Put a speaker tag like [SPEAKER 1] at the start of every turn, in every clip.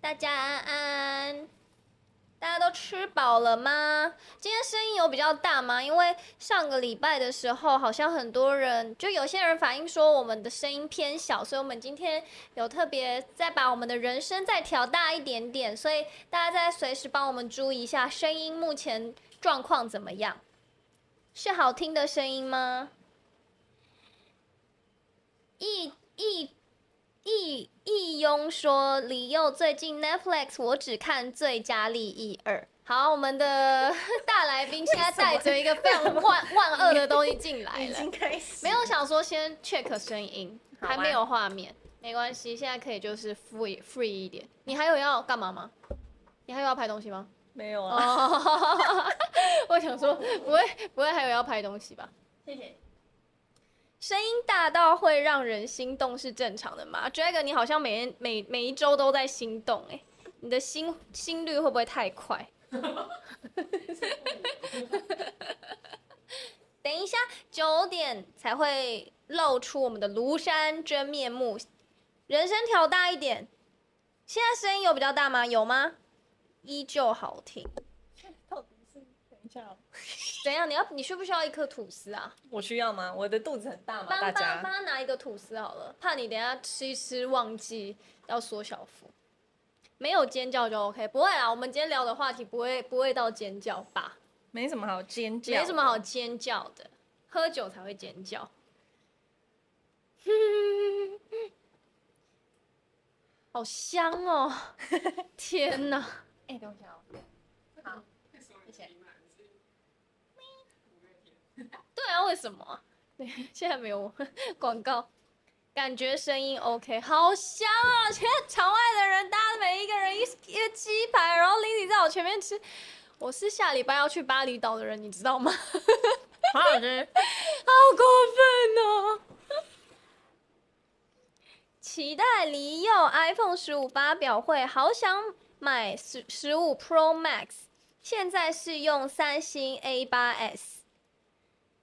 [SPEAKER 1] 大家安安，大家都吃饱了吗？今天声音有比较大吗？因为上个礼拜的时候，好像很多人，就有些人反映说我们的声音偏小，所以我们今天有特别再把我们的人声再调大一点点，所以大家再随时帮我们注意一下声音目前状况怎么样，是好听的声音吗？一一义义庸说：“李佑最近 Netflix 我只看《最佳利益二》。”好，我们的 大来宾现在带着一个非常万万恶的东西进来
[SPEAKER 2] 已
[SPEAKER 1] 了
[SPEAKER 2] 经，开始
[SPEAKER 1] 没有想说先 check 声音，
[SPEAKER 2] 好啊
[SPEAKER 1] 还没有画面，没关系，现在可以就是 free free 一点。你还有要干嘛吗？你还有要拍东西吗？
[SPEAKER 2] 没有啊？
[SPEAKER 1] 哦， 我想说，不会不会还有要拍东西吧？
[SPEAKER 2] 谢谢。
[SPEAKER 1] 声音大到会让人心动是正常的吗？Dragon，你好像每天每每一周都在心动哎、你的心心率会不会太快？ 等一下九点才会露出我们的庐山真面目，人声调大一点。现在声音有比较大吗？有吗？依旧好听。
[SPEAKER 2] 到底是等一下哦，
[SPEAKER 1] 怎样？你要你需不需要一颗吐司啊？
[SPEAKER 2] 我需要吗？我的肚子很大吗？
[SPEAKER 1] 帮
[SPEAKER 2] 大
[SPEAKER 1] 帮帮
[SPEAKER 2] 家
[SPEAKER 1] 他拿一个吐司好了，怕你等一下吃一吃忘记要缩小腹。没有尖叫就 OK，不会啦。我们今天聊的话题不会不会到尖叫吧？
[SPEAKER 2] 没什么好尖叫，
[SPEAKER 1] 没什么好尖叫的，喝酒才会尖叫。 好香哦！ 天哪！
[SPEAKER 2] 哎，等一下哦。好，谢谢。
[SPEAKER 1] 对啊，为什么啊？对， 现在没有广告，感觉声音 OK，好香啊！现在场外的人，大家每一个人一一个鸡排，然后 Lily 在我前面吃。我是下礼拜要去巴厘岛的人，你知道吗？好
[SPEAKER 2] 好好吃。
[SPEAKER 1] 过分哦！ 期待黎佑 iPhone 十五发表会，好想买十十五 Pro Max，现在是用三星 A 八 S。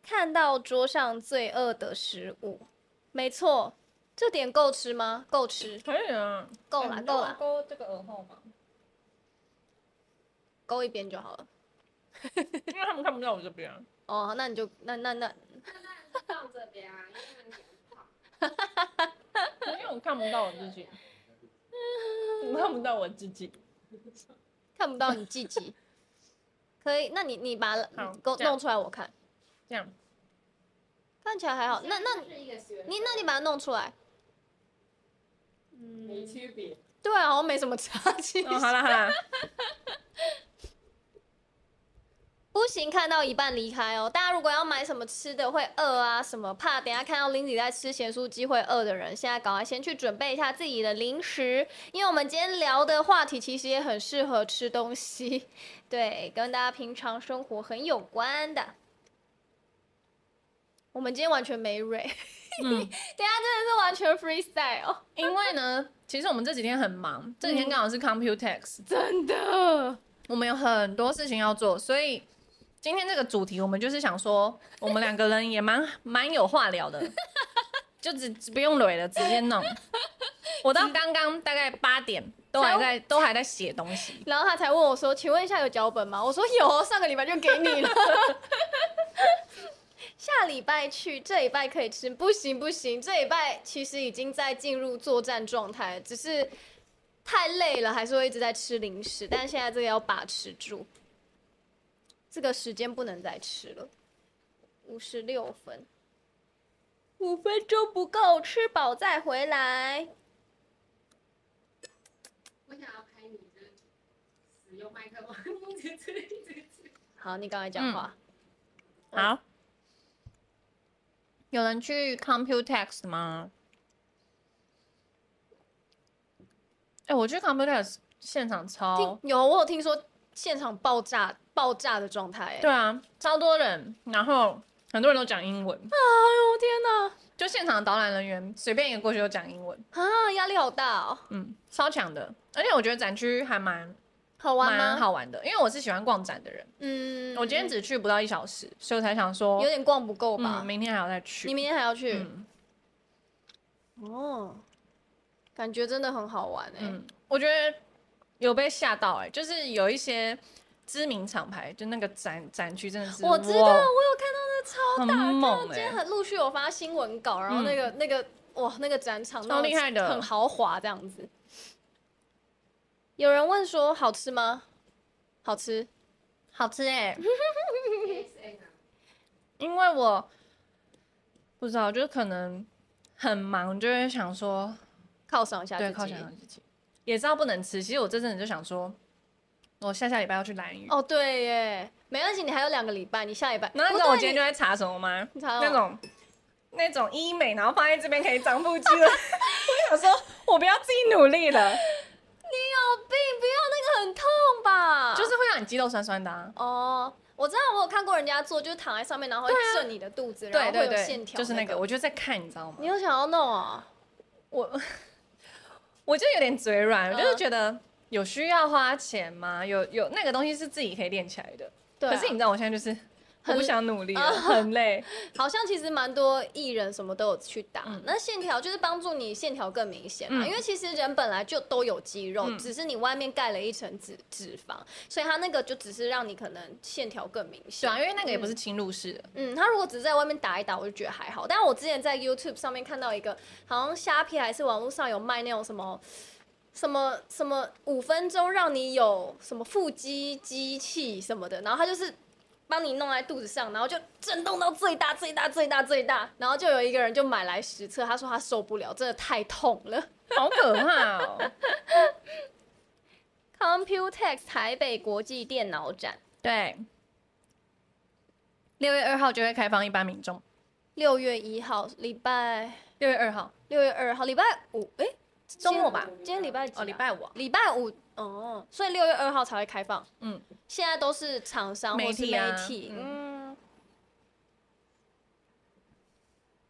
[SPEAKER 1] 看到桌上罪恶的食物，没错，这点够吃吗？够吃，
[SPEAKER 2] 可以啊，
[SPEAKER 1] 够啦够啦
[SPEAKER 2] 勾这个耳后嘛，
[SPEAKER 1] 勾一边就好了。
[SPEAKER 2] 因为他们看不到我这边。啊
[SPEAKER 1] 哦，那你就那那那
[SPEAKER 3] 放这边啊，因为他脸胖。
[SPEAKER 2] 因为我看不到我自己，我 看不到我自己。
[SPEAKER 1] 看不到你自 己，可以？那你你把
[SPEAKER 2] 好
[SPEAKER 1] 勾
[SPEAKER 2] 这样
[SPEAKER 1] 弄出来我看，
[SPEAKER 2] 这 样，
[SPEAKER 1] 看起来还好。那那
[SPEAKER 3] 是一个学
[SPEAKER 1] 你那你把它弄出来。
[SPEAKER 3] 没区别，
[SPEAKER 1] 对啊，好像没什么差距。
[SPEAKER 2] 哦，好啦好啦，
[SPEAKER 1] 不行，看到一半离开哦。大家如果要买什么吃的会饿啊，什么怕等一下看到 Lindy 在吃咸酥鸡会饿的人，现在赶快先去准备一下自己的零食，因为我们今天聊的话题其实也很适合吃东西，对，跟大家平常生活很有关的。我们今天完全没蕊，
[SPEAKER 2] 嗯，
[SPEAKER 1] 等一下真的是完全 freestyle，哦
[SPEAKER 2] 因为呢，其实我们这几天很忙，这几天刚好是 Computex，
[SPEAKER 1] 嗯真的。
[SPEAKER 2] 我们有很多事情要做，所以今天这个主题，我们就是想说，我们两个人也蛮蛮有话 聊的，就只不用蕊了，直接弄。我到刚刚大概八点都还在都还在写东西，
[SPEAKER 1] 然后他才问我说：“请问一下有脚本吗？”我说：“有，上个礼拜就给你了。”下礼拜去，这礼拜可以吃，不行不行，这礼拜其实已经在进入作战状态，只是太累了，还是会一直在吃零食。但现在这个要把持住，这个时间不能再吃了。五十六分，五分钟不够，吃饱再回来。
[SPEAKER 3] 我想要拍你就是使用麦克风， 一直吃一直吃。
[SPEAKER 1] 好，你赶快讲话。嗯
[SPEAKER 2] 好。有人去 Computex 吗？哎、我去 Computex 现场超
[SPEAKER 1] 听有，我有听说现场爆炸爆炸的状态、欸。
[SPEAKER 2] 对啊，超多人，然后很多人都讲英文，
[SPEAKER 1] 哎呦天哪！
[SPEAKER 2] 就现场导览人员随便一个过去都讲英文，
[SPEAKER 1] 啊，压力好大哦。
[SPEAKER 2] 嗯，超强的。而且我觉得展区还蛮
[SPEAKER 1] 好玩吗？
[SPEAKER 2] 蛮好玩的，因为我是喜欢逛展的人。
[SPEAKER 1] 嗯，
[SPEAKER 2] 我今天只去不到一小时，所以我才想说
[SPEAKER 1] 有，点逛不够吧
[SPEAKER 2] 嗯，？明天还要再
[SPEAKER 1] 你
[SPEAKER 2] 去。
[SPEAKER 1] 明天还要去？
[SPEAKER 2] 嗯
[SPEAKER 1] 哦，感觉真的很好玩哎、
[SPEAKER 2] 嗯嗯，我觉得有被吓到哎、就是有一些知名厂牌，就那个展展区真的是
[SPEAKER 1] 我知道，我有
[SPEAKER 2] 哇
[SPEAKER 1] 看到那超大，
[SPEAKER 2] 很
[SPEAKER 1] 看到
[SPEAKER 2] 猛
[SPEAKER 1] 今
[SPEAKER 2] 哎、
[SPEAKER 1] 天很陆续有发新闻稿，然后那个、那个哇，那个展场
[SPEAKER 2] 超厉害的
[SPEAKER 1] 很豪华这样子。有人问说好吃吗？好吃，欸
[SPEAKER 2] 好吃哎、
[SPEAKER 3] ASN 啊，
[SPEAKER 2] 因为我不知道，就可能很忙，就会想说
[SPEAKER 1] 犒赏一下自
[SPEAKER 2] 对
[SPEAKER 1] 己。
[SPEAKER 2] 犒赏自己，也知道不能吃。其实我这阵子就想说，我下下礼拜要去蓝屿。
[SPEAKER 1] 哦，对耶，没关系，你还有两个礼拜，你下礼拜。
[SPEAKER 2] 然后
[SPEAKER 1] 不
[SPEAKER 2] 你知道我
[SPEAKER 1] 对哦
[SPEAKER 2] 今天就在查什么吗？
[SPEAKER 1] 你查
[SPEAKER 2] 那
[SPEAKER 1] 什么
[SPEAKER 2] 种那种医美，然后放在这边可以长腹肌 的。我想说，我不要自己努力了，
[SPEAKER 1] 哦你有病，不要那个很痛吧？
[SPEAKER 2] 就是会让你肌肉酸酸的、啊。
[SPEAKER 1] 哦，我知道我有看过人家做，就是躺在上面，然后会震你的肚子，
[SPEAKER 2] 啊对
[SPEAKER 1] 然后
[SPEAKER 2] 对
[SPEAKER 1] 会有线
[SPEAKER 2] 对，
[SPEAKER 1] 条、
[SPEAKER 2] 就是那
[SPEAKER 1] 个
[SPEAKER 2] 个，。我就在看，你知道吗
[SPEAKER 1] 你？有想要弄啊？
[SPEAKER 2] 我我就有点嘴软，我就是觉得有需要花钱吗？有有那个东西是自己可以练起来的。
[SPEAKER 1] 对啊、
[SPEAKER 2] 可是你知道我现在就是我
[SPEAKER 1] 很
[SPEAKER 2] 不想努力
[SPEAKER 1] 啊
[SPEAKER 2] 了，很累。
[SPEAKER 1] 好像其实蛮多艺人什么都有去打，
[SPEAKER 2] 嗯
[SPEAKER 1] 那线条就是帮助你线条更明显嘛，
[SPEAKER 2] 嗯
[SPEAKER 1] 因为其实人本来就都有肌肉，
[SPEAKER 2] 嗯
[SPEAKER 1] 只是你外面盖了一层脂脂肪，所以它那个就只是让你可能线条更明
[SPEAKER 2] 对
[SPEAKER 1] 显。
[SPEAKER 2] 啊，因为那个也不是侵入式的，
[SPEAKER 1] 嗯，他如果只是在外面打一打，我就觉得还好。但我之前在 YouTube 上面看到一个，好像虾皮还是网络上有卖那种什么什么什么五分钟让你有什么腹肌机器什么的，然后他就是帮你弄在肚子上，然后就震动到最大最大最大最大，然后就有一个人就买来实测，他说他受不了，真的太痛了。
[SPEAKER 2] 嗯好可怕哦。
[SPEAKER 1] Computex 台北国际电脑展
[SPEAKER 2] 对，六月二号就会开放一般民众。
[SPEAKER 1] 六月一号，礼拜
[SPEAKER 2] 六月二号，
[SPEAKER 1] 六月二号，礼拜五，哎、
[SPEAKER 2] 周末吧
[SPEAKER 1] 今天礼拜几、啊？
[SPEAKER 2] 哦，礼拜五啊，
[SPEAKER 1] 礼拜五，哦，所以六月二号才会开放。
[SPEAKER 2] 嗯，
[SPEAKER 1] 现在都是厂商或
[SPEAKER 2] 媒
[SPEAKER 1] 是
[SPEAKER 2] 体
[SPEAKER 1] 媒
[SPEAKER 2] 啊
[SPEAKER 1] 体，嗯。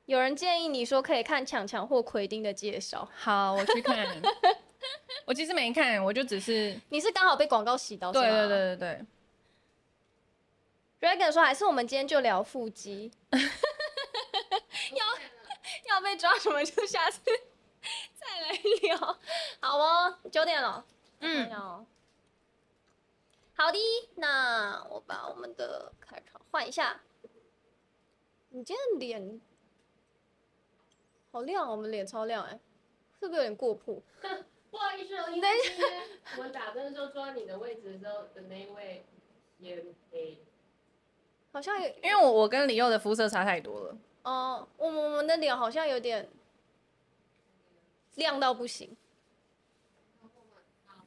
[SPEAKER 1] 有人建议你说可以看强强或奎丁的介绍，
[SPEAKER 2] 好，我去看。我其实没看，我就只是
[SPEAKER 1] 你是刚好被广告洗到，
[SPEAKER 2] 对对。对对对，
[SPEAKER 1] Dragon 说，还是我们今天就聊腹肌，
[SPEAKER 3] 要
[SPEAKER 1] 要被抓什么就下次 再来聊，好哦，九点了，
[SPEAKER 2] 嗯
[SPEAKER 1] 嗯，好的，那我把我们的开场换一下。你今天脸好亮哦，我们脸超亮哎、是不是有点过曝？
[SPEAKER 3] 不好意思哦，因为今天我们打针的时候抓你的位置的时候的那一位也没，
[SPEAKER 1] 好像有
[SPEAKER 2] 因为我我跟李佑的肤色差太多了，
[SPEAKER 1] 哦、我们我们的脸好像有点亮到不行。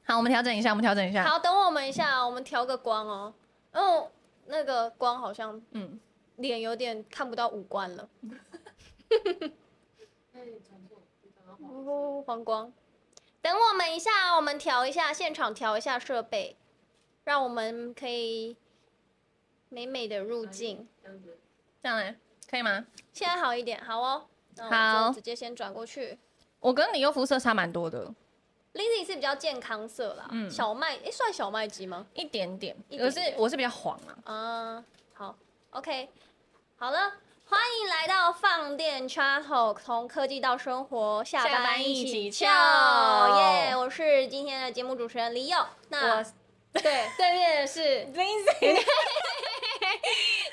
[SPEAKER 2] 好，我们调整一下，我们调整一下，
[SPEAKER 1] 好，等我们一下，我们调个光哦。嗯，那个光好像
[SPEAKER 2] 嗯，
[SPEAKER 1] 脸有点看不到五官了。
[SPEAKER 3] 哎，讲错，你讲到黄色。
[SPEAKER 1] 哦，黄光。等我们一下，啊我们调一下，现场调一下设备，让我们可以美美的入镜。
[SPEAKER 3] 这样子，
[SPEAKER 2] 这样嘞，可以吗？
[SPEAKER 1] 现在好一点，好哦。那我
[SPEAKER 2] 好
[SPEAKER 1] 就直接先转过去。
[SPEAKER 2] 我跟李佑肤色差蛮多的，
[SPEAKER 1] Lizzy 是比较健康色啦，
[SPEAKER 2] 嗯
[SPEAKER 1] 小麦诶，算小麦肌吗？
[SPEAKER 2] 一点点，
[SPEAKER 1] 一
[SPEAKER 2] 可
[SPEAKER 1] 点
[SPEAKER 2] 是
[SPEAKER 1] 点
[SPEAKER 2] 我是比较黄 啊，
[SPEAKER 1] 啊、好，OK，好了，欢迎来到放电 Chat Talk，从科技到生活，下
[SPEAKER 2] 下
[SPEAKER 1] 班
[SPEAKER 2] 班一
[SPEAKER 1] 一起
[SPEAKER 2] 起
[SPEAKER 1] 翘，
[SPEAKER 2] 翘
[SPEAKER 1] 耶、我是今天的节目主持人李佑，那
[SPEAKER 2] 我
[SPEAKER 1] 对对面的 是
[SPEAKER 2] Lindsay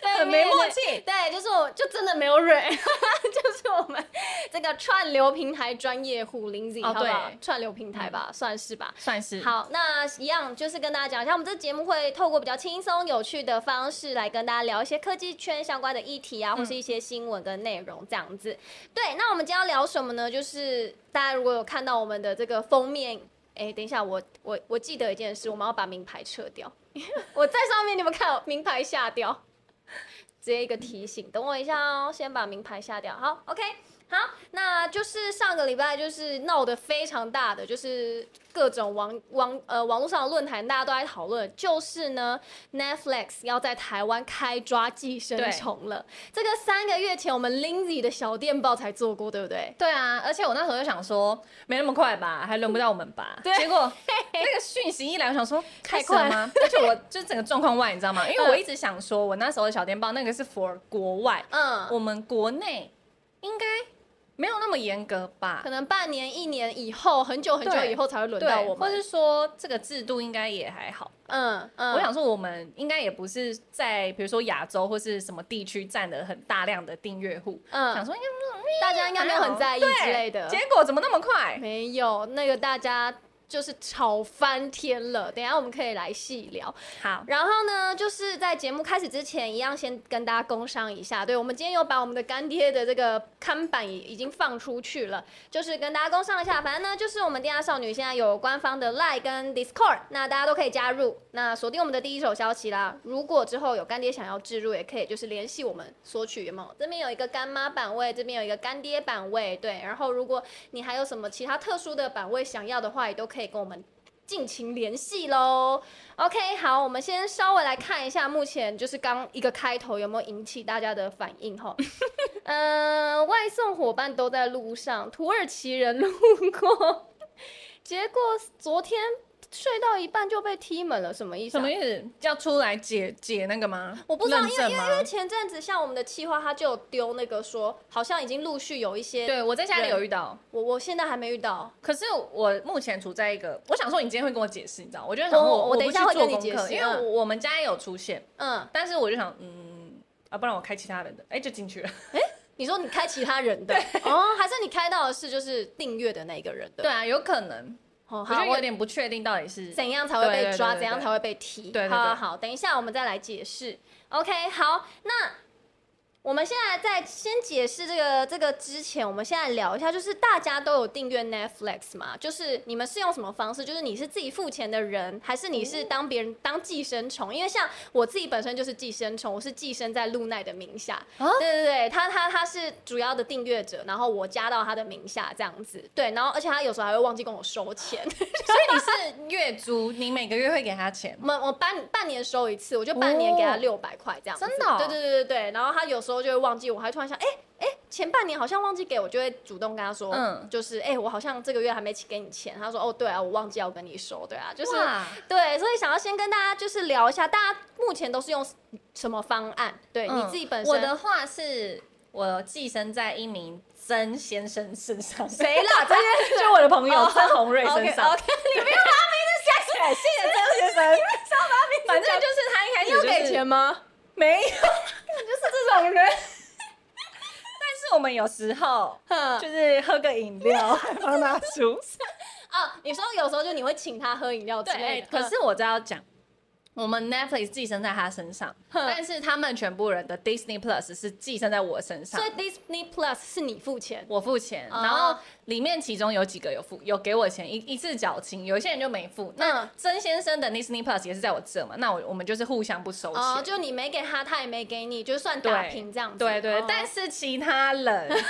[SPEAKER 1] 对
[SPEAKER 2] 很没
[SPEAKER 1] 面
[SPEAKER 2] 默
[SPEAKER 1] 的
[SPEAKER 2] 契，
[SPEAKER 1] 对，就是我就真的没有蕊， 就是我们这个串流平台专业户 Lindsay，、好
[SPEAKER 2] 哦
[SPEAKER 1] 不好
[SPEAKER 2] 对？
[SPEAKER 1] 串流平台吧，算是吧。
[SPEAKER 2] 算是，
[SPEAKER 1] 好，那一样就是跟大家讲一下，我们这节目会透过比较轻松、有趣的方式来跟大家聊一些科技圈相关的议题啊，或是一些新闻跟内容这样子。对，那我们今天要聊什么呢？就是大家如果有看到我们的这个封面，哎，等一下，我我我记得一件事，我们要把名牌撤掉。 我在上面，你们看名牌下掉，直接一个提醒，等我一下哦，先把名牌下掉。好，OK。好，那就是上个礼拜就是闹得非常大的，就是各种网网呃网络上的论坛大家都在讨论，就是呢 Netflix 要在台湾开抓寄生
[SPEAKER 2] 对
[SPEAKER 1] 虫了。这个三个月前我们 Lindsay 的小电报才做过，对不对？
[SPEAKER 2] 对啊，而且我那时候就想说，没那么快吧，还轮不到我们吧？
[SPEAKER 1] 对
[SPEAKER 2] 结果那个讯息一来，我想说
[SPEAKER 1] 太
[SPEAKER 2] 开始了
[SPEAKER 1] 快
[SPEAKER 2] 吗？而且我就是整个状况外，你知道吗？因为
[SPEAKER 1] 嗯
[SPEAKER 2] 我一直想说，我那时候的小电报那个是 for 国外，
[SPEAKER 1] 嗯，
[SPEAKER 2] 我们国内应该没有那么严格吧
[SPEAKER 1] 可？能半年、一年以后，很久很久
[SPEAKER 2] 对
[SPEAKER 1] 以后才会轮到
[SPEAKER 2] 对，
[SPEAKER 1] 我
[SPEAKER 2] 或
[SPEAKER 1] 们。
[SPEAKER 2] 是说这个制度应该也还好。
[SPEAKER 1] 嗯嗯，
[SPEAKER 2] 我想说，我们应该也不是在比如说亚洲或是什么地区占了很大量的订阅户，想
[SPEAKER 1] 嗯，
[SPEAKER 2] 说应该
[SPEAKER 1] 大家应该没有很在意
[SPEAKER 2] 对
[SPEAKER 1] 之类的。
[SPEAKER 2] 结果怎么那么快？
[SPEAKER 1] 没有，那个大家就是吵翻天了。等一下我们可以来细聊。
[SPEAKER 2] 好，
[SPEAKER 1] 然后呢，就是在节目开始之前，一样先跟大家工商一下。对，我们今天有把我们的干爹的这个看板也已经放出去了，就是跟大家工商一下。反正呢，就是我们电压少女现在有官方的 Line 跟 Discord，那大家都可以加入，那锁定我们的第一手消息啦。如果之后有干爹想要置入，也可以就是联系我们索取，有没有？这边有一个干妈版位，这边有一个干爹版位，对。然后如果你还有什么其他特殊的版位想要的话，也都可以跟我们尽情联系喽。OK，好，我们先稍微来看一下，目前就是刚一个开头有没有引起大家的反应 哈。嗯、外送伙伴都在路上，土耳其人路过，结果昨天睡到一半就被踢门了，什么意思、
[SPEAKER 2] 什
[SPEAKER 1] 啊
[SPEAKER 2] 么？意思？要出来解解那个吗？
[SPEAKER 1] 我不知道
[SPEAKER 2] 认证吗
[SPEAKER 1] 因为前阵子像我们的企划，他就有丢那个说，好像已经陆续有一些，
[SPEAKER 2] 对我在家里有遇到，
[SPEAKER 1] 我我现在还没遇到。
[SPEAKER 2] 可是我目前处在一个，我想说你今天会跟我解释，你知道？我就想说
[SPEAKER 1] 我
[SPEAKER 2] 我
[SPEAKER 1] 我等一下
[SPEAKER 2] 不
[SPEAKER 1] 会
[SPEAKER 2] 去做
[SPEAKER 1] 跟你
[SPEAKER 2] 功
[SPEAKER 1] 解
[SPEAKER 2] 课
[SPEAKER 1] 释
[SPEAKER 2] 因为
[SPEAKER 1] 嗯
[SPEAKER 2] 我我们家也有出现，
[SPEAKER 1] 嗯，
[SPEAKER 2] 但是我就想，嗯，啊，不然我开其他人的，哎，就进去了。
[SPEAKER 1] 你说你开其他人的哦，还是你开到的是就是订阅的那个人的？
[SPEAKER 2] 对，啊，有可能，
[SPEAKER 1] 哦，
[SPEAKER 2] 我
[SPEAKER 1] 好，
[SPEAKER 2] 就
[SPEAKER 1] 我
[SPEAKER 2] 有点不确定到底 是
[SPEAKER 1] 怎样才会被抓，
[SPEAKER 2] 对对对对对
[SPEAKER 1] 怎样才会被踢。
[SPEAKER 2] 对对对
[SPEAKER 1] 好好好，等一下我们再来解释。OK，好，那我们现在在先解释这个这个之前，我们现在聊一下，就是大家都有订阅 Netflix 嘛，就是你们是用什么方式？就是你是自己付钱的人，还是你
[SPEAKER 2] 哦
[SPEAKER 1] 是当别人当寄生虫？因为像我自己本身就是寄生虫，我是寄生在露奈的名下。
[SPEAKER 2] 啊
[SPEAKER 1] 对对对，他他他是主要的订阅者，然后我加到他的名下这样子。对，然后而且他有时候还会忘记跟我收钱。
[SPEAKER 2] 所以你是月租，你每个月会给他钱，
[SPEAKER 1] 我们我半半年收一次，我就半年给他
[SPEAKER 2] 哦
[SPEAKER 1] 六百块这样子。
[SPEAKER 2] 真的哦
[SPEAKER 1] 对对对对对。然后他有时候就会忘记我，还突然想，哎、哎、前半年好像忘记给我，就会主动跟他说，
[SPEAKER 2] 嗯
[SPEAKER 1] 就是哎、我好像这个月还没给你钱。他说，哦，对啊，我忘记要跟你说，对啊，就
[SPEAKER 2] 就是是
[SPEAKER 1] 对，所以想要先跟大家就是聊一下，大家目前都是用什么方案？对、
[SPEAKER 2] 嗯
[SPEAKER 1] 你自己本身，
[SPEAKER 2] 我的话是我寄生在一名曾先生身 上，
[SPEAKER 1] 谁啦？这边
[SPEAKER 2] 就我的朋友
[SPEAKER 1] 哦
[SPEAKER 2] 曾洪瑞身
[SPEAKER 1] OK
[SPEAKER 2] 上。
[SPEAKER 1] OK，
[SPEAKER 2] 谢谢谢谢曾先生，反正就是他一开始、就是、
[SPEAKER 1] 吗？
[SPEAKER 2] 没 有，就是这种人。 但是我们有时候
[SPEAKER 1] 哼
[SPEAKER 2] 就是喝个饮料，帮 他出。
[SPEAKER 1] 啊，你说有时候就你会请他喝饮料之
[SPEAKER 2] 对，
[SPEAKER 1] 类
[SPEAKER 2] 哎
[SPEAKER 1] 的，
[SPEAKER 2] 可是我就要讲。我们 Netflix 寄生在他身上，
[SPEAKER 1] 哼
[SPEAKER 2] 但是他们全部人的 Disney Plus 是寄生在我身上
[SPEAKER 1] 所，以 Disney Plus 是你付钱，
[SPEAKER 2] 我付钱，
[SPEAKER 1] 哦
[SPEAKER 2] 然后里面其中有几个有付有给我钱一一次缴清，有一些人就没付。那
[SPEAKER 1] 嗯
[SPEAKER 2] 曾先生的 Disney Plus 也是在我这嘛，那我我们就是互相不收钱。
[SPEAKER 1] 哦，就你没给他，他也没给你，就算打平这样子。
[SPEAKER 2] 对对，
[SPEAKER 1] 哦
[SPEAKER 2] 但是其他人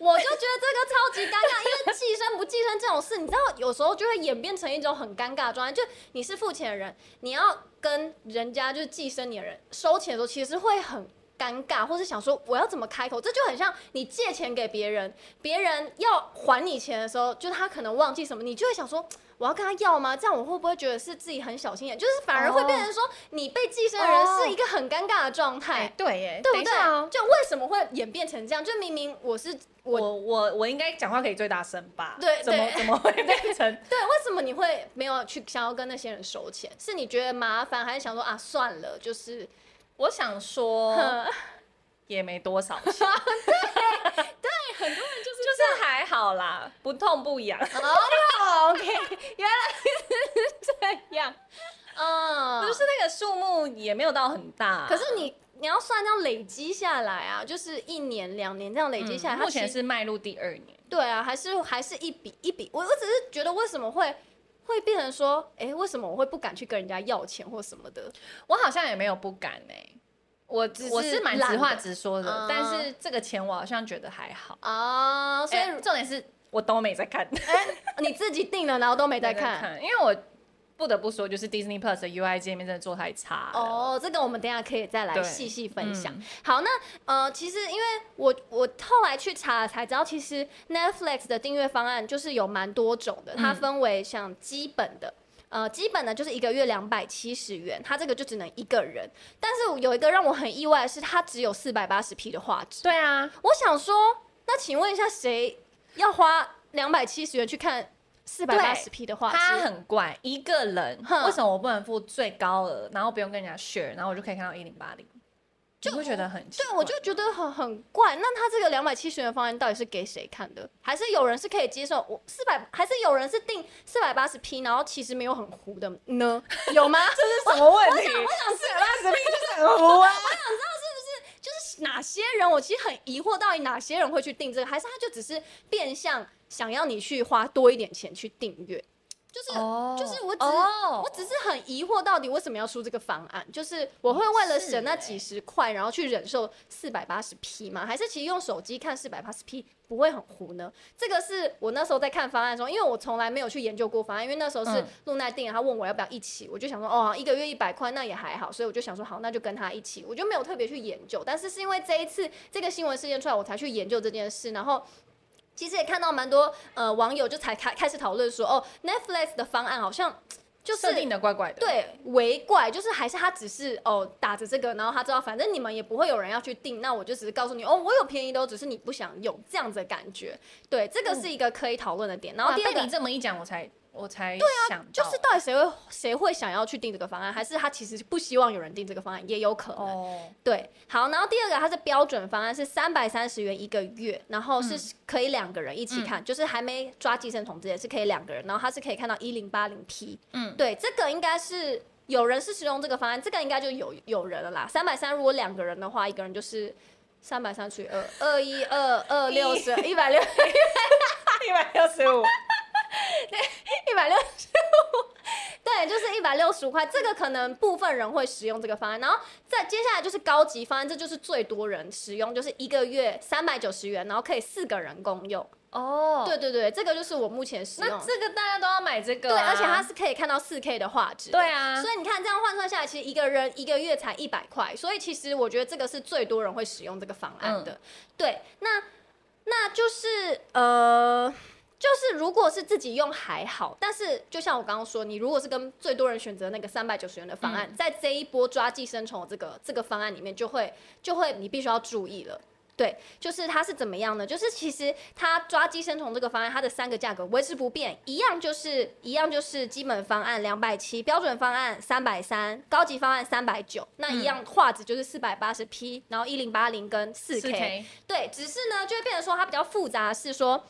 [SPEAKER 1] 我就觉得这个超级尴尬，因为寄生不寄生这种事，你知道，有时候就会演变成一种很尴尬的状态，就你是付钱的人，你要跟人家就是寄生你的人收钱的时候，其实会很。尴尬，或是想说我要怎么开口，这就很像你借钱给别人，别人要还你钱的时候，就他可能忘记什么，你就会想说我要跟他要吗？这样我会不会觉得是自己很小心眼？就是反而会变成说你被寄生的人
[SPEAKER 2] 哦
[SPEAKER 1] 是一个很尴尬的状态。
[SPEAKER 2] 哎对耶，
[SPEAKER 1] 对
[SPEAKER 2] 等
[SPEAKER 1] 不
[SPEAKER 2] 一
[SPEAKER 1] 对？
[SPEAKER 2] 下哦
[SPEAKER 1] 就为什么会演变成这样？就明明我是我，
[SPEAKER 2] 我我我应该讲话可以最大声吧？
[SPEAKER 1] 对
[SPEAKER 2] 怎么
[SPEAKER 1] 对
[SPEAKER 2] 怎么会变 成？
[SPEAKER 1] 对，为什么你会没有去想要跟那些人收钱？是你觉得麻烦，还是想说啊算了，就是
[SPEAKER 2] 我 想说
[SPEAKER 1] 哼
[SPEAKER 2] 也没多少 钱，对对，很多人就是就是还好啦，不痛不痒。
[SPEAKER 1] 哦，OK，原来是这样，嗯，
[SPEAKER 2] 就是啊那个数目也没有到很大，
[SPEAKER 1] 可是你你要算这样累积下来啊，就是一年两年这样累积下来，
[SPEAKER 2] 嗯
[SPEAKER 1] 它
[SPEAKER 2] 目前
[SPEAKER 1] 其实
[SPEAKER 2] 是迈入第二年。
[SPEAKER 1] 对啊，还是还是一笔一笔。我我只是觉得为什么会。会变成说，哎、为什么我会不敢去跟人家要钱或什么的？
[SPEAKER 2] 我好像也没有不敢哎、我
[SPEAKER 1] 欸只
[SPEAKER 2] 我
[SPEAKER 1] 是
[SPEAKER 2] 是蛮
[SPEAKER 1] 懒
[SPEAKER 2] 直话
[SPEAKER 1] 得
[SPEAKER 2] 直说的，
[SPEAKER 1] 嗯
[SPEAKER 2] 但是这个钱我好像觉得还好。
[SPEAKER 1] 啊、所以、
[SPEAKER 2] 哎重点是我都没在看，
[SPEAKER 1] 你自己定了，然后都没在看。，
[SPEAKER 2] 因为我不得不说，就是 Disney Plus 的 UI 界面真的做太差了。
[SPEAKER 1] 哦，这个我们等一下可以再来
[SPEAKER 2] 对
[SPEAKER 1] 细细分享。
[SPEAKER 2] 嗯
[SPEAKER 1] 好，那呃，其实因为我我后来去查了才知道，其实 Netflix 的订阅方案就是有蛮多种的，它
[SPEAKER 2] 嗯
[SPEAKER 1] 分为像基本的，呃，基本的就是一个月两百七十元，它这个就只能一个人。但是有一个让我很意外的是，它只有四百八十 P 的画质。
[SPEAKER 2] 对啊，
[SPEAKER 1] 我想说，那请问一下，谁要花两百七十元去看四百八十 P 的画质？
[SPEAKER 2] 他很怪，一个人
[SPEAKER 1] 哼
[SPEAKER 2] 为什么我不能付最高额，然后不用跟人家 share，然后我就可以看到一零八零，就会觉得很奇
[SPEAKER 1] 对，
[SPEAKER 2] 怪
[SPEAKER 1] 我就觉得很很怪。那他这个两百七十元方案到底是给谁看的？还是有人是可以接受？我四百，还是有人是定四百八十 P，然后其实没有很糊的呢？有吗？
[SPEAKER 2] 这是什么问题？ 四百八十 P 就是很糊啊！
[SPEAKER 1] 就是哪些人？我其实很疑惑，到底哪些人会去订这个？还是他就只是变相想要你去花多一点钱去订阅？就是、
[SPEAKER 2] 哦
[SPEAKER 1] 就是我只是
[SPEAKER 2] 哦
[SPEAKER 1] 我只是很疑惑，到底为什么要出这个方案？就是我会为了
[SPEAKER 2] 是
[SPEAKER 1] 省那
[SPEAKER 2] 欸
[SPEAKER 1] 几十块，然后去忍受四百八十 P 吗？还是其实用手机看四百八十 P 不会很糊呢？这个是我那时候在看方案的时候，因为我从来没有去研究过方案，因为那时候是
[SPEAKER 2] 嗯
[SPEAKER 1] 露娜定的，他问我要不要一起，我就想说哦，一个月一百块那也还好，所以我就想说好，那就跟他一起，我就没有特别去研究。但是是因为这一次这个新闻事件出来，我才去研究这件事，然后。其实也看到蛮多呃网友就才开开始讨论说，哦，Netflix 的方案好像就是
[SPEAKER 2] 设定的怪怪的。，
[SPEAKER 1] 对，为怪就是还是他只是哦打着这个，然后他知道反正你们也不会有人要去订，那我就只是告诉你哦，我有便宜的哦，只是你不想用这样子的感觉。对，这个是一个可以讨论的点。然后
[SPEAKER 2] 嗯哇，
[SPEAKER 1] 第二
[SPEAKER 2] 被
[SPEAKER 1] 个
[SPEAKER 2] 你这哦么一讲，我才我才想到，
[SPEAKER 1] 就是到底谁会谁会想要去订这个方案，还是他其实不希望有人订这个方案，也有可能。
[SPEAKER 2] 哦，
[SPEAKER 1] 对，好，然后第二个它是标准方案，是三百三十元一个月，然后是可以两个人一起看，就是还没抓寄生虫之前是可以两个人，然后它是可以看到一零八零 P，
[SPEAKER 2] 嗯
[SPEAKER 1] 对，这个应该是有人是使用这个方案，这个应该就有有人了啦。三百三如果两个人的话，一个人就是三百三除以二，二一二二六十一百六
[SPEAKER 2] 一百六十五，
[SPEAKER 1] 一百六十五， 对，就是一百六十五块。这个可能部分人会使用这个方案，然后再接下来就是高级方案，这就是最多人使用，就是一个月三百九十元，然后可以四个人共用。
[SPEAKER 2] 哦，
[SPEAKER 1] 对，对对，这个就是我目前使用
[SPEAKER 2] 那。这个大家都要买这个
[SPEAKER 1] 对，
[SPEAKER 2] 啊，
[SPEAKER 1] 而且它是可以看到四 K 的画质。
[SPEAKER 2] 对。啊，
[SPEAKER 1] 所以你看，这样换算下来，其实一个人一个月才一百块，所以其实我觉得这个是最多人会使用这个方案的。对，那那就是呃，就是如果是自己用还好，但是就像我刚刚说，你如果是跟最多人选择那个三百九十元的方案，在这一波抓寄生虫这个这个方案里面，就会就会你必须要注意了。对，就是它是怎么样呢？就是其实它抓寄生虫这个方案，它的三个价格维持不变，一样就是一样就是基本方案两百七，标准方案三百三，高级方案三百九，那一样画质就是四百八十 P，然后一零八零跟四 K。
[SPEAKER 2] 4K
[SPEAKER 1] 对，只是呢就会变成说它比较复杂，是说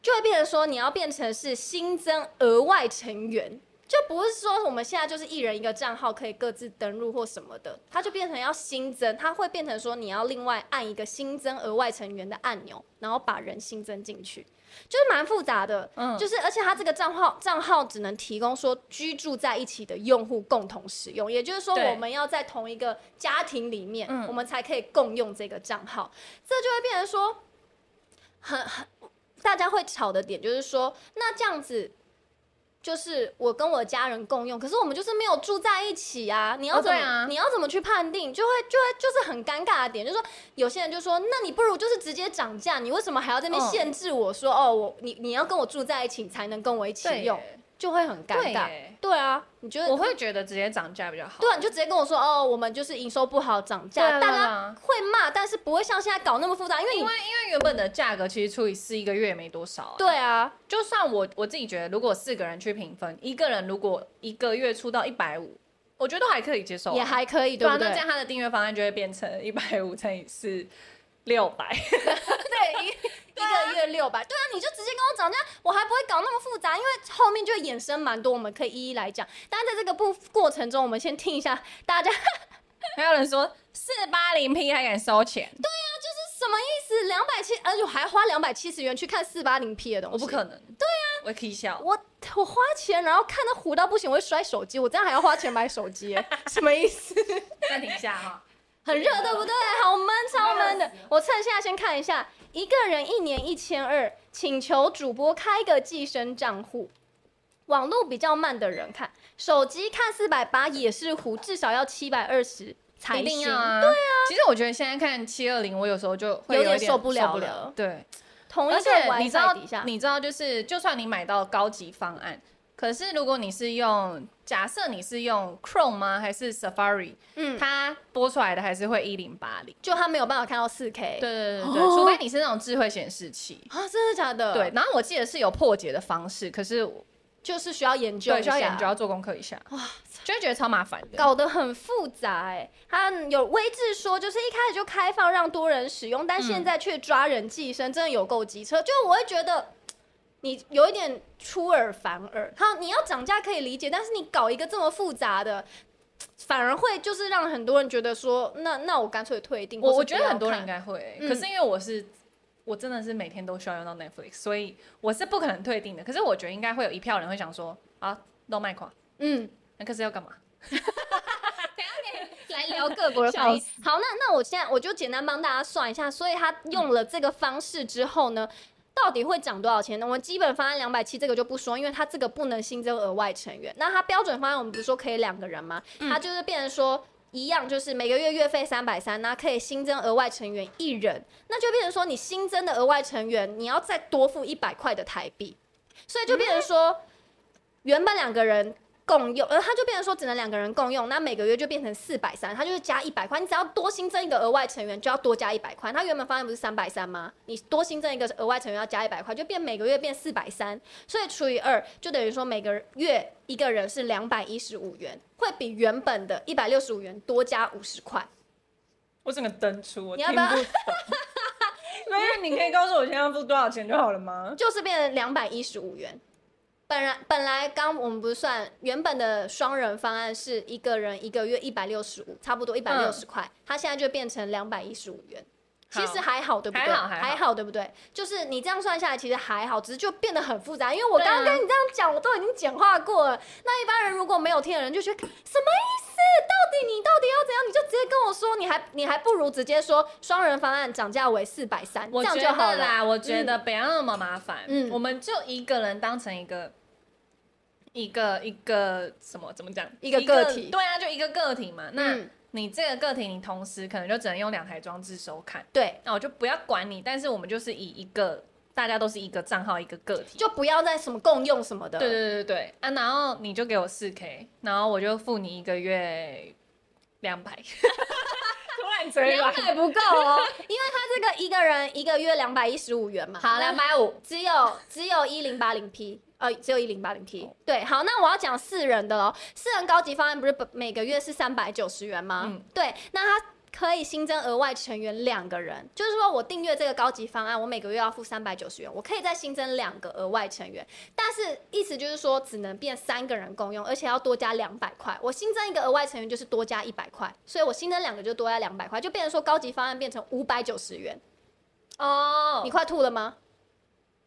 [SPEAKER 1] 就会变成说你要变成是新增额外成员。就不是说我们现在就是一人一个账号可以各自登录或什么的，它就变成要新增，它会变成说你要另外按一个新增额外成员的按钮，然后把人新增进去，就是蛮复杂的。
[SPEAKER 2] 嗯
[SPEAKER 1] 就是而且它这个账号账号只能提供说居住在一起的用户共同使用，也就是说
[SPEAKER 2] 对
[SPEAKER 1] 我们要在同一个家庭里面，
[SPEAKER 2] 嗯
[SPEAKER 1] 我们才可以共用这个账号。这就会变成说，很很大家会吵的点就是说，那这样子。就是我跟我家人共用，可是我们就是没有住在一起啊！你要
[SPEAKER 2] 哦
[SPEAKER 1] 怎么、
[SPEAKER 2] 对啊
[SPEAKER 1] 你要怎么去判定？就会就会就是很尴尬的点，就是说有些人就说，那你不如就是直接涨价，你为什么还要在那边
[SPEAKER 2] 嗯
[SPEAKER 1] 限制我说、哦，我你你要跟我住在一起你才能跟我一起
[SPEAKER 2] 对
[SPEAKER 1] 用，
[SPEAKER 2] 耶
[SPEAKER 1] 就会很尴尬。
[SPEAKER 2] 对耶
[SPEAKER 1] 对啊，你觉得
[SPEAKER 2] 我会觉得直接涨价比较好。
[SPEAKER 1] 对啊，你就直接跟我说哦，我们就是营收不好涨价，
[SPEAKER 2] 对啊
[SPEAKER 1] 大
[SPEAKER 2] 对
[SPEAKER 1] 家
[SPEAKER 2] 啊
[SPEAKER 1] 会骂，但是不会像现在搞那么复杂，因为你
[SPEAKER 2] 因为因为原本的价格其实除以四一个月也没多少、啊。，
[SPEAKER 1] 对啊，
[SPEAKER 2] 就算我我自己觉得，如果四个人去平分，一个人如果一个月出到一百五，我觉得都还可以接受啊、
[SPEAKER 1] 也还可以，对
[SPEAKER 2] 对啊
[SPEAKER 1] 不，
[SPEAKER 2] 那这
[SPEAKER 1] 对
[SPEAKER 2] 样？他的订阅方案就会变成一百五乘以四，六百。
[SPEAKER 1] 对，一一个月六百，对啊，你就直接跟我涨价，我还不会搞那么复杂，因为后面就会衍生蛮多，我们可以一一来讲。但是在这个部过程中，我们先听一下大家
[SPEAKER 2] 还有人说四八零 P 还敢收钱，
[SPEAKER 1] 什么意思，两百七，而且我还花两百七十元去看四八零 P 的东西，
[SPEAKER 2] 我不可能。对啊，我可以笑。
[SPEAKER 1] 我我花钱，然后看到糊到不行，我会摔手机，我这样还要花钱买手机 耶，什么意思？
[SPEAKER 2] 暂停一下哈。
[SPEAKER 1] 很热，对不对？好闷，超闷的
[SPEAKER 3] 热死了。
[SPEAKER 1] 我趁现在先看一下，一个人一年一千二，请求主播开个寄生账户。网络比较慢的人看，手机看四百八也是糊，至少要七百二十才
[SPEAKER 2] 一定
[SPEAKER 1] 行。
[SPEAKER 2] 要啊！对啊，其实我觉得现在看七二零，我有时候就会
[SPEAKER 1] 有
[SPEAKER 2] 有
[SPEAKER 1] 点
[SPEAKER 2] 一点
[SPEAKER 1] 受不了
[SPEAKER 2] 受
[SPEAKER 1] 了
[SPEAKER 2] 对，
[SPEAKER 1] 同一
[SPEAKER 2] 而
[SPEAKER 1] 个
[SPEAKER 2] 且你知道
[SPEAKER 1] WiFi 底下，
[SPEAKER 2] 你知道就是，就算你买到高级方案，可是如果你是用，假设你是用 Chrome 吗？还是 Safari？
[SPEAKER 1] 嗯，
[SPEAKER 2] 它播出来的还是会一零八零。
[SPEAKER 1] 就他没有办法看到四 K。
[SPEAKER 2] 对对对对，对
[SPEAKER 1] 哦
[SPEAKER 2] 除非你是那种智慧显示器。
[SPEAKER 1] 啊，真的假的？
[SPEAKER 2] 对，，然后我记得是有破解的方式，可是我
[SPEAKER 1] 就是需要研究一下，
[SPEAKER 2] 对需要研究要做功课一下，
[SPEAKER 1] 哇
[SPEAKER 2] 就会觉得超麻烦的。
[SPEAKER 1] 搞得很复杂哎、他有微智说，就是一开始就开放让多人使用，但现在却抓人寄生，真的有够机车。就我会觉得你有一点出尔反尔。他你要涨价可以理解，但是你搞一个这么复杂的，反而会就是让很多人觉得说，那那我干脆退订。
[SPEAKER 2] 我
[SPEAKER 1] 或
[SPEAKER 2] 我
[SPEAKER 1] 是
[SPEAKER 2] 觉
[SPEAKER 1] 不
[SPEAKER 2] 得
[SPEAKER 1] 要
[SPEAKER 2] 很多人应
[SPEAKER 1] 看
[SPEAKER 2] 该会、
[SPEAKER 1] 嗯
[SPEAKER 2] 可是因为我是我真的是每天都需要用到 Netflix，所以我是不可能退订的。可是我觉得应该会有一票人会想说啊，都卖垮，
[SPEAKER 1] 嗯。
[SPEAKER 2] 那可是要干嘛？
[SPEAKER 1] 来聊各国的
[SPEAKER 2] 笑
[SPEAKER 1] 防疫。好，那那我现在我就简单帮大家算一下，所以他用了这个方式之后呢，到底会涨多少钱呢？我们基本方案两百七这个就不说，因为它这个不能新增额外成员。那它标准方案我们不是说可以两个人吗？它就是变成说。一样就是每个月月费三百三，那可以新增额外成员一人，那就变成说你新增的额外成员，你要再多付一百块的台币，所以就变成说，原本两个人共用，呃，它就变成说只能两个人共用，那每个月就变成四百三，它就是加一百块，你只要多新增一个额外成员就要多加一百块。它原本方案不是三百三吗？你多新增一个额外成员要加一百块，就变每个月变四百三，所以除以二就等于说每个月一个人是两百一十五元，会比原本的一百六十五元多加五十块。
[SPEAKER 2] 我整个登出，我
[SPEAKER 1] 你要不要
[SPEAKER 2] 听懂。 没有，你可以告诉我现在要付多少钱就好了吗？
[SPEAKER 1] 就是变成两百一十五元。本来本来刚我们不是算原本的双人方案是一个人一个月一百六十五，差不多一百六
[SPEAKER 2] 嗯
[SPEAKER 1] 十块，它现在就变成两百一十五元。
[SPEAKER 2] 好
[SPEAKER 1] 其实还好，对不对？
[SPEAKER 2] 还好还好
[SPEAKER 1] 对不对？就是你这样算下来，其实还好，只是就变得很复杂。因为我刚刚
[SPEAKER 2] 对啊
[SPEAKER 1] 跟你这样讲，我都已经简化过了。那一般人如果没有听的人，就觉得什么意思？到底你到底要怎样？你就直接跟我说，你还你还不如直接说双人方案涨价为四百三，这
[SPEAKER 2] 我
[SPEAKER 1] 样
[SPEAKER 2] 觉
[SPEAKER 1] 就好
[SPEAKER 2] 得
[SPEAKER 1] 了。
[SPEAKER 2] 啦，我觉得不要那么麻烦。
[SPEAKER 1] 嗯
[SPEAKER 2] 我们就一个人当成一个一个一个什么怎么讲？
[SPEAKER 1] 一个个体
[SPEAKER 2] 对啊，就一个个体嘛。那
[SPEAKER 1] 嗯
[SPEAKER 2] 你这个个体，你同时可能就只能用两台装置收看。
[SPEAKER 1] 对，
[SPEAKER 2] 那我就不要管你，但是我们就是以一个大家都是一个账号一个个体。
[SPEAKER 1] 就不要再什么共用什么的。
[SPEAKER 2] 对对对对对啊！然后你就给我四 K，然后我就付你一个月两百。 突然嘴
[SPEAKER 1] 两
[SPEAKER 2] 软。
[SPEAKER 1] 百不够哦， 因为他这个一个人一个月两百一十五元嘛，
[SPEAKER 2] 好，两，百五。
[SPEAKER 1] 只有只有一零八零 P，呃，只有一零八零 P。对，
[SPEAKER 2] 哦
[SPEAKER 1] 好，那我要讲四人的喽，四人高级方案不是本每个月是三百九十元吗？
[SPEAKER 2] 嗯
[SPEAKER 1] 对，那他。可以新增额外成员两个人，就是说我订阅这个高级方案，我每个月要付三百九十元，我可以再新增两个额外成员，但是意思就是说只能变三个人共用，而且要多加两百块。我新增一个额外成员就是多加一百块，所以我新增两个就多加两百块，就变成说高级方案变成五百九十元。
[SPEAKER 2] 哦
[SPEAKER 1] 你快吐了吗？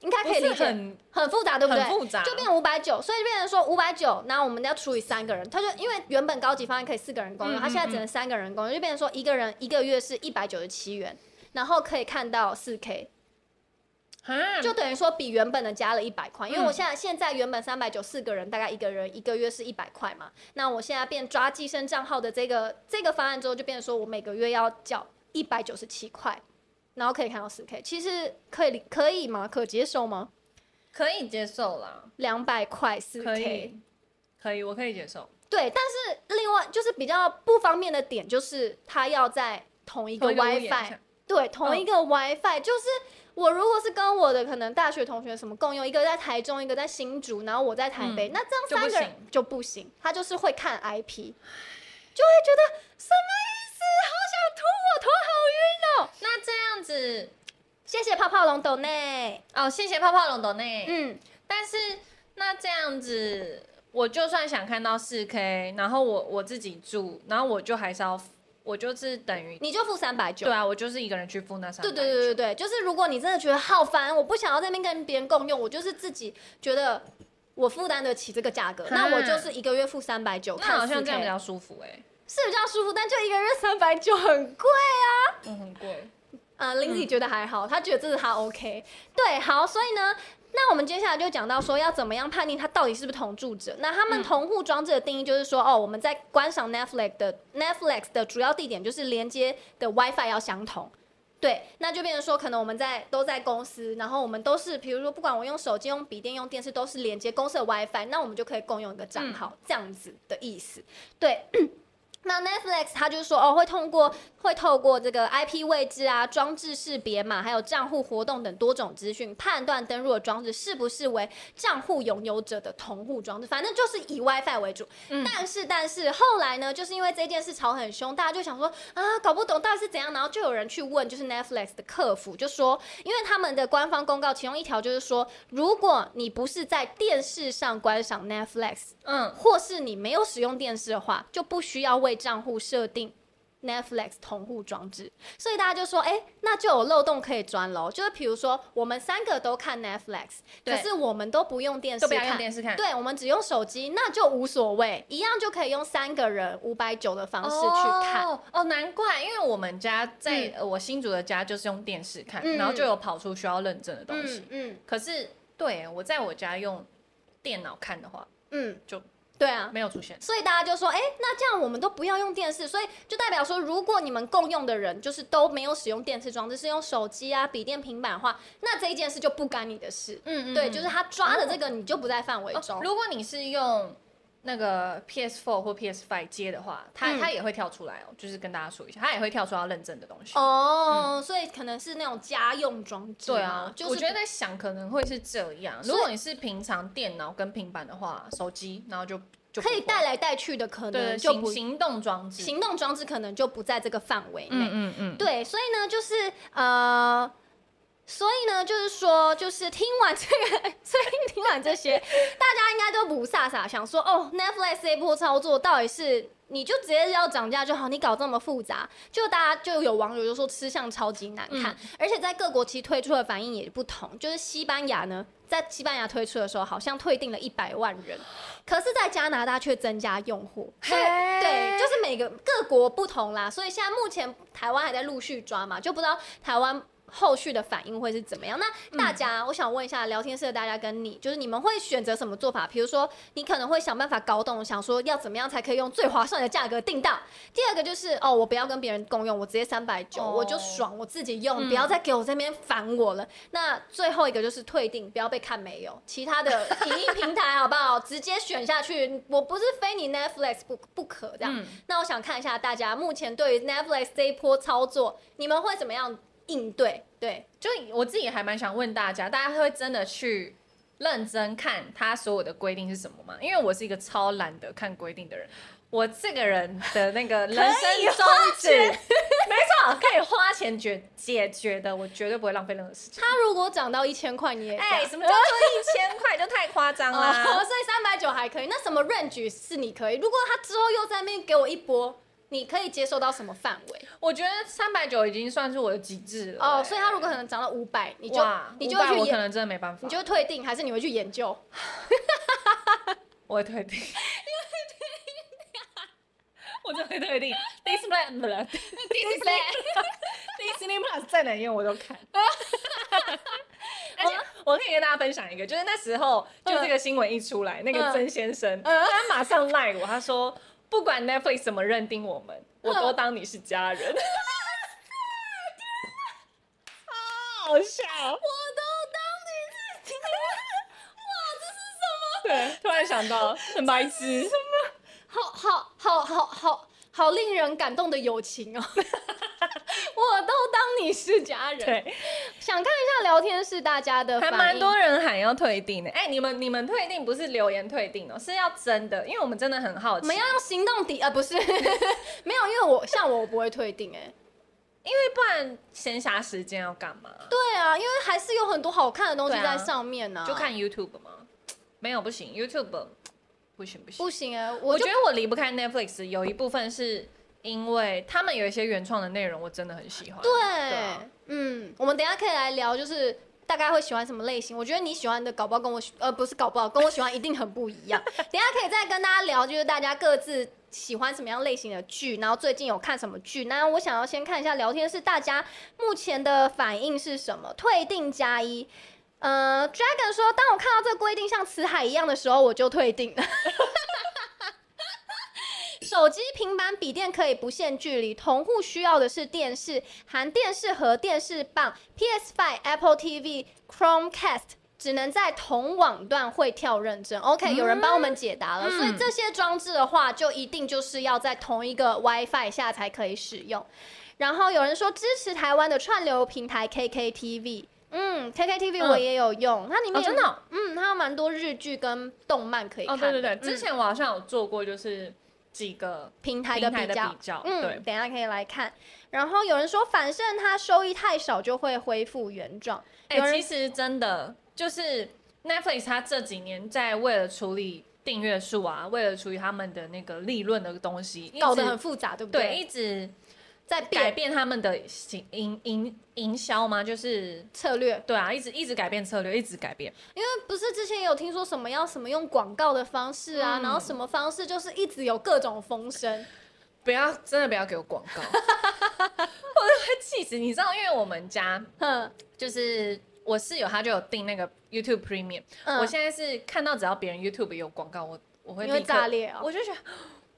[SPEAKER 1] 应该
[SPEAKER 2] 不
[SPEAKER 1] 可以理
[SPEAKER 2] 是
[SPEAKER 1] 解，
[SPEAKER 2] 很
[SPEAKER 1] 很复杂，对不对？
[SPEAKER 2] 很复杂
[SPEAKER 1] 就变五百九，所以就变成说五百九，然后我们要除以三个人，他就因为原本高级方案可以四个人共用，
[SPEAKER 2] 嗯
[SPEAKER 1] 他现在只
[SPEAKER 2] 嗯
[SPEAKER 1] 能三个人共用，就变成说一个人一个月是一百九十七元，然后可以看到四 K，
[SPEAKER 2] 啊，
[SPEAKER 1] 就等于说比原本的加了一百块，因为我
[SPEAKER 2] 嗯
[SPEAKER 1] 现在现在原本三百九四个人，大概一个人一个月是一百块嘛，那我现在变抓寄生账号的这个这个方案之后，就变成说我每个月要缴一百九十七块，然后可以看到四 K，其实可以理可以吗？可接受吗？
[SPEAKER 2] 可以接受啦，
[SPEAKER 1] 两百块四
[SPEAKER 2] 可
[SPEAKER 1] K，
[SPEAKER 2] 以，可以，我可以接受。
[SPEAKER 1] 对，但是另外就是比较不方便的点就是它要在同一个
[SPEAKER 2] 同一个屋檐
[SPEAKER 1] WiFi，
[SPEAKER 2] 下嗯
[SPEAKER 1] 对，同一个 WiFi，、就是我如果是跟我的可能大学同学什么共用，一个在台中，一个在新竹，然后我在台北，那这样三个人
[SPEAKER 2] 嗯就不
[SPEAKER 1] 就不行，他就是会看 IP，就会觉得什么意思？好想吐，我头好晕哦。
[SPEAKER 2] 那这样子
[SPEAKER 1] 谢谢泡泡龙斗内，
[SPEAKER 2] 哦，谢谢泡泡龙懂内。
[SPEAKER 1] 嗯，
[SPEAKER 2] 但是那这样子，我就算想看到四 K，然后我我自己住，然后我就还是要，我就是等于
[SPEAKER 1] 你就付三百九
[SPEAKER 2] 对。啊，我就是一个人去付那三
[SPEAKER 1] 对对对对
[SPEAKER 2] 对，
[SPEAKER 1] 对，就是如果你真的觉得好烦，我不想要在那边跟别人共用，我就是自己觉得我负担得起这个价格，那我就是一个月付三百九，
[SPEAKER 2] 那好像这样
[SPEAKER 1] 看
[SPEAKER 2] 比
[SPEAKER 1] 4K
[SPEAKER 2] 较舒服哎、
[SPEAKER 1] 是比较舒服，但就一个月三百九很贵啊。
[SPEAKER 2] 嗯，很贵。
[SPEAKER 1] 呃，Lindsay 觉得还好，她觉得这是她 OK。对，好，所以呢，那我们接下来就讲到说要怎么样判定他到底是不是同住者。那他们同户装置的定义就是说，哦，我们在观赏 Netflix 的 Netflix 的主要地点就是连接的 WiFi 要相同。对，那就变成说，可能我们在都在公司，然后我们都是，比如说，不管我用手机、用笔电、用电视，都是连接公司的 WiFi，那我们就可以共用一个账号，这样子的意思。对。 那 Netflix 它就是说哦，会通过会透过这个 IP 位置啊、装置识别码，还有账户活动等多种资讯，判断登入的装置是不是为账户拥有者的同户装置，反正就是以 WiFi 为主。
[SPEAKER 2] 嗯
[SPEAKER 1] 但是但是后来呢，就是因为这件事吵很凶，大家就想说啊，搞不懂到底是怎样，然后就有人去问，就是 Netflix 的客服，就说，因为他们的官方公告其中一条就是说，如果你不是在电视上观赏 Netflix，
[SPEAKER 2] 嗯，
[SPEAKER 1] 或是你没有使用电视的话，就不需要为账户设定 Netflix 同户装置。所以大家就说，哎、那就有漏洞可以钻喽。就是比如说，我们三个都看 Netflix，可
[SPEAKER 2] 对
[SPEAKER 1] 是我们都不用电视
[SPEAKER 2] 都不要用
[SPEAKER 1] 看。
[SPEAKER 2] 电视看，
[SPEAKER 1] 对，我们只用手机，那就无所谓，一样就可以用三个人五百九的方式去看。
[SPEAKER 2] 哦。哦，难怪，因为我们家在、呃我新竹的家就是用电视看，
[SPEAKER 1] 嗯
[SPEAKER 2] 然后就有跑出需要认证的东西。
[SPEAKER 1] 嗯嗯
[SPEAKER 2] 可是，对我在我家用电脑看的话，
[SPEAKER 1] 嗯，
[SPEAKER 2] 就
[SPEAKER 1] 对啊。
[SPEAKER 2] 没有出现。
[SPEAKER 1] 所以大家就说，哎、那这样我们都不要用电视，所以就代表说，如果你们共用的人就是都没有使用电视装置，是用手机啊、笔电、平板的话，那这一件事就不干你的事。
[SPEAKER 2] 嗯
[SPEAKER 1] 对，就是他抓的这个，你就不在范围中。
[SPEAKER 2] 哦。如果你是用那个 PS4 或 PS5 接的话，它、
[SPEAKER 1] 嗯
[SPEAKER 2] 它也会跳出来哦，就是跟大家说一下，它也会跳出要认证的东西。
[SPEAKER 1] 哦，所以可能是那种家用装置嘛。
[SPEAKER 2] 对啊，
[SPEAKER 1] 就是
[SPEAKER 2] 我觉得在想可能会是这样。
[SPEAKER 1] 所以
[SPEAKER 2] 如果你是平常电脑跟平板的话，手机然后就就不
[SPEAKER 1] 可以
[SPEAKER 2] 会
[SPEAKER 1] 带来带去的，可
[SPEAKER 2] 对
[SPEAKER 1] 能
[SPEAKER 2] 对
[SPEAKER 1] 就
[SPEAKER 2] 行
[SPEAKER 1] 不
[SPEAKER 2] 行动装置。
[SPEAKER 1] 行动装置可能就不在这个范围内。
[SPEAKER 2] 嗯嗯嗯，
[SPEAKER 1] 对，所以呢，就是呃，所以呢，就是说，就是听完这个，所以听完这些，大家应该都不飒飒，想说，哦，Netflix 这一波操作到底是。你就直接要涨价就好，你搞这么复杂，就大家就有网友就说吃相超级难看，而且在各国其实推出的反应也不同。就是西班牙呢，在西班牙推出的时候好像退订了一百万人，可是，在加拿大却增加用户，所以
[SPEAKER 2] 嘿
[SPEAKER 1] 对，就是每个各国不同啦，所以现在目前台湾还在陆续抓嘛，就不知道台湾后续的反应会是怎么样。
[SPEAKER 2] 嗯
[SPEAKER 1] 那大家，我想问一下聊天室的大家跟你，就是你们会选择什么做法？比如说，你可能会想办法搞懂，想说要怎么样才可以用最划算的价格订到。第二个就是哦，我不要跟别人共用，我直接三百九，
[SPEAKER 2] 哦
[SPEAKER 1] 我就爽，我自己用，
[SPEAKER 2] 嗯
[SPEAKER 1] 不要再给我这边烦我了。那最后一个就是退订，不要被看没有，其他 的影音平台好不好？直接选下去，我不是非你 Netflix 不不可这样。
[SPEAKER 2] 嗯
[SPEAKER 1] 那我想看一下大家目前对于 Netflix 这一波操作，你们会怎么样应对？对，
[SPEAKER 2] 就我自己还蛮想问大家，大家会真的去认真看它所有的规定是什么吗？因为我是一个超懒得看规定的人，我这个人的那个人生宗旨，没错，可以花钱解解决的，我绝对不会浪费任何事情。
[SPEAKER 1] 它如果涨到一千块，你也
[SPEAKER 2] 哎、
[SPEAKER 1] 加
[SPEAKER 2] 什么叫做啊一千块就太夸 张
[SPEAKER 1] 哦，
[SPEAKER 2] 啦？
[SPEAKER 1] 所以三百九还可以。那什么 range 是你可以？如果他之后又在那边给我一波，你可以接受到什么范围？
[SPEAKER 2] 我觉得三百九已经算是我的极致了、
[SPEAKER 1] 哦，
[SPEAKER 2] 哎
[SPEAKER 1] 所以他如果可能涨到五百，你就
[SPEAKER 2] 哇，
[SPEAKER 1] 你就会
[SPEAKER 2] 500
[SPEAKER 1] 去
[SPEAKER 2] 我可
[SPEAKER 1] 研，
[SPEAKER 2] 能真的没办法，
[SPEAKER 1] 你就会退订，还是你会去研究？
[SPEAKER 2] 我会退订， 我就会退订。Disney 不了 ，Disney Plus 在哪用我都看。 而且我可以跟大家分享一个，就是那时候就这个新闻一出来，那个曾先生，他马上赖我，他说不管 Netflix 怎么认定我们，我都当你是家 人。好好笑！
[SPEAKER 1] 我都当你是哇，
[SPEAKER 2] 对，突然想到很白 痴，
[SPEAKER 1] 这是什么？好好好好好好令人感动的友 情哦！我都当你是家人，
[SPEAKER 2] 对，
[SPEAKER 1] 想看一下聊天室大家的
[SPEAKER 2] 还
[SPEAKER 1] 反应，
[SPEAKER 2] 蛮多人喊要退订的。哎、你们你们退订不是留言退订哦，是要真的，因为我们真的很好
[SPEAKER 1] 我
[SPEAKER 2] 奇。
[SPEAKER 1] 们要用行动抵啊，不是 没有，因为我像我我不会退订哎、
[SPEAKER 2] 因为不然闲暇时间要干嘛？
[SPEAKER 1] 对啊，因为还是有很多好看的东西
[SPEAKER 2] 对
[SPEAKER 1] 在
[SPEAKER 2] 啊
[SPEAKER 1] 上面呢、
[SPEAKER 2] 就看 YouTube 吗？没有不行，YouTube 不行不行。
[SPEAKER 1] 不行哎、
[SPEAKER 2] 我
[SPEAKER 1] 我
[SPEAKER 2] 觉
[SPEAKER 1] 就
[SPEAKER 2] 得我离不开 Netflix，有一部分是因为他们有一些原创的内容，我真的很喜欢。
[SPEAKER 1] 对，
[SPEAKER 2] 啊
[SPEAKER 1] 嗯，我们等一下可以来聊，就是大概会喜欢什么类型。我觉得你喜欢的搞不好跟我喜呃不是搞不好跟我喜欢一定很不一样。等一下可以再跟大家聊，就是大家各自。喜欢什么样类型的剧？然后最近有看什么剧？那我想要先看一下聊天室大家目前的反应是什么？退订加一。呃，Dragon 说，当我看到这个规定像辞海一样的时候，我就退订了。手 手机、平板、笔电可以不限距离，同户需要的是电视，含电视盒、电视棒、PS5、Apple TV、Chromecast。只能在同网段会跳认证，OK，、有人帮我们解答了。
[SPEAKER 2] 嗯
[SPEAKER 1] 所以这些装置的话，就一定就是要在同一个 WiFi 下才可以使用。然后有人说支持台湾的串流平台 KKTV，嗯，KKTV
[SPEAKER 2] 嗯
[SPEAKER 1] 我也有用，它里面
[SPEAKER 2] 哦，真的哦，
[SPEAKER 1] 嗯，它有蛮多日剧跟动漫可以看
[SPEAKER 2] 哦
[SPEAKER 1] 的。
[SPEAKER 2] 对对对，
[SPEAKER 1] 嗯
[SPEAKER 2] 之前我好像有做过，就是几个
[SPEAKER 1] 平台的
[SPEAKER 2] 平台
[SPEAKER 1] 比
[SPEAKER 2] 的
[SPEAKER 1] 较
[SPEAKER 2] 比，较，对
[SPEAKER 1] 嗯，，等一下可以来看。然后有人说反正它收益太少就会恢复原状，
[SPEAKER 2] 哎、
[SPEAKER 1] 有人
[SPEAKER 2] 其实真的就是 Netflix，它这几年在为了处理订阅数啊，为了处理他们的那个利润的东西，一
[SPEAKER 1] 搞
[SPEAKER 2] 直
[SPEAKER 1] 得很复杂，对不
[SPEAKER 2] 对，一直
[SPEAKER 1] 在
[SPEAKER 2] 改
[SPEAKER 1] 变
[SPEAKER 2] 变他们的行营营营销嘛，就是
[SPEAKER 1] 策略，
[SPEAKER 2] 对啊，一直一直改变策略，一直改变。
[SPEAKER 1] 因为不是之前有听说什么要什么用广告的方式啊，
[SPEAKER 2] 嗯
[SPEAKER 1] 然后什么方式就是一直有各种风 声，
[SPEAKER 2] 不要，真的不要给我广 告，我都会气死。你知道，因为我们家
[SPEAKER 1] 哼，
[SPEAKER 2] 就是我室友，他就有订那个 YouTube Premium，、
[SPEAKER 1] 嗯
[SPEAKER 2] 我现在是看到只要别人 YouTube 有广告，我我会
[SPEAKER 1] 你会
[SPEAKER 2] 立刻
[SPEAKER 1] 炸裂啊哦
[SPEAKER 2] 我就觉得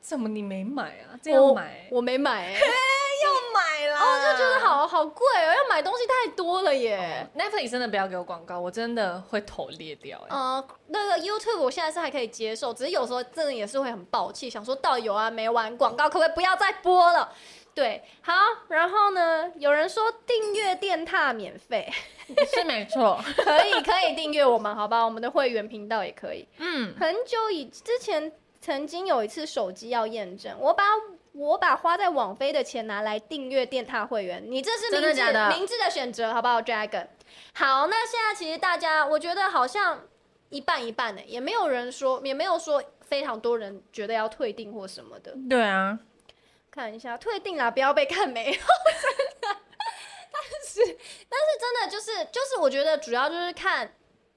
[SPEAKER 2] 怎么你没买啊？这样买、
[SPEAKER 1] 我我没买、欸，
[SPEAKER 2] 要买啦！
[SPEAKER 1] 哦，就觉
[SPEAKER 2] 啊
[SPEAKER 1] 得好好贵哦，要买东西太多了耶。
[SPEAKER 2] Netflix 真的不要给我广告，我真的会头裂掉、欸。
[SPEAKER 1] 呃，那个 YouTube 我现在是还可以接受，只是有时候真的也是会很爆气，想说到底有完没完，广告可不可以不要再播了？对，好，然后呢，有人说订阅电踏免费，
[SPEAKER 2] 是没错，
[SPEAKER 1] 可以可以订阅我们，好吧，我们的会员频道也可以。
[SPEAKER 2] 嗯，
[SPEAKER 1] 很久以之前曾经有一次手机要验证，我把我把花在网飞的钱拿来订阅电塔会员，你这是明
[SPEAKER 2] 真的
[SPEAKER 1] 智
[SPEAKER 2] 假的
[SPEAKER 1] 明智的选择，好不好，Dragon？好，那现在其实大家，我觉得好像一半一半呢，欸也没有人说，也没有说非常多人觉得要退订或什么的。
[SPEAKER 2] 对啊，
[SPEAKER 1] 看一下退订啦，不要被看没有。 真的但是但是真的就是就是，我觉得主要就是看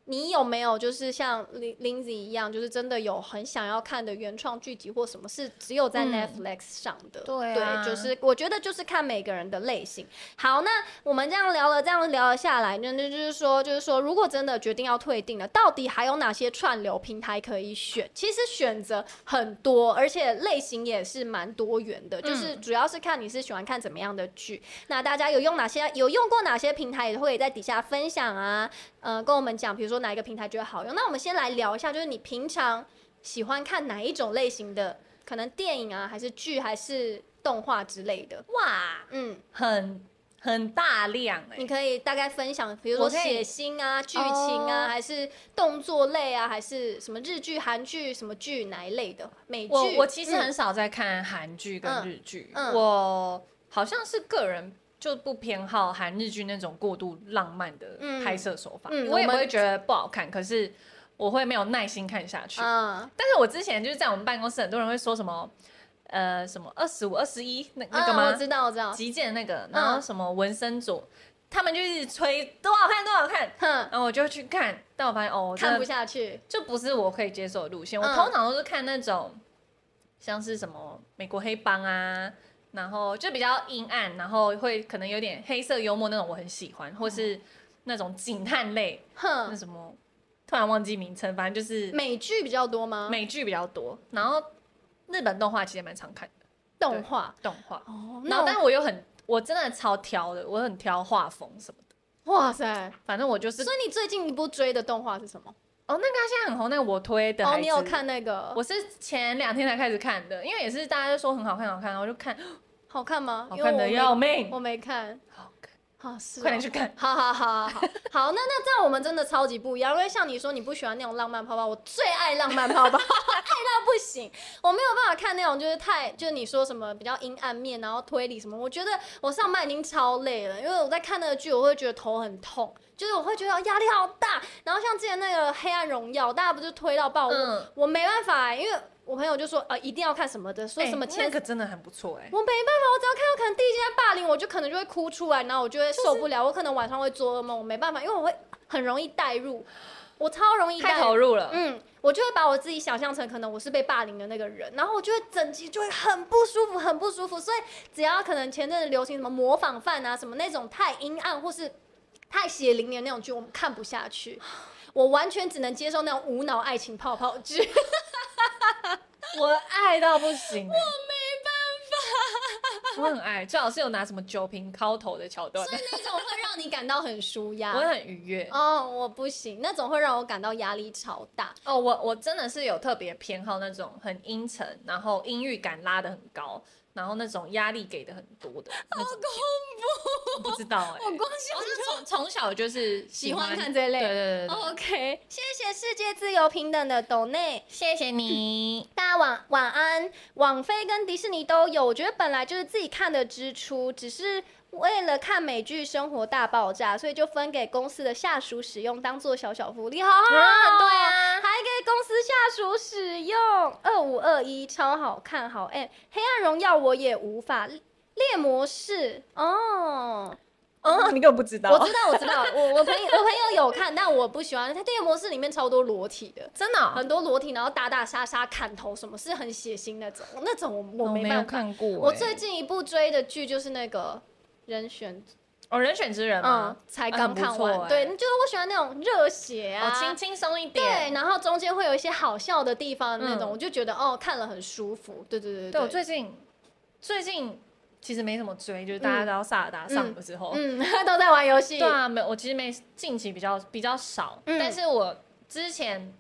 [SPEAKER 1] 你有没有就是像林林子一样，就是真的有很想要看的原创剧集或什么是只有在
[SPEAKER 2] 嗯
[SPEAKER 1] Netflix 上的。
[SPEAKER 2] 对啊
[SPEAKER 1] 就是我觉得就是看每个人的类型。好，那我们这样聊了，这样聊了下来，那那就是说，就是说，如果真的决定要退订了，到底还有哪些串流平台可以选？其实选择很多，而且类型也是蛮多元
[SPEAKER 2] 嗯
[SPEAKER 1] 的，就是主要是看你是喜欢看怎么样的剧。那大家有用哪些？有用过哪些平台？也会在底下分享啊，呃，跟我们讲，比如说哪一个平台觉得好用。那我们先来聊一下，就是你平常喜欢看哪一种类型的？可能电影啊，还是剧，还是动画之类的。
[SPEAKER 2] 哇，
[SPEAKER 1] 嗯，
[SPEAKER 2] 很很大量哎、
[SPEAKER 1] 你可以大概分享，比如说
[SPEAKER 2] 我可
[SPEAKER 1] 血
[SPEAKER 2] 以
[SPEAKER 1] 腥啊、剧情啊，
[SPEAKER 2] 哦
[SPEAKER 1] 还是动作类啊，还是什么日剧、韩剧、什么剧哪一类的美剧？
[SPEAKER 2] 我我其实很
[SPEAKER 1] 嗯
[SPEAKER 2] 少在看韩剧跟日剧，
[SPEAKER 1] 嗯嗯
[SPEAKER 2] 我好像是个人就不偏好韩日剧那种过度浪漫的
[SPEAKER 1] 嗯
[SPEAKER 2] 拍摄手法，
[SPEAKER 1] 嗯
[SPEAKER 2] 我也
[SPEAKER 1] 我
[SPEAKER 2] 不
[SPEAKER 1] 们
[SPEAKER 2] 会觉得不好看，可是我会没有耐心看下去。
[SPEAKER 1] 啊，
[SPEAKER 2] 但是我之前就是在我们办公室，很多人会说什么，呃，什么二十五、二十一那那个
[SPEAKER 1] 嗯我
[SPEAKER 2] 吗？
[SPEAKER 1] 知道，我知道。
[SPEAKER 2] 极简那个，然后
[SPEAKER 1] 嗯
[SPEAKER 2] 什么纹身组，他们就一直吹多好看，多好看，
[SPEAKER 1] 哼，
[SPEAKER 2] 然后我就去看，但我发现哦，我真
[SPEAKER 1] 看
[SPEAKER 2] 的
[SPEAKER 1] 不下去。
[SPEAKER 2] 就不是我可以接受的路线。我
[SPEAKER 1] 嗯
[SPEAKER 2] 通常都是看那种像是什么美国黑帮啊，然后就比较阴暗，然后会可能有点黑色幽默那种，我很喜欢，或是那种警探类，那
[SPEAKER 1] 哼，
[SPEAKER 2] 什么突然忘记名称，反正就是
[SPEAKER 1] 美剧比较多吗？
[SPEAKER 2] 美剧比较多，然后日本动画其实也蛮常看的
[SPEAKER 1] 动画。
[SPEAKER 2] 动画。
[SPEAKER 1] 哦，
[SPEAKER 2] 然
[SPEAKER 1] 那
[SPEAKER 2] 后，
[SPEAKER 1] 我
[SPEAKER 2] 但我又很，我真的超挑的，我很挑画风什么的。
[SPEAKER 1] 哇塞！
[SPEAKER 2] 反正我就是
[SPEAKER 1] 所以你最近一部追的动画是什么？
[SPEAKER 2] 哦，那个啊现在很红，那个我推的
[SPEAKER 1] 哦，
[SPEAKER 2] 孩
[SPEAKER 1] 你有
[SPEAKER 2] 子
[SPEAKER 1] 看那个？
[SPEAKER 2] 我是前两天才开始看的，因为也是大家都说很好看，很好看，然后我就看，
[SPEAKER 1] 好看吗？
[SPEAKER 2] 好
[SPEAKER 1] 因为
[SPEAKER 2] 看
[SPEAKER 1] 我
[SPEAKER 2] 的
[SPEAKER 1] 没
[SPEAKER 2] 要命，
[SPEAKER 1] 我没看。
[SPEAKER 2] 好看，
[SPEAKER 1] 啊，是哦。
[SPEAKER 2] 快点去看。
[SPEAKER 1] 好好好好好，好，那那这样我们真的超级不一样，因为像你说你不喜欢那种浪漫泡泡，我最爱浪漫 泡泡，爱到不行，我没有办法看那种就是太就是你说什么比较阴暗面，然后推理什么，我觉得我上班已经超累了，因为我在看那个剧，我会觉得头很痛，就是我会觉得压力好大，然后像之前那个《黑暗荣耀》，大家不是推到爆，我
[SPEAKER 2] 嗯，
[SPEAKER 1] 我没办法、因为我朋友就说呃一定要看什么的，说
[SPEAKER 2] 哎
[SPEAKER 1] 什么
[SPEAKER 2] 那
[SPEAKER 1] 前
[SPEAKER 2] 个真的很不错哎、
[SPEAKER 1] 我没办法，我只要看到可能第一件霸凌，我就可能就会哭出来，然后我就会受不了，我可能晚上会做噩梦，我没办法，因为我会很容易代入，我超容易
[SPEAKER 2] 太
[SPEAKER 1] 代
[SPEAKER 2] 投
[SPEAKER 1] 入。
[SPEAKER 2] 入了，
[SPEAKER 1] 嗯，我就会把我自己想象成可能我是被霸凌的那个人，然后我就会整集就会很不舒服，很不舒服。所以只要可能前阵子流行什么模仿犯啊，什么那种太阴暗或是太血淋淋的那种剧，我们看不下去。我完全只能接受那 种无脑爱情泡泡剧。
[SPEAKER 2] 我爱到不行、哎 我很爱，最好是有拿什么酒瓶敲头的桥段，
[SPEAKER 1] 所以那种会让你感到很舒压
[SPEAKER 2] 我。会很愉悦。
[SPEAKER 1] 哦，我不行，那种会让我感到压力超大。
[SPEAKER 2] 哦，我我真的是有特别偏好那种很阴沉，然后音域感拉的很高，然后那种压力给的很多的那种。恐怖！不知道哎、
[SPEAKER 1] 我光
[SPEAKER 2] 我是从从小就是
[SPEAKER 1] 喜欢看这类
[SPEAKER 2] 对对对对，
[SPEAKER 1] 哦 OK，谢谢世界自由平等的斗内，
[SPEAKER 2] 谢谢你。
[SPEAKER 1] 大家晚晚安。网飞跟迪士尼都有，我觉得本来就是自己看的支出，只是为了看美剧《生活大爆炸》，所以就分给公司的下属使用，当做小小福利，好好好，对啊，还给公司下属使用。二五二一超好看，好哎，黑暗荣耀》我也无法。猎魔士哦，
[SPEAKER 2] 哦，你根本不知
[SPEAKER 1] 我知道，我知道，我我朋友我朋友有看，但我不喜欢。他猎魔士里面超多裸体的，
[SPEAKER 2] 真的哦、
[SPEAKER 1] 很多裸体，然后打打杀杀、砍头，什么是很血腥那种，那种我我
[SPEAKER 2] 我
[SPEAKER 1] 没
[SPEAKER 2] 没
[SPEAKER 1] 办
[SPEAKER 2] 有
[SPEAKER 1] 法。
[SPEAKER 2] 看过欸、
[SPEAKER 1] 我最近一部追的剧就是那个《人选》，
[SPEAKER 2] 哦，人选之人
[SPEAKER 1] 嗯
[SPEAKER 2] 吗？，
[SPEAKER 1] 才
[SPEAKER 2] 啊
[SPEAKER 1] 刚
[SPEAKER 2] 很不
[SPEAKER 1] 看
[SPEAKER 2] 错
[SPEAKER 1] 完。
[SPEAKER 2] 欸
[SPEAKER 1] 对，就是我喜欢那种热血啊，
[SPEAKER 2] 哦，轻轻松一点。
[SPEAKER 1] 对，然后中间会有一些好笑的地方那种，
[SPEAKER 2] 嗯
[SPEAKER 1] 我就觉得哦，看了很舒服。对对对
[SPEAKER 2] 对我最近最近其实没什么追，就是大家
[SPEAKER 1] 嗯
[SPEAKER 2] 知道萨尔达上了之后，
[SPEAKER 1] 嗯， 都在玩游戏。
[SPEAKER 2] 对啊，没我其实没近期比较比较少，
[SPEAKER 1] 嗯
[SPEAKER 2] 但是我之前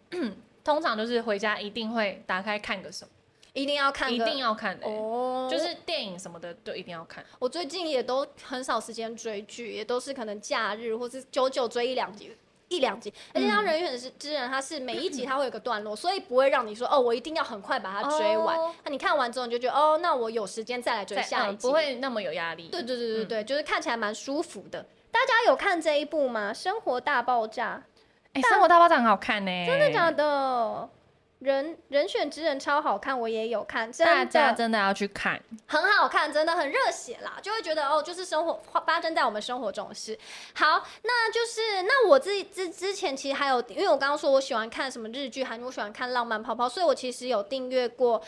[SPEAKER 2] 通常就是回家一定会打开看个什么，
[SPEAKER 1] 一定要看个，
[SPEAKER 2] 一定要看的、欸
[SPEAKER 1] 哦，
[SPEAKER 2] 就是电影什么的都一定要看。
[SPEAKER 1] 我最近也都很少时间追剧，也都是可能假日或是久久追一两集。一两集，而且
[SPEAKER 2] 嗯
[SPEAKER 1] 像《人选之人》，它是每一集它会有个段落，所以不会让你说哦，我一定要很快把它追完。那、
[SPEAKER 2] 哦
[SPEAKER 1] 你看完之后，你就觉得哦，那我有时间再来追
[SPEAKER 2] 在
[SPEAKER 1] 下一
[SPEAKER 2] 嗯
[SPEAKER 1] 集，
[SPEAKER 2] 不。会那嗯么有压力。
[SPEAKER 1] 对对对对对，就是看起来蛮舒服的。大家有看这一部吗？《生活大爆炸
[SPEAKER 2] 哎、生活大爆炸》很好看呢、
[SPEAKER 1] 真的假的？人人选之人超好看，我也有看，真的
[SPEAKER 2] 大家真的要去 看，
[SPEAKER 1] 很好看，真的很热血啦，就会觉得哦，就是生活发生在我们生活中的事。好，那就是那我自己之之前其实还有，因为我刚刚说我喜欢看什么日剧、韩剧，我喜欢看浪漫泡泡，所以我其实有订阅过，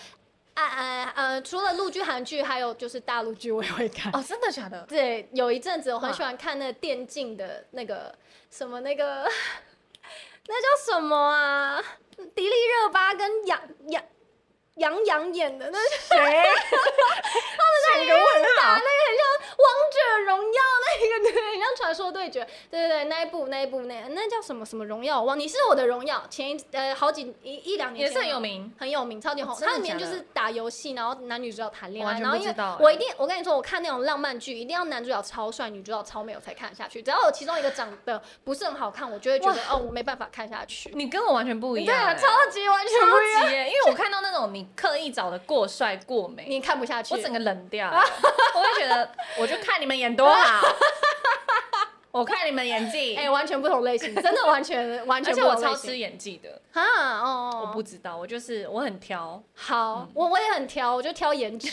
[SPEAKER 1] 啊啊呃，除了陆剧、韩剧，还有就是大陆剧我也会看。嗯
[SPEAKER 2] 哦，真的假的？
[SPEAKER 1] 对，有一阵子我很
[SPEAKER 2] 哇
[SPEAKER 1] 喜欢看那个电竞的那个什么那个， 那叫什么啊？迪丽热巴跟杨杨杨洋演的那
[SPEAKER 2] 谁？他们在个问号。
[SPEAKER 1] 王者荣耀那个，对，很像传说对决， 对对对，那一部那一部那那叫什么什么荣耀？忘，你是我的荣耀，前一呃好几一一两年
[SPEAKER 2] 也
[SPEAKER 1] 前
[SPEAKER 2] 是很有，名。
[SPEAKER 1] 很有名，超级红。
[SPEAKER 2] 哦真的
[SPEAKER 1] 它里面
[SPEAKER 2] 假
[SPEAKER 1] 就
[SPEAKER 2] 的
[SPEAKER 1] 是打游戏，然后男女主角谈恋
[SPEAKER 2] 我
[SPEAKER 1] 爱，
[SPEAKER 2] 完全
[SPEAKER 1] 然后
[SPEAKER 2] 不
[SPEAKER 1] 因为
[SPEAKER 2] 知道
[SPEAKER 1] 我
[SPEAKER 2] 欸
[SPEAKER 1] 一定，我跟你说，我看那种浪漫剧，一定要男主角超帅，女主角超美，我才看得下去。只要有其中一个长得不是很好看，我就会觉得哦，我没办法看下去。
[SPEAKER 2] 你跟我完全不一
[SPEAKER 1] 对
[SPEAKER 2] 样、
[SPEAKER 1] 啊，
[SPEAKER 2] 欸，
[SPEAKER 1] 超级完全不一样，
[SPEAKER 2] 超级欸耶、因为我看到那种你刻意找的过帅过 美，
[SPEAKER 1] 你看不下去。
[SPEAKER 2] 我整个冷 掉欸、我会觉得我就看你们演多 好，我看你们演技，
[SPEAKER 1] 哎、完全不同类型，真的完全完
[SPEAKER 2] 而
[SPEAKER 1] 全不
[SPEAKER 2] 且
[SPEAKER 1] 同
[SPEAKER 2] 我
[SPEAKER 1] 类型。
[SPEAKER 2] 超吃演技的，
[SPEAKER 1] 啊哦哦，哦
[SPEAKER 2] 我不知道，我就是我很挑，
[SPEAKER 1] 好，我我也很挑，我就挑颜值。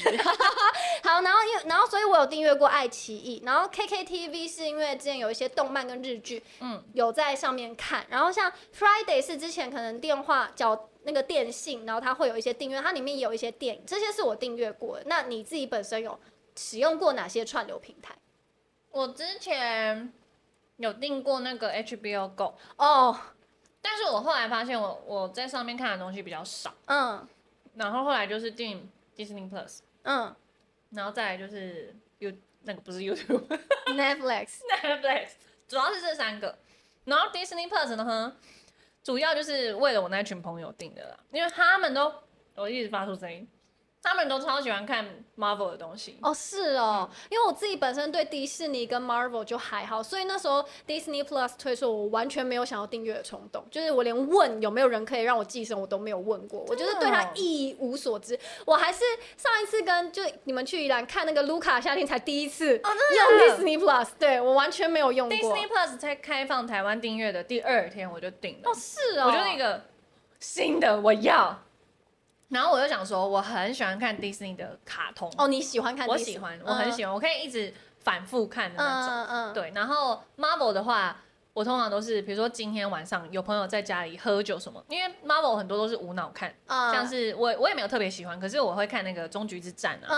[SPEAKER 1] 好，然后因为然后所以我有订阅过爱奇艺，然后 KKTV 是因为之前有一些动漫跟日剧，嗯
[SPEAKER 2] 嗯，
[SPEAKER 1] 有在上面看。然后像 Friday 是之前可能电话缴那个电信，然后它会有一些订阅，它里面也有一些电影，这些是我订阅过的。那你自己本身有使用过哪些串流平台？
[SPEAKER 2] 我之前有订过那个 HBO Go，
[SPEAKER 1] 哦，
[SPEAKER 2] 但是我后来发现我我在上面看的东西比较少，
[SPEAKER 1] 嗯
[SPEAKER 2] 然后后来就是订 Disney Plus，
[SPEAKER 1] 嗯
[SPEAKER 2] 然后再来就是 You 那个不是 YouTube。
[SPEAKER 1] ，Netflix，
[SPEAKER 2] Netflix，主要是这三个。然后 Disney Plus 呢，主要就是为了我那群朋友订的啦，因为他们都我一直发出声音，他们都超喜欢看 Marvel 的东西。
[SPEAKER 1] 哦，是哦，因为我自己本身对迪士尼跟 Marvel 就还好，所以那时候 Disney Plus 推出，我完全没有想要订阅的冲动，就是我连问有没有人可以让我寄生，我都没有问过，我就是对
[SPEAKER 2] 真的
[SPEAKER 1] 它
[SPEAKER 2] 哦
[SPEAKER 1] 一无所知。我还是上一次跟就你们去宜兰看那个卢卡夏天才第一次
[SPEAKER 2] 哦真
[SPEAKER 1] 用 Disney Plus，对我完全没有用过。
[SPEAKER 2] Disney Plus 在开放台湾订阅的第二天我就订了，
[SPEAKER 1] 哦，是哦，
[SPEAKER 2] 我就一个新的我要。然后我就想说，我很喜欢看 Disney 的卡通，
[SPEAKER 1] 哦，你喜欢看？嗯
[SPEAKER 2] 我喜欢，我很喜
[SPEAKER 1] 欢
[SPEAKER 2] 欢，我可以一直反复看的那种。
[SPEAKER 1] 嗯嗯，
[SPEAKER 2] 对，然后 Marvel 的话，我通常都是比如说今天晚上有朋友在家里喝酒什么，因为 Marvel 很多都是无脑看，
[SPEAKER 1] 嗯
[SPEAKER 2] 像是我我也没有特别喜欢，可是我会看那个《终局之战》啊，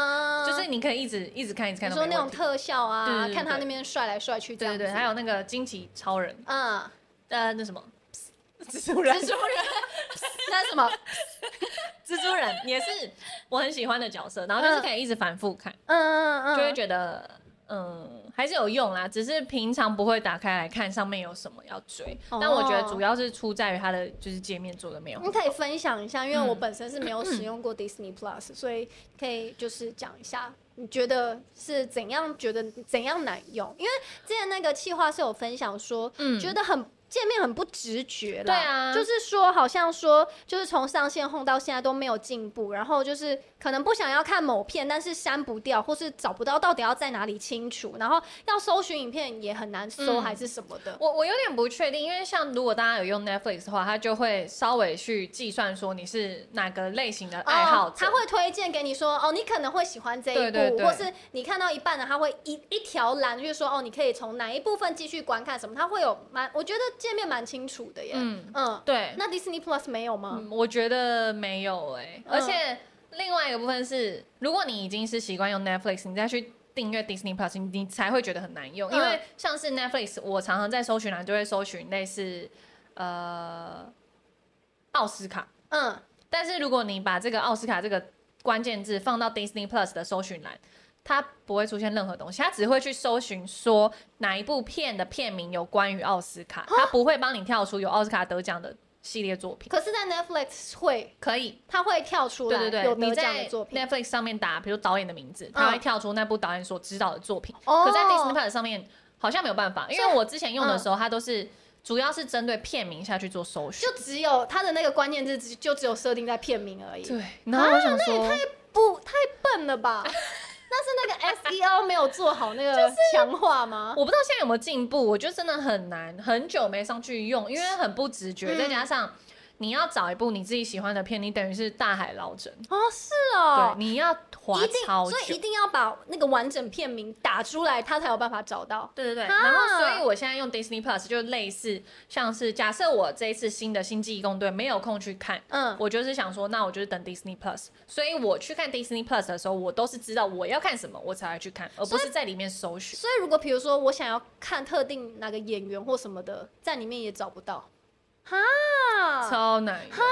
[SPEAKER 1] 嗯，
[SPEAKER 2] 就是你可以一直一直看一直
[SPEAKER 1] 你
[SPEAKER 2] 看都
[SPEAKER 1] 说
[SPEAKER 2] 没
[SPEAKER 1] 那种
[SPEAKER 2] 问题
[SPEAKER 1] 特效
[SPEAKER 2] 对
[SPEAKER 1] 啊
[SPEAKER 2] 对，对
[SPEAKER 1] 看他
[SPEAKER 2] 对
[SPEAKER 1] 那边帅来帅去这
[SPEAKER 2] 对
[SPEAKER 1] 样
[SPEAKER 2] 对
[SPEAKER 1] 子，
[SPEAKER 2] 对，还有那个惊奇超人，
[SPEAKER 1] 嗯。
[SPEAKER 2] 呃，那什么。蜘蛛人，
[SPEAKER 1] 蜘蛛人，那什么
[SPEAKER 2] 蜘蜘蛛人也是我很喜欢的角色，然后就是可以一直反复看，
[SPEAKER 1] 嗯嗯
[SPEAKER 2] 就会
[SPEAKER 1] 嗯，
[SPEAKER 2] 觉得嗯还是有用啦，只是平常不会打开来看上面有什么要追。
[SPEAKER 1] 哦
[SPEAKER 2] 但我觉得主要是出在于它的就是界面做的没有很
[SPEAKER 1] 你
[SPEAKER 2] 好，
[SPEAKER 1] 可以分享一下，因为我
[SPEAKER 2] 嗯
[SPEAKER 1] 本身是没有使用过 Disney Plus，所以可以就是讲一下。你觉得是怎样？觉得怎样难用？因为之前那个企划是有分享说，
[SPEAKER 2] 嗯
[SPEAKER 1] 觉得很界面很不直觉啦。
[SPEAKER 2] 对啊
[SPEAKER 1] 就是说好像说，就是从上线轰到现在都没有进步，然后就是可能不想要看某片，但是删不掉，或是找不到到底要在哪里清楚，然后要搜寻影片也很难搜，
[SPEAKER 2] 嗯
[SPEAKER 1] 还是什么的。
[SPEAKER 2] 我我有点不确定，因为像如果大家有用 Netflix 的话，它就会稍微去计算说你是哪个类型的爱
[SPEAKER 1] 哦，
[SPEAKER 2] 好者，
[SPEAKER 1] 他会推荐给你说，哦，你可能会喜欢这一部，
[SPEAKER 2] 对对对
[SPEAKER 1] 或是你看到一半呢，他会一一条栏就是说，哦，你可以从哪一部分继续观看什么，他会有蛮，我觉得界面蛮清楚的耶。嗯
[SPEAKER 2] 嗯对，
[SPEAKER 1] 那 Disney Plus 没有吗？
[SPEAKER 2] 嗯，我觉得没有哎、
[SPEAKER 1] 嗯
[SPEAKER 2] 而且另外一个部分是，如果你已经是习惯用 Netflix，你再去订阅 Disney Plus，你你才会觉得很难用，
[SPEAKER 1] 嗯
[SPEAKER 2] 因为像是 Netflix，我常常在搜寻栏就会搜寻类似呃奥斯卡，
[SPEAKER 1] 嗯，
[SPEAKER 2] 但是如果你把这个奥斯卡这个关键字放到 Disney Plus 的搜寻栏，它不会出现任何东西，它只会去搜寻说哪一部片的片名有关于奥斯卡，它不会帮你跳出有奥斯卡得奖的系列作品。
[SPEAKER 1] 可是，在 Netflix 会，
[SPEAKER 2] 可以，
[SPEAKER 1] 它会跳出来
[SPEAKER 2] 对对对，
[SPEAKER 1] 有
[SPEAKER 2] 你
[SPEAKER 1] 得奖
[SPEAKER 2] 在
[SPEAKER 1] 的作品。嗯
[SPEAKER 2] Netflix 上面打，比如导演的名字，它会跳出那部导演所指导的作品。
[SPEAKER 1] 哦
[SPEAKER 2] 可在 Disney Plus 上面好像没有办法，因
[SPEAKER 1] 所以
[SPEAKER 2] 为我之前用的时候，它都是主要是针对片名下去做搜寻。
[SPEAKER 1] 就只有它的那个关键字只，就只有设定在片名而已。
[SPEAKER 2] 对，然后我想
[SPEAKER 1] 啊
[SPEAKER 2] 说，
[SPEAKER 1] 不太笨了 吧？那是那个 SEO 没有做好那个强化吗？
[SPEAKER 2] 我不知道现在有没有进步，我觉得真的很难，很久没上去用，因为很不直觉，
[SPEAKER 1] 嗯
[SPEAKER 2] 再加上你要找一部你自己喜欢的片，你等于是大海捞针，
[SPEAKER 1] 哦，是哦
[SPEAKER 2] 对，，你要划
[SPEAKER 1] 一定，
[SPEAKER 2] 超
[SPEAKER 1] 所以
[SPEAKER 2] 久
[SPEAKER 1] 一。定要把那个完整片名打出来，他才有办法找到。
[SPEAKER 2] 对对对，
[SPEAKER 1] 啊
[SPEAKER 2] 然后所以我现在用 Disney Plus 就类似像是假设我这一次新的《星际异攻队》没有空去看，
[SPEAKER 1] 嗯，
[SPEAKER 2] 我就是想说，那我就是等 Disney Plus。所以我去看 Disney Plus 的时候，我都是知道我要看什么，我才会去看，而不是在里面搜寻。
[SPEAKER 1] 所以如果比如说我想要看特定哪个演员或什么的，在里面也找不到。哈，
[SPEAKER 2] 超难用，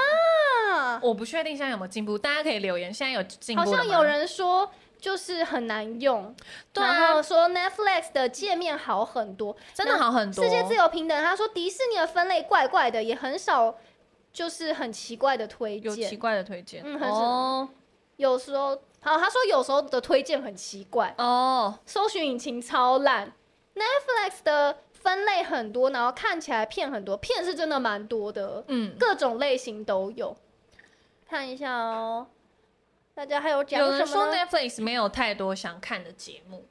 [SPEAKER 1] 啊
[SPEAKER 2] 我不确定现在有没有进步，大家可以留言。现在有进步
[SPEAKER 1] 好
[SPEAKER 2] 了
[SPEAKER 1] 像
[SPEAKER 2] 吗
[SPEAKER 1] 有人说就是很难用，
[SPEAKER 2] 对啊
[SPEAKER 1] 然后说 Netflix 的界面好很多，
[SPEAKER 2] 真的好很多。哦
[SPEAKER 1] 世界自由平等。他说迪士尼的分类怪怪的，也很少，就是很奇怪的推
[SPEAKER 2] 有奇
[SPEAKER 1] 荐。
[SPEAKER 2] 怪的推荐
[SPEAKER 1] 嗯很
[SPEAKER 2] 哦
[SPEAKER 1] 有时候，好，他说有时候的推荐很奇怪，
[SPEAKER 2] 哦，
[SPEAKER 1] 搜寻引擎超烂，Netflix 的分类很多，然后看起来片很多，片是真的蛮多的，
[SPEAKER 2] 嗯，
[SPEAKER 1] 各种类型都有。看一下哦，大家还有讲
[SPEAKER 2] 有
[SPEAKER 1] 什
[SPEAKER 2] 人说
[SPEAKER 1] 么呢？
[SPEAKER 2] Netflix 没有太多想看的节目，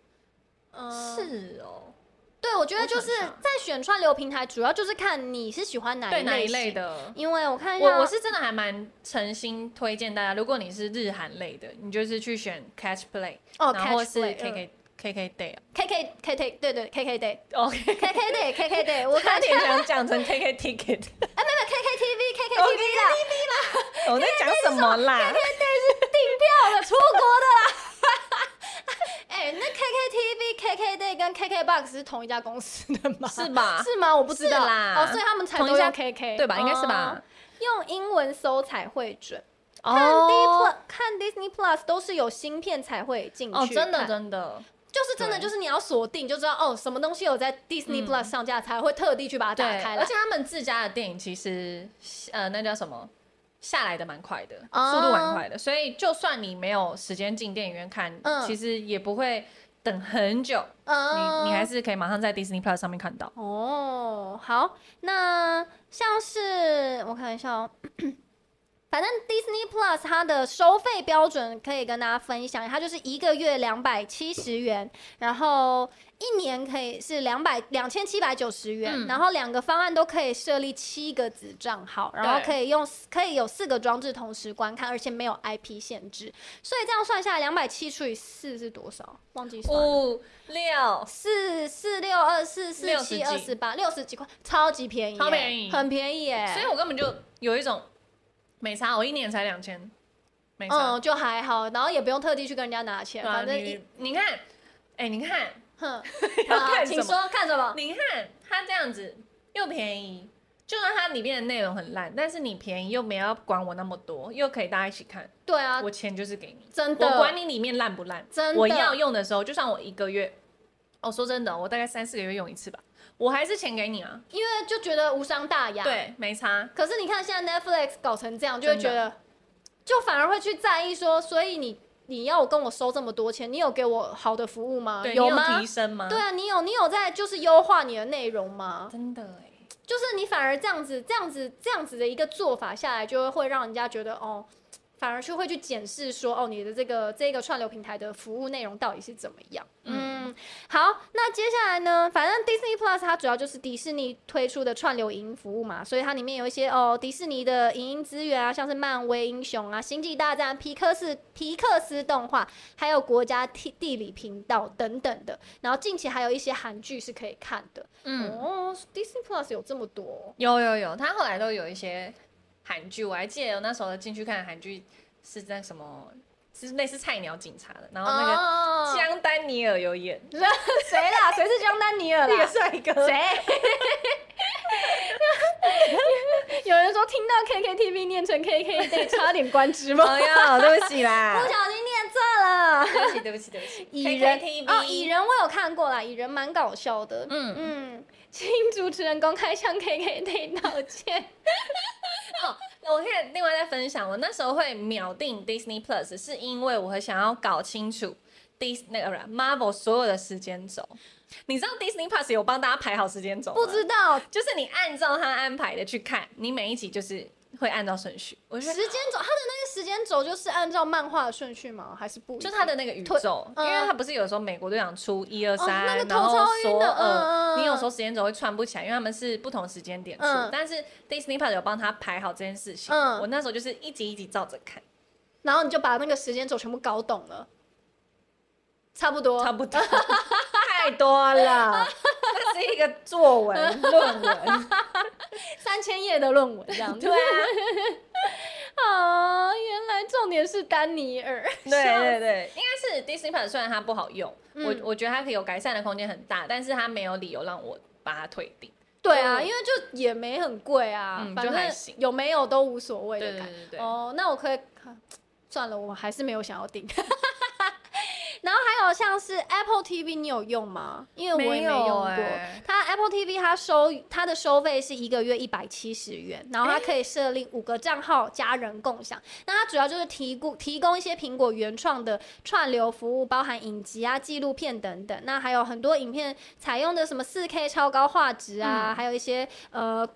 [SPEAKER 1] 嗯，
[SPEAKER 2] 是哦，
[SPEAKER 1] 对，我觉得
[SPEAKER 2] 我
[SPEAKER 1] 就
[SPEAKER 2] 想
[SPEAKER 1] 是
[SPEAKER 2] 一下
[SPEAKER 1] 在选串流平台，主要就是看你是喜欢哪
[SPEAKER 2] 对
[SPEAKER 1] 一
[SPEAKER 2] 哪
[SPEAKER 1] 类
[SPEAKER 2] 一类
[SPEAKER 1] 型。
[SPEAKER 2] 的？
[SPEAKER 1] 因为我看一下，
[SPEAKER 2] 我我是真的还蛮诚心推荐大家，如果你是日韩类的，你就是去选 Catch Play，
[SPEAKER 1] 哦
[SPEAKER 2] 然后
[SPEAKER 1] Catch
[SPEAKER 2] 是
[SPEAKER 1] Play，嗯
[SPEAKER 2] KK KK Day 啊
[SPEAKER 1] K K K K 对对 K K Day
[SPEAKER 2] 哦，OK，
[SPEAKER 1] K K Day K K Day，我
[SPEAKER 2] 差
[SPEAKER 1] 看一下
[SPEAKER 2] 点想讲成 KK Ticket，
[SPEAKER 1] 哎没有 K K T V 哦 K K T
[SPEAKER 2] OK，
[SPEAKER 1] V 啦
[SPEAKER 2] 我在讲什么啦？
[SPEAKER 1] 订票的，出国的啦。 哎、那 KKTV、KKday 跟 KKBox 是同一家公司的吗？
[SPEAKER 2] 是吧
[SPEAKER 1] 是吗？我不知道
[SPEAKER 2] 是啦
[SPEAKER 1] 哦，所以他们才都
[SPEAKER 2] 同一
[SPEAKER 1] 用
[SPEAKER 2] 家
[SPEAKER 1] KK
[SPEAKER 2] 对吧？应该是吧
[SPEAKER 1] 哦？用英文搜才会准，
[SPEAKER 2] 哦
[SPEAKER 1] 看 D Plus、看 Disney Plus 都是有芯片才会进去
[SPEAKER 2] 哦，真的
[SPEAKER 1] 看
[SPEAKER 2] 真的，
[SPEAKER 1] 就是真的，
[SPEAKER 2] 对
[SPEAKER 1] 就是你要锁定就知道哦，什么东西有在 Disney
[SPEAKER 2] 嗯
[SPEAKER 1] Plus 上架，才会特地去把它
[SPEAKER 2] 对，
[SPEAKER 1] 打开来。
[SPEAKER 2] 而且他们自家的电影其实呃那叫什么？下来的蛮快的，
[SPEAKER 1] 哦
[SPEAKER 2] 速度蛮快的，所以就算你没有时间进电影院看，
[SPEAKER 1] 嗯
[SPEAKER 2] 其实也不会等很久，
[SPEAKER 1] 嗯
[SPEAKER 2] 你你还是可以马上在 Disney Plus 上面看到。
[SPEAKER 1] 哦，好，那像是我看一下哦。反正 Disney Plus 它的收费标准可以跟大家分享，它就是一个月两百七十元，然后一年可以是两百两千七百九十元，
[SPEAKER 2] 嗯
[SPEAKER 1] 然后两个方案都可以设立七个子账号，然后
[SPEAKER 2] 对
[SPEAKER 1] 可以用可以有四个装置同时观看，而且没有 IP 限制，所以这样算下来，两百七除以四是多少？忘记算了。
[SPEAKER 2] 五六，
[SPEAKER 1] 四四六二四四
[SPEAKER 2] 六十
[SPEAKER 1] 七
[SPEAKER 2] 几
[SPEAKER 1] 二十八六十几块，超级便宜耶，
[SPEAKER 2] 超便宜
[SPEAKER 1] 很便宜耶。
[SPEAKER 2] 所以我根本就有一种没差，我一年才两千，没差。
[SPEAKER 1] 嗯，就还好，然后也不用特地去跟人家拿钱，
[SPEAKER 2] 对啊，
[SPEAKER 1] 反正一
[SPEAKER 2] 你你看，哎、你看，
[SPEAKER 1] 哼，
[SPEAKER 2] 要
[SPEAKER 1] 好
[SPEAKER 2] 看什
[SPEAKER 1] 请
[SPEAKER 2] 么？
[SPEAKER 1] 说看什么？
[SPEAKER 2] 你看他这样子又便宜，就算它里面的内容很烂，但是你便宜又没有要管我那么多，又可以大家一起看，
[SPEAKER 1] 对啊，
[SPEAKER 2] 我钱就是给你，
[SPEAKER 1] 真
[SPEAKER 2] 我管
[SPEAKER 1] 的，
[SPEAKER 2] 你里面烂不烂。
[SPEAKER 1] 真的，
[SPEAKER 2] 我要用的时候，就算我一个月，哦，说真的，我大概三四个月用一次吧，我还是钱给你啊。
[SPEAKER 1] 因为就觉得无伤大雅。，
[SPEAKER 2] 对，没差。
[SPEAKER 1] 可是你看现在 Netflix 搞成这样，就会觉
[SPEAKER 2] 真
[SPEAKER 1] 得，就反而会去在意说，所以你你要我跟我收这么多钱，你有给我好的服务吗？
[SPEAKER 2] 对，你
[SPEAKER 1] 吗？
[SPEAKER 2] 提升啊吗？
[SPEAKER 1] 对，啊，你有你有在就是优化你的内容吗？
[SPEAKER 2] 真的哎、
[SPEAKER 1] 就是你反而这样子这样子这样子的一个做法下来，就会会让人家觉得哦，反而去会去检视说哦，你的这个这个串流平台的服务内容到底是怎么样。嗯
[SPEAKER 2] 嗯
[SPEAKER 1] 好，那接下来呢？反正 Disney Plus 它主要就是迪士尼推出的串流影音服务嘛，所以它里面有一些哦迪士尼的影音资源啊，像是漫威英雄啊、星际大战、皮克斯皮克斯动画，还有国家地地理频道等等的。然后近期还有一些韩剧是可以看的。
[SPEAKER 2] 嗯，
[SPEAKER 1] 哦，Disney Plus 有这么多哦、
[SPEAKER 2] 有有有，他后来都有一些韩剧，我还记得有那时候进去看的韩剧是在什么，是类似菜鸟警察的，然后那个哦
[SPEAKER 1] 个
[SPEAKER 2] 江丹尼尔有演，
[SPEAKER 1] 谁 啦？谁是江丹尼尔
[SPEAKER 2] 那个
[SPEAKER 1] 啦？
[SPEAKER 2] 帅哥，
[SPEAKER 1] 谁？有人说听到 KKTV 念成 KKday，差点关之吗？
[SPEAKER 2] 朋友，哎对不起
[SPEAKER 1] 不
[SPEAKER 2] 啦
[SPEAKER 1] 小，心念错 了。
[SPEAKER 2] 对不起，对不起，对不起，
[SPEAKER 1] 蚁人
[SPEAKER 2] KKTV
[SPEAKER 1] 哦，蚁人我有看过啦，蚁人蛮搞笑的。
[SPEAKER 2] 嗯
[SPEAKER 1] 嗯，请主持人公开向 KKday 道歉。
[SPEAKER 2] 我可以另外再分享，我那时候会秒定 Disney Plus，是因为我很想要搞清楚 Dis 那个不是 Marvel 所有的时间轴。你知道 Disney Plus 有帮大家排好时间轴吗？
[SPEAKER 1] 不知道
[SPEAKER 2] 就是你按照他安排的去看，你每一集就是会按照顺序。我觉
[SPEAKER 1] 时
[SPEAKER 2] 得
[SPEAKER 1] 间轴，它的那个时间轴就是按照漫画的顺序吗？还是不一
[SPEAKER 2] 就
[SPEAKER 1] 样？
[SPEAKER 2] 他的那个宇宙，
[SPEAKER 1] 嗯
[SPEAKER 2] 因为他不是有时候美国队长出一二
[SPEAKER 1] 哦那
[SPEAKER 2] 三
[SPEAKER 1] 个，
[SPEAKER 2] 然
[SPEAKER 1] 头
[SPEAKER 2] 后
[SPEAKER 1] 超晕
[SPEAKER 2] 索
[SPEAKER 1] 的
[SPEAKER 2] 尔
[SPEAKER 1] 嗯嗯，嗯
[SPEAKER 2] 你有时候时间轴会串不起来，因为他们是不同时间点出
[SPEAKER 1] 嗯。
[SPEAKER 2] 但是 Disney Plus 有帮他排好这件事情，
[SPEAKER 1] 嗯
[SPEAKER 2] 我那时候就是一集一集照着看，
[SPEAKER 1] 然后你就把那个时间轴全部搞懂了，差不多。
[SPEAKER 2] 差 不多，太多了，那是一个作文论 文，
[SPEAKER 1] 三千页的论文这样子。
[SPEAKER 2] 对啊，
[SPEAKER 1] 啊，原来重点是丹尼尔。
[SPEAKER 2] 对对对，应该是 Disney Plus 虽然它不好用，
[SPEAKER 1] 嗯
[SPEAKER 2] 我我觉得它可以有改善的空间很大，但是它没有理由让我把它退订。
[SPEAKER 1] 对啊，
[SPEAKER 2] 就
[SPEAKER 1] 因为就也没很贵啊，
[SPEAKER 2] 嗯
[SPEAKER 1] 反
[SPEAKER 2] 就还
[SPEAKER 1] 正
[SPEAKER 2] 行
[SPEAKER 1] 有没有都无所谓的感觉。
[SPEAKER 2] 对对
[SPEAKER 1] 哦，那我可以看，算了，我还是没有想要订。 然后还有像是 Apple TV，你有用吗？因为我也没用过。
[SPEAKER 2] 没有欸
[SPEAKER 1] 它 Apple TV 它收它的收费是一个月一百七十元，然后它可以设立五个账号，家人共享。那它主要就是提供提供一些苹果原创的串流服务，包含影集啊、纪录片等等。那还有很多影片采用的什么四 K 超高画质
[SPEAKER 2] 嗯
[SPEAKER 1] 啊，还有一些呃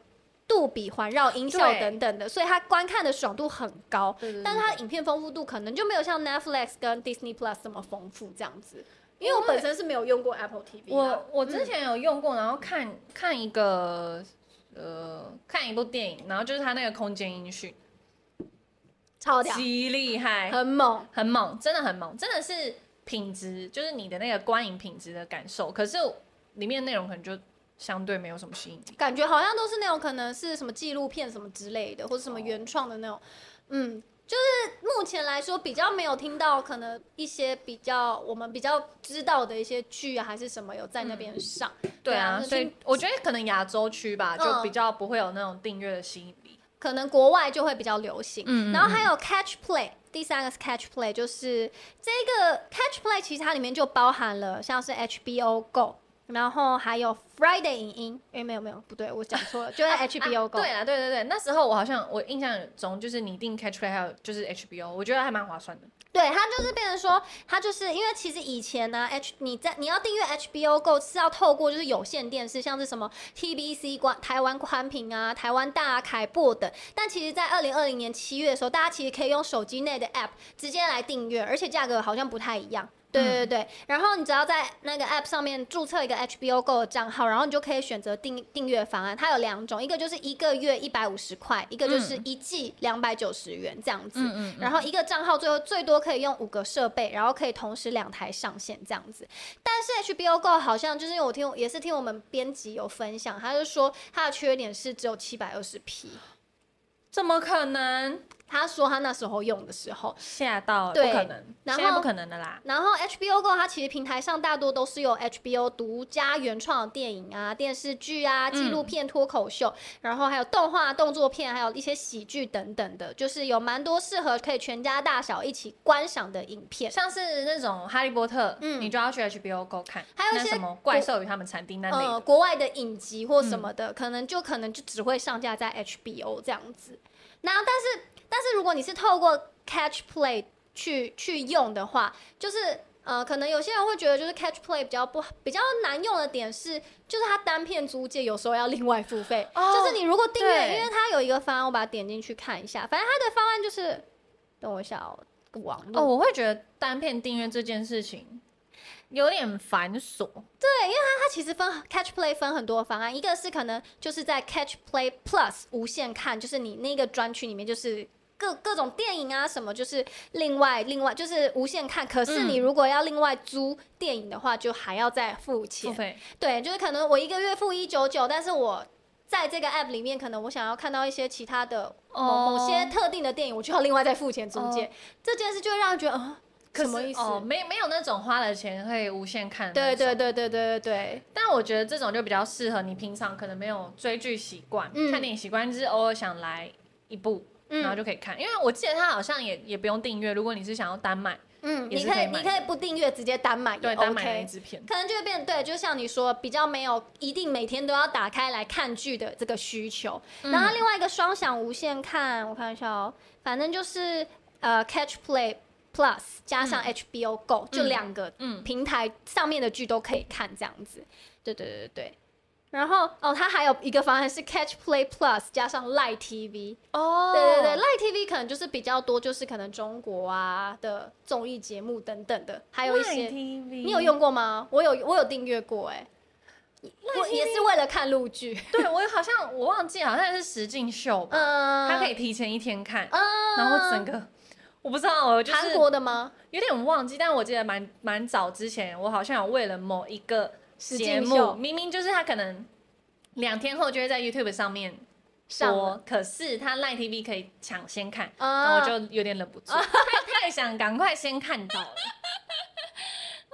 [SPEAKER 1] 杜比环绕音效
[SPEAKER 2] 对
[SPEAKER 1] 等等的，所以它观看的爽度很高。
[SPEAKER 2] 对对
[SPEAKER 1] 但是它的影片丰富度可能就没有像 Netflix 跟 Disney Plus 这么丰富这样子，因为我本身是没有用过 Apple 啊 TV 啦
[SPEAKER 2] 我我之前有用过，然后看看一个呃看一部电影，然后就是它那个空间音讯，
[SPEAKER 1] 超屌，
[SPEAKER 2] 极厉害，
[SPEAKER 1] 很猛，
[SPEAKER 2] 很猛，真的很猛，真的是品质，就是你的那个观影品质的感受。可是里面内容可能就相对没有什么吸引力。
[SPEAKER 1] 感觉好像都是那种可能是什么纪录片什么之类的，或者什么
[SPEAKER 2] 哦
[SPEAKER 1] 原创的那种，嗯。就是目前来说，比较没有听到可能一些比较我们比较知道的一些剧啊，还是什么有在那边上。
[SPEAKER 2] 对啊，
[SPEAKER 1] 就
[SPEAKER 2] 所以
[SPEAKER 1] 听
[SPEAKER 2] 我觉得可能亚洲区吧，
[SPEAKER 1] 嗯
[SPEAKER 2] 就比较不会有那种订阅的吸引力。
[SPEAKER 1] 可能国外就会比较流行。
[SPEAKER 2] 嗯嗯
[SPEAKER 1] 然后还有 Catch Play，第三个是 Catch Play，就是这个 Catch Play 其实它里面就包含了像是 HBO Go，然后还有 Friday 影音，诶，没有没有不对，我讲错了，就是 HBO Go，、
[SPEAKER 2] 对啊，对对对，那时候我好像我印象中就是你订 Catchplay 还有就是 HBO，我觉得还蛮划算的。
[SPEAKER 1] 对，它就是变成说，它就是因为其实以前呢、h 你在你要订阅 HBO Go 是要透过就是有线电视，像是什么 TBC 关台湾宽频啊、台湾大、啊、凯擘等，但其实在二零二零年七月的时候，大家其实可以用手机内的 App 直接来订阅，而且价格好像不太一
[SPEAKER 2] 嗯
[SPEAKER 1] 样。对对对，然后你只要在那个 App 上面注册一个 HBO Go 的账号，然后你就可以选择订订阅方案，它有两种，一个就是一个月一百五十块，一个就是一季两百九十元这样子。
[SPEAKER 2] 嗯
[SPEAKER 1] 然后一个账号最后最多可以用五个设备，然后可以同时两台上线这样子。但是 HBO Go 好像就是因为我听也是听我们编辑有分享，他就说它的缺点是只有七百二十 P，
[SPEAKER 2] 怎么可能？
[SPEAKER 1] 他说他那时候用的时候，
[SPEAKER 2] 吓到，不
[SPEAKER 1] 对
[SPEAKER 2] 可能，
[SPEAKER 1] 然
[SPEAKER 2] 现在
[SPEAKER 1] 后
[SPEAKER 2] 不可能的啦。
[SPEAKER 1] 然后 HBO Go 它其实平台上大多都是有 HBO 独家原创的电影啊、电视剧啊、纪录片、脱口秀，然后还有动画、动作片，还有一些喜剧等等的，就是有蛮多适合可以全家大小一起观赏的影片。
[SPEAKER 2] 像是那种《哈利波特》，
[SPEAKER 1] 嗯
[SPEAKER 2] 你就要去 HBO Go 看，
[SPEAKER 1] 还有一
[SPEAKER 2] 那
[SPEAKER 1] 些
[SPEAKER 2] 什么怪兽与他们餐厅那嗯类
[SPEAKER 1] 呃，
[SPEAKER 2] 的，
[SPEAKER 1] 国外的影集或什么的，可能就可能就只会上架在 HBO 这样子。那但是但是如果你是透过 Catch Play 去去用的话，就是呃，可能有些人会觉得就是 Catch Play 比较不比较难用的点是，就是它单片租借有时候要另外付费。
[SPEAKER 2] 哦
[SPEAKER 1] 就是你如果订
[SPEAKER 2] 对
[SPEAKER 1] 阅，因为它有一个方案，我把它点进去看一下。反正它的方案就是，等我一下哦，网络
[SPEAKER 2] 哦，我会觉得单片订阅这件事情有点繁琐。
[SPEAKER 1] 它其实分 Catch Play 分很多方案，一个是可能就是在 Catch Play Plus 无限看，就是你那个专区里面就是。各各种电影啊，什么就是另外另外就是无限看，可是你
[SPEAKER 2] 嗯
[SPEAKER 1] 如果要另外租电影的话，就还要再付
[SPEAKER 2] 付
[SPEAKER 1] 钱。
[SPEAKER 2] 费
[SPEAKER 1] 对，就是可能我一个月付一九九，但是我在这个 app 里面，可能我想要看到一些其他的某哦某些特定的电影，我就要另外再付钱租借。
[SPEAKER 2] 哦
[SPEAKER 1] 这件事就会让人觉得啊，什么意思？
[SPEAKER 2] 哦，没没有那种花了钱可以无限看。
[SPEAKER 1] 对对。对对对对对，
[SPEAKER 2] 但我觉得这种就比较适合你平常可能没有追剧习惯、
[SPEAKER 1] 嗯
[SPEAKER 2] 看电影习惯，就是偶尔想来一部，然后
[SPEAKER 1] 嗯
[SPEAKER 2] 就可以看。因为我记得它好像也也不用订阅，如果你是想要单买，
[SPEAKER 1] 嗯，
[SPEAKER 2] 也
[SPEAKER 1] 你
[SPEAKER 2] 是
[SPEAKER 1] 可
[SPEAKER 2] 可以
[SPEAKER 1] 以
[SPEAKER 2] 买
[SPEAKER 1] 你可以不订阅，直接单买也
[SPEAKER 2] 对，单买那一
[SPEAKER 1] OK。
[SPEAKER 2] 支片。
[SPEAKER 1] 可能就会变对，就像你说，比较没有一定每天都要打开来看剧的这个需求。
[SPEAKER 2] 嗯
[SPEAKER 1] 然后它另外一个双享无限看，我看一下哦，反正就是呃 Catch Play Plus 加上 HBO Go、就两个
[SPEAKER 2] 嗯，
[SPEAKER 1] 平台上面的剧都可以看这样子。对对对对
[SPEAKER 2] 嗯
[SPEAKER 1] 对。然后哦，它还有一个方案是 Catch Play Plus 加上 Lite TV，、
[SPEAKER 2] 哦
[SPEAKER 1] 对对对，Lite TV 可能就是比较多，就是可能中国啊的综艺节目等等的，还有一些
[SPEAKER 2] TV，
[SPEAKER 1] 你有？用过吗？我有，我有订阅过、哎，我也是为了看陆剧。
[SPEAKER 2] 对我好像我忘记，好像是实境秀吧，
[SPEAKER 1] 嗯，
[SPEAKER 2] 它可以，提前一天看，
[SPEAKER 1] 嗯，
[SPEAKER 2] 然后整个我不知道，我就是
[SPEAKER 1] 韩国的吗？
[SPEAKER 2] 有点忘记，但我记得蛮蛮早之前，我好像有为了某一个
[SPEAKER 1] 实
[SPEAKER 2] 节
[SPEAKER 1] 境
[SPEAKER 2] 目，
[SPEAKER 1] 秀
[SPEAKER 2] 明明就是它可能两天后就会在 YouTube 上面
[SPEAKER 1] 上
[SPEAKER 2] 播
[SPEAKER 1] 了，
[SPEAKER 2] 可是它 Line TV 可以抢先看，然后
[SPEAKER 1] 啊
[SPEAKER 2] 我就有点 忍不住，太太想赶快先看到了。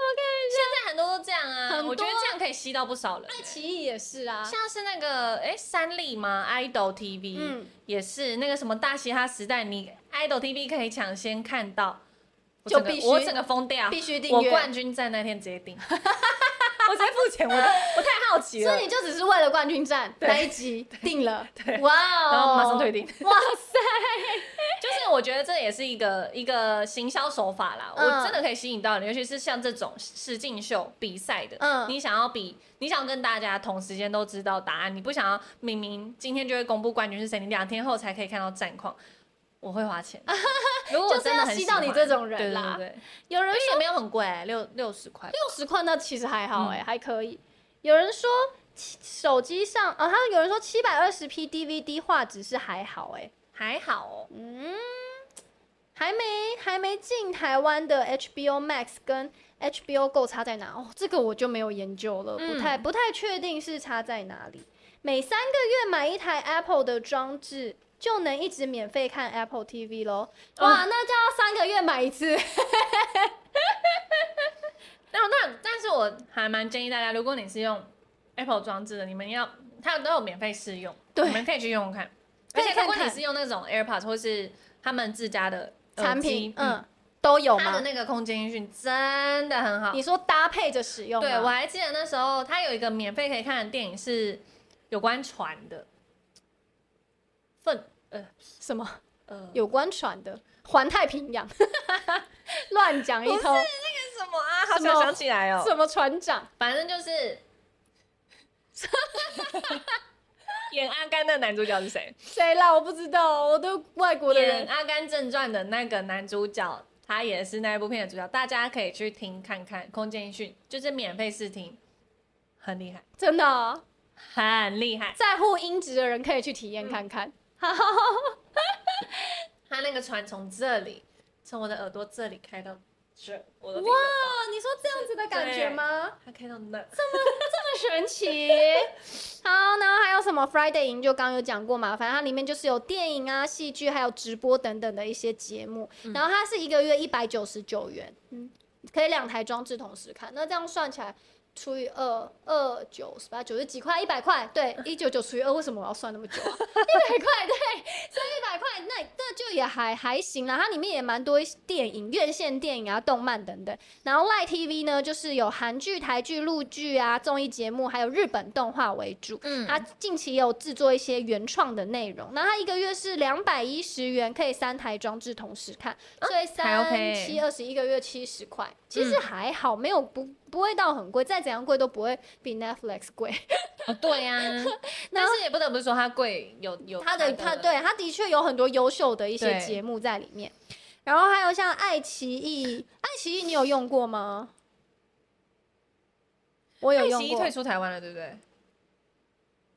[SPEAKER 2] OK，现在很多都这样啊，
[SPEAKER 1] 很
[SPEAKER 2] 我觉得
[SPEAKER 1] 多
[SPEAKER 2] 这样可以吸到不少人欸。
[SPEAKER 1] 爱奇艺也是啊，
[SPEAKER 2] 像是那个哎、三立吗？Idol TV，、
[SPEAKER 1] 嗯，
[SPEAKER 2] 也是那个什么大嘻哈时代，你 Idol TV 可以抢先看到，我
[SPEAKER 1] 就
[SPEAKER 2] 整个
[SPEAKER 1] 必须
[SPEAKER 2] 我整个疯掉，
[SPEAKER 1] 必须订
[SPEAKER 2] 我
[SPEAKER 1] 阅。
[SPEAKER 2] 冠军战那天直接 订，我直接付钱，我都我太好奇
[SPEAKER 1] 所
[SPEAKER 2] 了
[SPEAKER 1] 以，你就只是为了冠军战
[SPEAKER 2] 对
[SPEAKER 1] 那一集定了
[SPEAKER 2] 对，
[SPEAKER 1] 哇哦！
[SPEAKER 2] 然后马上退订。
[SPEAKER 1] 哇塞，
[SPEAKER 2] 就是我觉得这也是一个一个行销手法啦，
[SPEAKER 1] 嗯
[SPEAKER 2] 我真的可以吸引到你，尤其是像这种实境秀比赛的，
[SPEAKER 1] 嗯
[SPEAKER 2] 你想要比，你想跟大家同时间都知道答案，你不想要明明今天就会公布冠军是谁，你两天后才可以看到战况，我会 花钱。如果我
[SPEAKER 1] 就是
[SPEAKER 2] 真的
[SPEAKER 1] 要
[SPEAKER 2] 很
[SPEAKER 1] 吸
[SPEAKER 2] 喜
[SPEAKER 1] 到
[SPEAKER 2] 欢
[SPEAKER 1] 你这种
[SPEAKER 2] 对
[SPEAKER 1] 人
[SPEAKER 2] 对对
[SPEAKER 1] 啦。
[SPEAKER 2] 对，
[SPEAKER 1] 有人
[SPEAKER 2] 而
[SPEAKER 1] 说
[SPEAKER 2] 且也没有很贵、六六十块。
[SPEAKER 1] 六十块那其实还好
[SPEAKER 2] 嗯
[SPEAKER 1] 哎、还可以。有人说七手机上啊，他有人说七百二十 P DVD 画质是还好哎、
[SPEAKER 2] 还好哦，
[SPEAKER 1] 嗯，还没还没进台湾的 HBO Max 跟 HBO Go 差在哪？哦，这个我就没有研究了，
[SPEAKER 2] 嗯
[SPEAKER 1] 不太不太确定是差在哪里。每三个月买一台 Apple 的装置，就能一直免费看 Apple TV 咯。
[SPEAKER 2] 嗯
[SPEAKER 1] 哇，那就要三个月买一次。
[SPEAKER 2] 那那但是我还蛮建议大家，如果你是用 Apple 装置的，你们要它都有免费试用，
[SPEAKER 1] 对
[SPEAKER 2] 你们可以去用用看。
[SPEAKER 1] 可
[SPEAKER 2] 而
[SPEAKER 1] 以
[SPEAKER 2] 且如果
[SPEAKER 1] 看看
[SPEAKER 2] 你是用那种 AirPods 或是他们自家的耳
[SPEAKER 1] 产
[SPEAKER 2] 机
[SPEAKER 1] 品，嗯，都有
[SPEAKER 2] 它的
[SPEAKER 1] 吗？
[SPEAKER 2] 那个空间音讯真的很好
[SPEAKER 1] 你。说搭配着使用吗，
[SPEAKER 2] 对，我还记得那时候它有一个免费可以看的电影是有关船的，粪
[SPEAKER 1] 什么
[SPEAKER 2] 呃
[SPEAKER 1] 有关船的环太平洋， 乱讲一通，
[SPEAKER 2] 什么啊？
[SPEAKER 1] 好想想
[SPEAKER 2] 起来哦
[SPEAKER 1] 什么船长？
[SPEAKER 2] 反 正就是。 演阿甘的男主角是谁？
[SPEAKER 1] 谁啦？我不知道，我都外国的
[SPEAKER 2] 演《
[SPEAKER 1] 人。
[SPEAKER 2] 阿甘正传》的那个男主角，他也是那一部片的主角，大家可以去听看看。空间音讯就是免费试听，很厉害，
[SPEAKER 1] 真的啊、
[SPEAKER 2] 很厉害。
[SPEAKER 1] 在乎音质的人可以去体验看看。
[SPEAKER 2] 他那个船从这里，从我的耳朵这里开到这，
[SPEAKER 1] 哇，
[SPEAKER 2] 我的
[SPEAKER 1] 你说这样子的感觉吗？
[SPEAKER 2] 他开到那，
[SPEAKER 1] 这么神奇。好，然后还有什么 Friday 营就刚刚有讲过嘛，反正它里面就是有电影啊、戏剧，还有直播等等的一些节目。然后它是一个月一百九十九元，嗯，可以两台装置同时看。那这样算起来。除以二二九十八九十几块一百块，对，一九九除以二，为什么我要算那么久啊？一百块，对，所以一百块，那那就也还还行啦。它里面也蛮多一些电影、院线电影啊、动漫等等。然后 Live TV 呢，就是有韩剧、台剧、陆剧啊、综艺节目，还有日本动画为主。
[SPEAKER 2] 嗯
[SPEAKER 1] 它近期也有制作一些原创的内容。那它一个月是两百一十元，可以三台装置同时看，所以
[SPEAKER 2] 啊还
[SPEAKER 1] 三
[SPEAKER 2] OK 嗯
[SPEAKER 1] 七二十一个月七十块，其实还好，没有不不会到很贵，再怎样贵都不会比 Netflix 贵。
[SPEAKER 2] 哦 对呀、但是也不得不说它贵，有有
[SPEAKER 1] 它的它对它的确有很多优秀的一些
[SPEAKER 2] 对
[SPEAKER 1] 节目在里面。然后还有像爱奇艺，爱奇艺你有用过吗？我有
[SPEAKER 2] 爱
[SPEAKER 1] 用
[SPEAKER 2] 奇艺
[SPEAKER 1] 过
[SPEAKER 2] 退，出台湾了，对不对？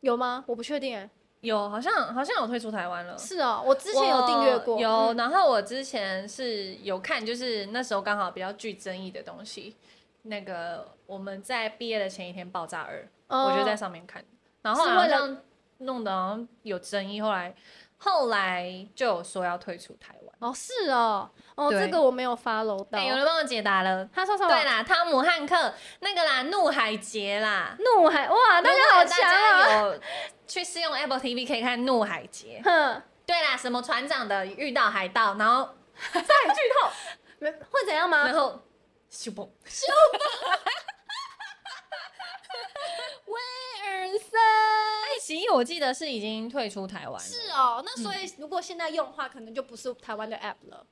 [SPEAKER 1] 有吗？我不确定哎、
[SPEAKER 2] 有，好像好像有退出台湾了。
[SPEAKER 1] 是哦，我之前有订阅过，
[SPEAKER 2] 我有、
[SPEAKER 1] 嗯
[SPEAKER 2] 然后我之前是有看，就是那时候刚好比较具争议的东西，那个我们在毕业的前一天爆炸二、我就在上面看，然
[SPEAKER 1] 嗯
[SPEAKER 2] 后
[SPEAKER 1] 是
[SPEAKER 2] 后来好
[SPEAKER 1] 为了
[SPEAKER 2] 像弄得好像有争议，后来后来就有说要退出台湾。
[SPEAKER 1] 哦是哦，哦
[SPEAKER 2] 对
[SPEAKER 1] 这个我没有 follow 到。
[SPEAKER 2] 哎、有人帮我解答了。
[SPEAKER 1] 他说什么？
[SPEAKER 2] 对啦，汤姆汉克那个啦，怒海劫啦，
[SPEAKER 1] 怒海哇，大家好
[SPEAKER 2] 如果
[SPEAKER 1] 强
[SPEAKER 2] 大
[SPEAKER 1] 啊！
[SPEAKER 2] 家有去试用 Apple TV 可以看《怒海劫》。
[SPEAKER 1] 哼，
[SPEAKER 2] 对啦，什么船长的遇到海盗，然后再剧透，
[SPEAKER 1] 没会怎样吗
[SPEAKER 2] 然？后咻嘣，
[SPEAKER 1] 尔森
[SPEAKER 2] 爱奇艺我记得是已经退出台湾了，
[SPEAKER 1] 是哦，那所
[SPEAKER 2] 嗯
[SPEAKER 1] 以如果现在用的话，可能就不是台湾的 app 了。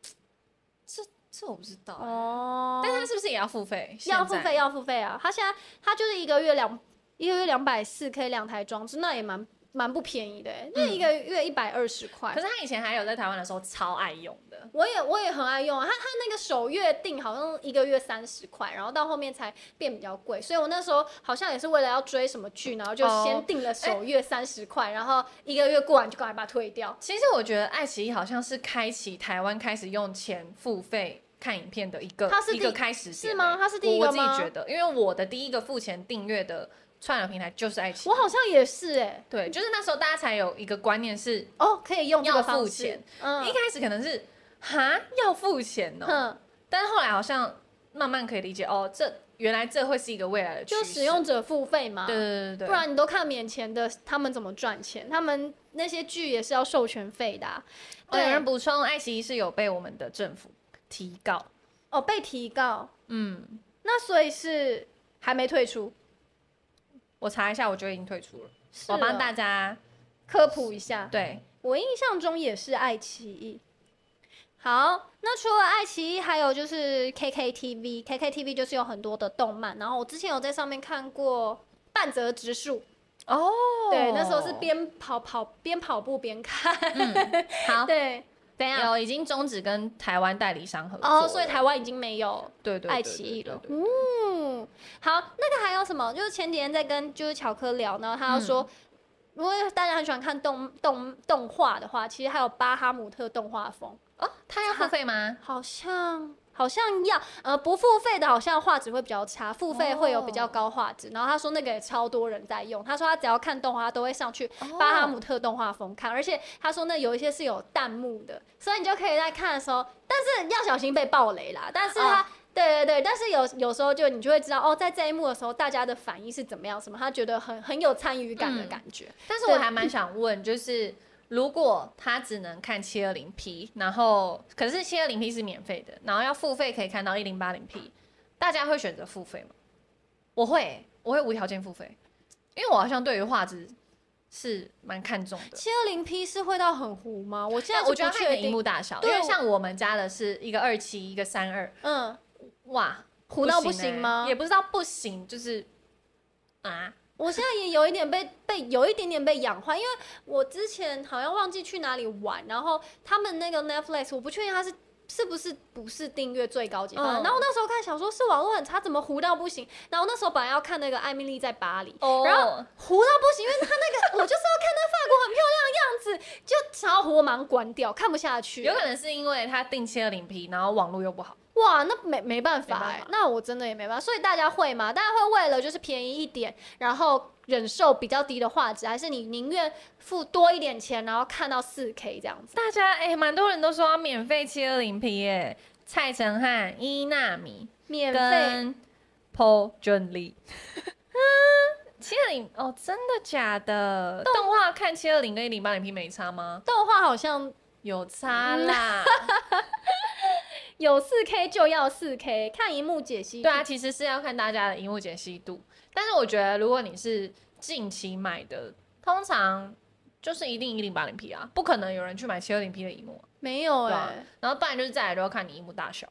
[SPEAKER 2] 这这我不知道，
[SPEAKER 1] 哦
[SPEAKER 2] 但它是不是也要付费？
[SPEAKER 1] 要付
[SPEAKER 2] 现在
[SPEAKER 1] 费，要付费啊！他现在他就是一个月两一个月两百四，可以两台装置，那也蛮蛮不便宜的欸、那一个月一百二十块
[SPEAKER 2] 可。是他以前还有在台湾的时候超爱用的，
[SPEAKER 1] 我也我也很爱用啊，他他那个首月订好像一个月三十块，然后到后面才变比较贵，所以我那时候好像也是为了要追什么剧，然后就
[SPEAKER 2] 哦
[SPEAKER 1] 先订了首月三十块，然后一个月过完就赶快把它退掉。
[SPEAKER 2] 其实我觉得爱奇艺好像是开启台湾开始用钱付费看影片的一个
[SPEAKER 1] 它是第
[SPEAKER 2] 一个开始点
[SPEAKER 1] 是吗
[SPEAKER 2] 欸
[SPEAKER 1] 它是第一个
[SPEAKER 2] 我我自己
[SPEAKER 1] 吗
[SPEAKER 2] 觉得，因为我的第一个付钱订阅的串流平台就是爱奇艺。
[SPEAKER 1] 我好像也是哎、
[SPEAKER 2] 对，就是那时候大家才有一个观念是，
[SPEAKER 1] 哦，可以用这个
[SPEAKER 2] 要
[SPEAKER 1] 方
[SPEAKER 2] 付
[SPEAKER 1] 式
[SPEAKER 2] 钱，
[SPEAKER 1] 嗯
[SPEAKER 2] 一开始可能是哈要付钱哦、
[SPEAKER 1] 嗯，
[SPEAKER 2] 但是后来好像慢慢可以理解哦，这原来这会是一个未来的趋
[SPEAKER 1] 就
[SPEAKER 2] 势，
[SPEAKER 1] 使用者付费嘛。
[SPEAKER 2] 对对对对，
[SPEAKER 1] 不然你都看免钱的，他们怎么赚钱？他们那些剧也是要授权费的、啊。
[SPEAKER 2] 哦、有
[SPEAKER 1] 对，
[SPEAKER 2] 人补充，爱奇艺是有被我们的政府提告，
[SPEAKER 1] 哦，被提告，
[SPEAKER 2] 嗯，
[SPEAKER 1] 那所以是还没退出。
[SPEAKER 2] 我查一下，我觉得已经退出了，
[SPEAKER 1] 是
[SPEAKER 2] 我帮
[SPEAKER 1] 哦
[SPEAKER 2] 大家
[SPEAKER 1] 科普一下，
[SPEAKER 2] 对
[SPEAKER 1] 我印象中也是爱奇艺。好，那除了爱奇艺，还有就是 KKTV，KKTV 就是有很多的动漫，然后我之前有在上面看过《半泽直树》，
[SPEAKER 2] 哦，
[SPEAKER 1] 对，那时候是边跑跑边跑步边看，
[SPEAKER 2] 嗯好，
[SPEAKER 1] 对，怎样？
[SPEAKER 2] 有已经终止跟台湾代理商合作了，
[SPEAKER 1] 哦，所以台湾已经没有
[SPEAKER 2] 对对对
[SPEAKER 1] 爱奇艺了
[SPEAKER 2] 对对对
[SPEAKER 1] 嗯，好，那个还有什么？就是前几天在跟就是巧克聊，然后他就说，如果大家很喜欢看动动动画的话，其实还有巴哈姆特动画风，
[SPEAKER 2] 哦，他要付费吗？
[SPEAKER 1] 好像好像要呃不付费的，好像画质会比较差，付费会有比较高画质。然后他说那个也超多人在用，他说他只要看动画他都会上去巴哈姆特动画风看，而且他说那有一些是有弹幕的，所以你就可以在看的时候，但是要小心被爆雷啦。但是他、对对对，但是有有时候就你就会知道哦，在这一幕的时候大家的反应是怎么样，什么他觉得很很有参与感的
[SPEAKER 2] 嗯
[SPEAKER 1] 感觉。
[SPEAKER 2] 但是我还蛮想问，就是如果他只能看七二零 P，然后可是七二零 P 是免费的，然后要付费可以看到一零八零 P，大家会选择付费吗？我会欸，我会无条件付费，因为我好像对于画质是蛮看重的。
[SPEAKER 1] 七二零 P 是会到很糊吗？我现在
[SPEAKER 2] 但
[SPEAKER 1] 是
[SPEAKER 2] 我觉得
[SPEAKER 1] 不
[SPEAKER 2] 它看你
[SPEAKER 1] 确
[SPEAKER 2] 的荧
[SPEAKER 1] 定，
[SPEAKER 2] 幕大小，因
[SPEAKER 1] 对
[SPEAKER 2] 为
[SPEAKER 1] 我
[SPEAKER 2] 像我们家的是一个二七，一个三二，
[SPEAKER 1] 嗯，
[SPEAKER 2] 哇，
[SPEAKER 1] 糊到不
[SPEAKER 2] 行欸
[SPEAKER 1] 行吗
[SPEAKER 2] 也不知道不行，就是啊，
[SPEAKER 1] 我现在也有一点被被有一点点被氧化，因为我之前好像忘记去哪里玩，然后他们那个 Netflix 我不确定它是是不是不是订阅最高级方案，
[SPEAKER 2] 嗯
[SPEAKER 1] 然后我那时候看想说是网络很差，怎么糊到不行？然后那时候本来要看那个《艾米丽在巴黎》。
[SPEAKER 2] 哦
[SPEAKER 1] 然后糊到不行，因为他那个我就是要看那法国很漂亮的样子，就想要糊，我马上关掉，看不下去。
[SPEAKER 2] 有可能是因为它定七二零 P，然后网络又不好。
[SPEAKER 1] 哇，那没没办法
[SPEAKER 2] 没办
[SPEAKER 1] 哎
[SPEAKER 2] 法
[SPEAKER 1] 那我真的也没办法。所以大家会吗？大家会为了就是便宜一点，然后忍受比较低的画质，还是你宁愿付多一点钱，然后看到四 K 这样子？
[SPEAKER 2] 大家哎，蛮、多人都说要免费七二零 P 耶，蔡成汉、伊纳米
[SPEAKER 1] 免费
[SPEAKER 2] 跟 Paul Jun Lee。七二零哦，真的假的？动画看七二零跟一零八零 P 没差吗？
[SPEAKER 1] 动画好像
[SPEAKER 2] 有差啦。
[SPEAKER 1] 嗯有四 K 就要四 K，看荧幕解析。
[SPEAKER 2] 对啊，，其实是要看大家的荧幕解析度。但是我觉得，如果你是近期买的，通常就是一定一零八零 P 啊，不可能有人去买七二零 P 的荧幕啊、
[SPEAKER 1] 没有
[SPEAKER 2] 对
[SPEAKER 1] 哎、
[SPEAKER 2] 啊然后不然就是再来都要看你荧幕大小。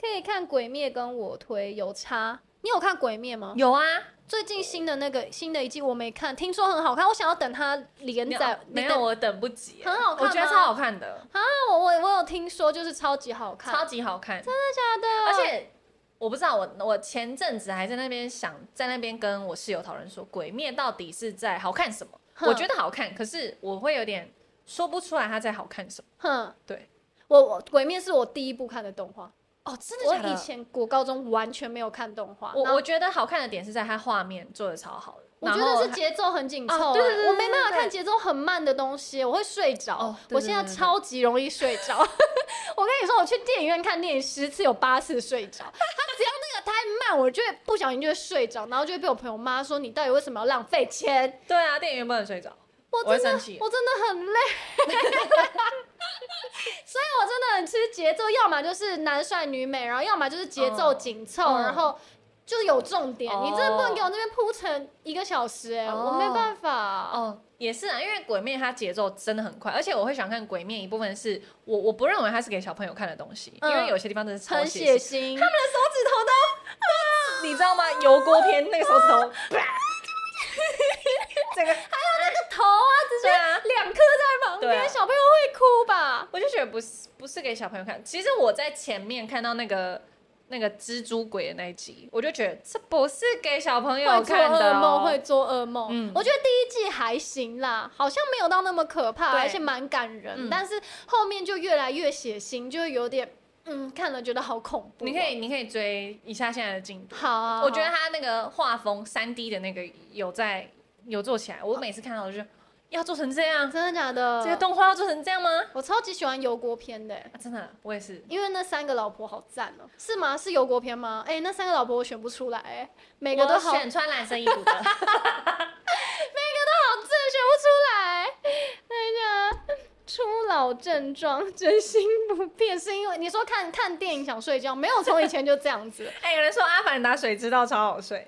[SPEAKER 1] 可以看《鬼灭》跟我推有差。你有看《鬼灭》吗？
[SPEAKER 2] 有啊，
[SPEAKER 1] 最近新的那个新的一季我没看，听说很好看，我想要等它连
[SPEAKER 2] 没
[SPEAKER 1] 载
[SPEAKER 2] 有。哦没
[SPEAKER 1] 你
[SPEAKER 2] 有，
[SPEAKER 1] 等
[SPEAKER 2] 我等不及欸、
[SPEAKER 1] 很好看
[SPEAKER 2] 我觉得
[SPEAKER 1] 吗
[SPEAKER 2] 超好看的，
[SPEAKER 1] 那我我我有听说，就是超级好看，
[SPEAKER 2] 超级好看。
[SPEAKER 1] 真的
[SPEAKER 2] 而且我不知道，我我前阵子还在那边想，在那边跟我室友讨论说，《鬼灭》到底是在好看什么？
[SPEAKER 1] 哼
[SPEAKER 2] 我觉得好看，可是我会有点说不出来它在好看什么。
[SPEAKER 1] 哼，
[SPEAKER 2] 对，
[SPEAKER 1] 我我《鬼灭》是我第一部看的动画，
[SPEAKER 2] 哦，真
[SPEAKER 1] 我以前我高中完全没有看动画，然
[SPEAKER 2] 我
[SPEAKER 1] 后
[SPEAKER 2] 我觉得好看的点是在它画面做的超好的，
[SPEAKER 1] 我觉
[SPEAKER 2] 然后
[SPEAKER 1] 得是节奏很紧凑、
[SPEAKER 2] 啊对对
[SPEAKER 1] 哎
[SPEAKER 2] 对对
[SPEAKER 1] 我没办法
[SPEAKER 2] 对对
[SPEAKER 1] 看节奏很慢的东西，我会睡着。
[SPEAKER 2] 哦对对
[SPEAKER 1] 我现在
[SPEAKER 2] 对对对
[SPEAKER 1] 超级容易睡着。 我跟你说，我去电影院看电影十次有八次睡着。他只要那个太慢，我就会不小心就会睡着，然后就会被我朋友骂说你到底为什么要浪费钱？
[SPEAKER 2] 对啊，电影院不能睡着，
[SPEAKER 1] 我
[SPEAKER 2] 我会
[SPEAKER 1] 真的
[SPEAKER 2] 生气
[SPEAKER 1] 我真的很累， 所以我真的很吃节奏，要么就是男帅女美，然后要么就是节奏紧凑，
[SPEAKER 2] 嗯嗯
[SPEAKER 1] 然后就是有重点。
[SPEAKER 2] 哦
[SPEAKER 1] 你真的不能给我那边铺成一个小时、哎、我
[SPEAKER 2] 哦
[SPEAKER 1] 没办法。
[SPEAKER 2] 哦，也是啊，因为《鬼灭》它节奏真的很快，而且我会想看《鬼灭》一部分是我我不认为它是给小朋友看的东西，
[SPEAKER 1] 嗯
[SPEAKER 2] 因为有些地方真的是超
[SPEAKER 1] 很
[SPEAKER 2] 血
[SPEAKER 1] 血
[SPEAKER 2] 腥，
[SPEAKER 1] 腥，
[SPEAKER 2] 他们的手指头都，啊你知道吗？油锅片那个手 指头，啪整个
[SPEAKER 1] 头啊，直接
[SPEAKER 2] 对啊。
[SPEAKER 1] 两颗在旁
[SPEAKER 2] 对啊
[SPEAKER 1] 边，小朋友会哭吧？
[SPEAKER 2] 我就觉得不是不是给小朋友看。其实我在前面看到那个那个蜘蛛鬼的那一集，我就觉得这不是给小朋友
[SPEAKER 1] 会做
[SPEAKER 2] 看的、
[SPEAKER 1] 噩
[SPEAKER 2] 哦，
[SPEAKER 1] 梦，会做噩梦。
[SPEAKER 2] 嗯
[SPEAKER 1] 我觉得第一季还行啦，好像没有到那么可怕，
[SPEAKER 2] 对
[SPEAKER 1] 而且蛮感人、
[SPEAKER 2] 嗯
[SPEAKER 1] 但是后面就越来越血腥，就有点嗯，看了觉得好恐怖哦、
[SPEAKER 2] 你可以你可以追一下现在的进度。
[SPEAKER 1] 好啊、
[SPEAKER 2] 我觉得他那个画风三 D 的那个有在有做起来，我每次看到我就觉得要做成这样，
[SPEAKER 1] 真的假的？
[SPEAKER 2] 这个动画要做成这样吗？啊
[SPEAKER 1] 我超级喜欢油锅片的、
[SPEAKER 2] 啊、真的，我也是。
[SPEAKER 1] 因为那三个老婆好赞哦、是吗？是油锅片吗？哎、那三个老婆我选不出来、哎，每个都
[SPEAKER 2] 我
[SPEAKER 1] 好
[SPEAKER 2] 选穿蓝色衣服
[SPEAKER 1] 好
[SPEAKER 2] 的，
[SPEAKER 1] 正选不出来，那个初老症状真心不变，是因为你说看看电影想睡觉，没有从以前就这样子。
[SPEAKER 2] 哎、有人说《阿凡达》水知道超好睡，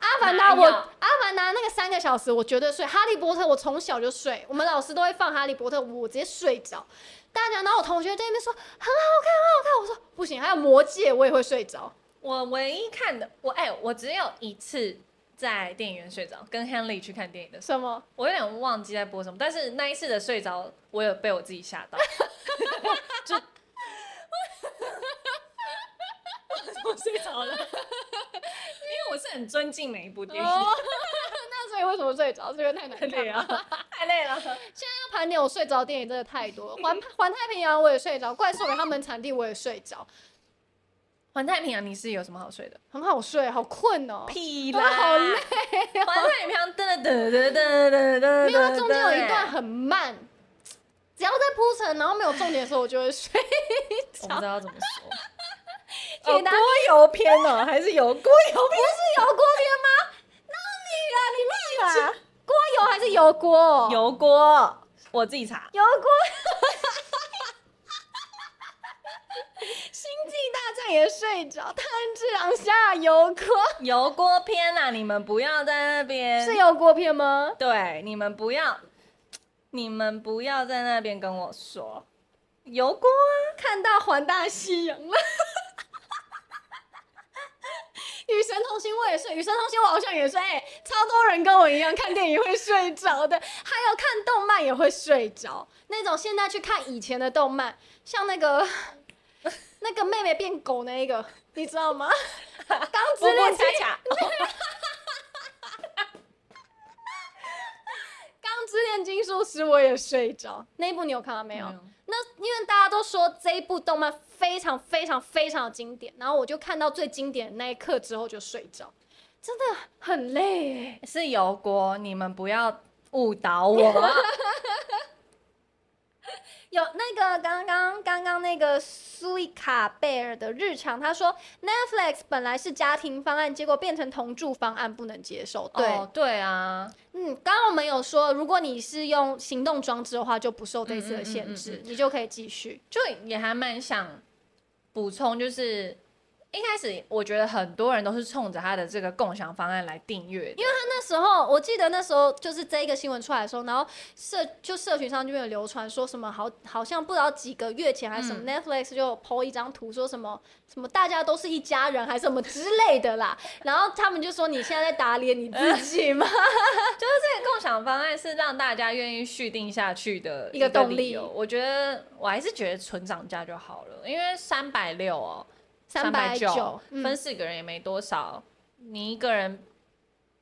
[SPEAKER 1] 阿凡达我
[SPEAKER 2] 哪有
[SPEAKER 1] 阿凡达那个三个小时我绝对睡，哈利波特我从小就睡，我们老师都会放哈利波特，我直接睡着。大家，然后我同学在那边说很好看，很好看，我说不行，还有魔戒我也会睡着。
[SPEAKER 2] 我唯一看的，我哎、我只有一次在电影院睡着，跟 Henley 去看电影的时
[SPEAKER 1] 什么？
[SPEAKER 2] 候，我有点忘记在播什么，但是那一次的睡着，我有被我自己吓到， 就 我睡着 了，因为我是很尊敬每一部 电影，
[SPEAKER 1] 哦， 那所以为什么睡着？是因为太难
[SPEAKER 2] 太
[SPEAKER 1] 看
[SPEAKER 2] 累
[SPEAKER 1] 了。
[SPEAKER 2] 了，啊太累了。
[SPEAKER 1] 盘点我睡着的电影真的太多了，《环环太平洋》我也睡着，《怪兽与他们的产地》我也睡着，
[SPEAKER 2] 环太平洋，你是有什么好睡的？
[SPEAKER 1] 很好睡，好困哦。
[SPEAKER 2] 屁
[SPEAKER 1] 啦
[SPEAKER 2] 好累、哦环太平洋，噔噔噔噔噔噔，
[SPEAKER 1] 没有，它中间有一段，很慢，只要在铺陈，然后没有重点的时候，我就会睡。
[SPEAKER 2] 我不知道要怎么 说。
[SPEAKER 1] 铁达
[SPEAKER 2] 油片哦，还是油锅油片？
[SPEAKER 1] 是油锅边吗？那你啊，你妹吧！锅油还是油锅？
[SPEAKER 2] 油锅，我自己查。
[SPEAKER 1] 油锅。 星际大战也睡着，炭治郎下油锅
[SPEAKER 2] 油锅片啊，你们不要在那边。
[SPEAKER 1] 是油锅片吗？
[SPEAKER 2] 对，你们不要，你们不要在那边跟我说油锅啊。
[SPEAKER 1] 看到环大西洋了。与神同行我也睡，与神同行我好像也睡、哎超多人跟我一样看电影会睡着的，还有看动漫也会睡着。那种现在去看以前的动漫，像那个那个妹妹变狗那一个，你知道吗？ 刚之
[SPEAKER 2] 波波
[SPEAKER 1] 恋
[SPEAKER 2] 恰恰，
[SPEAKER 1] 钢失恋金术师》我也睡着，那一部你有看到没有？那因为大家都说这一部动漫非常非常非常的经典，然后我就看到最经典的那一刻之后就睡着，真的很累耶。
[SPEAKER 2] 是油锅，你们不要误导我。
[SPEAKER 1] 有那个刚刚刚刚那个苏伊卡贝尔的日常，他说 Netflix 本来是家庭方案，结果变成同住方案，不能接受。 对，
[SPEAKER 2] 哦对啊，
[SPEAKER 1] 嗯，刚刚我们有说，如果你是用行动装置的话，就不受这次的限制，
[SPEAKER 2] 嗯嗯
[SPEAKER 1] 你就可以继续。
[SPEAKER 2] 就也还蛮想补充，就是一开始我觉得很多人都是冲着他的这个共享方案来订阅的，因为
[SPEAKER 1] 那时候我记得那时候就是这一个新闻出来的时候，然后社就社群上就有流传说什么好好像不知道几个月前还是什
[SPEAKER 2] 嗯
[SPEAKER 1] 么、Netflix 就有 po 一张图说什么什么大家都是一家人还是什么之类的啦，然后他们就说你现在在打脸你自己 嘛，
[SPEAKER 2] 这个共享方案是让大家愿意续订下去的
[SPEAKER 1] 一个动力
[SPEAKER 2] 理由。我觉得我还是觉得纯涨价就好了，因为三百六哦，
[SPEAKER 1] 百
[SPEAKER 2] 九
[SPEAKER 1] 嗯
[SPEAKER 2] 分四个人也没多少，你一个人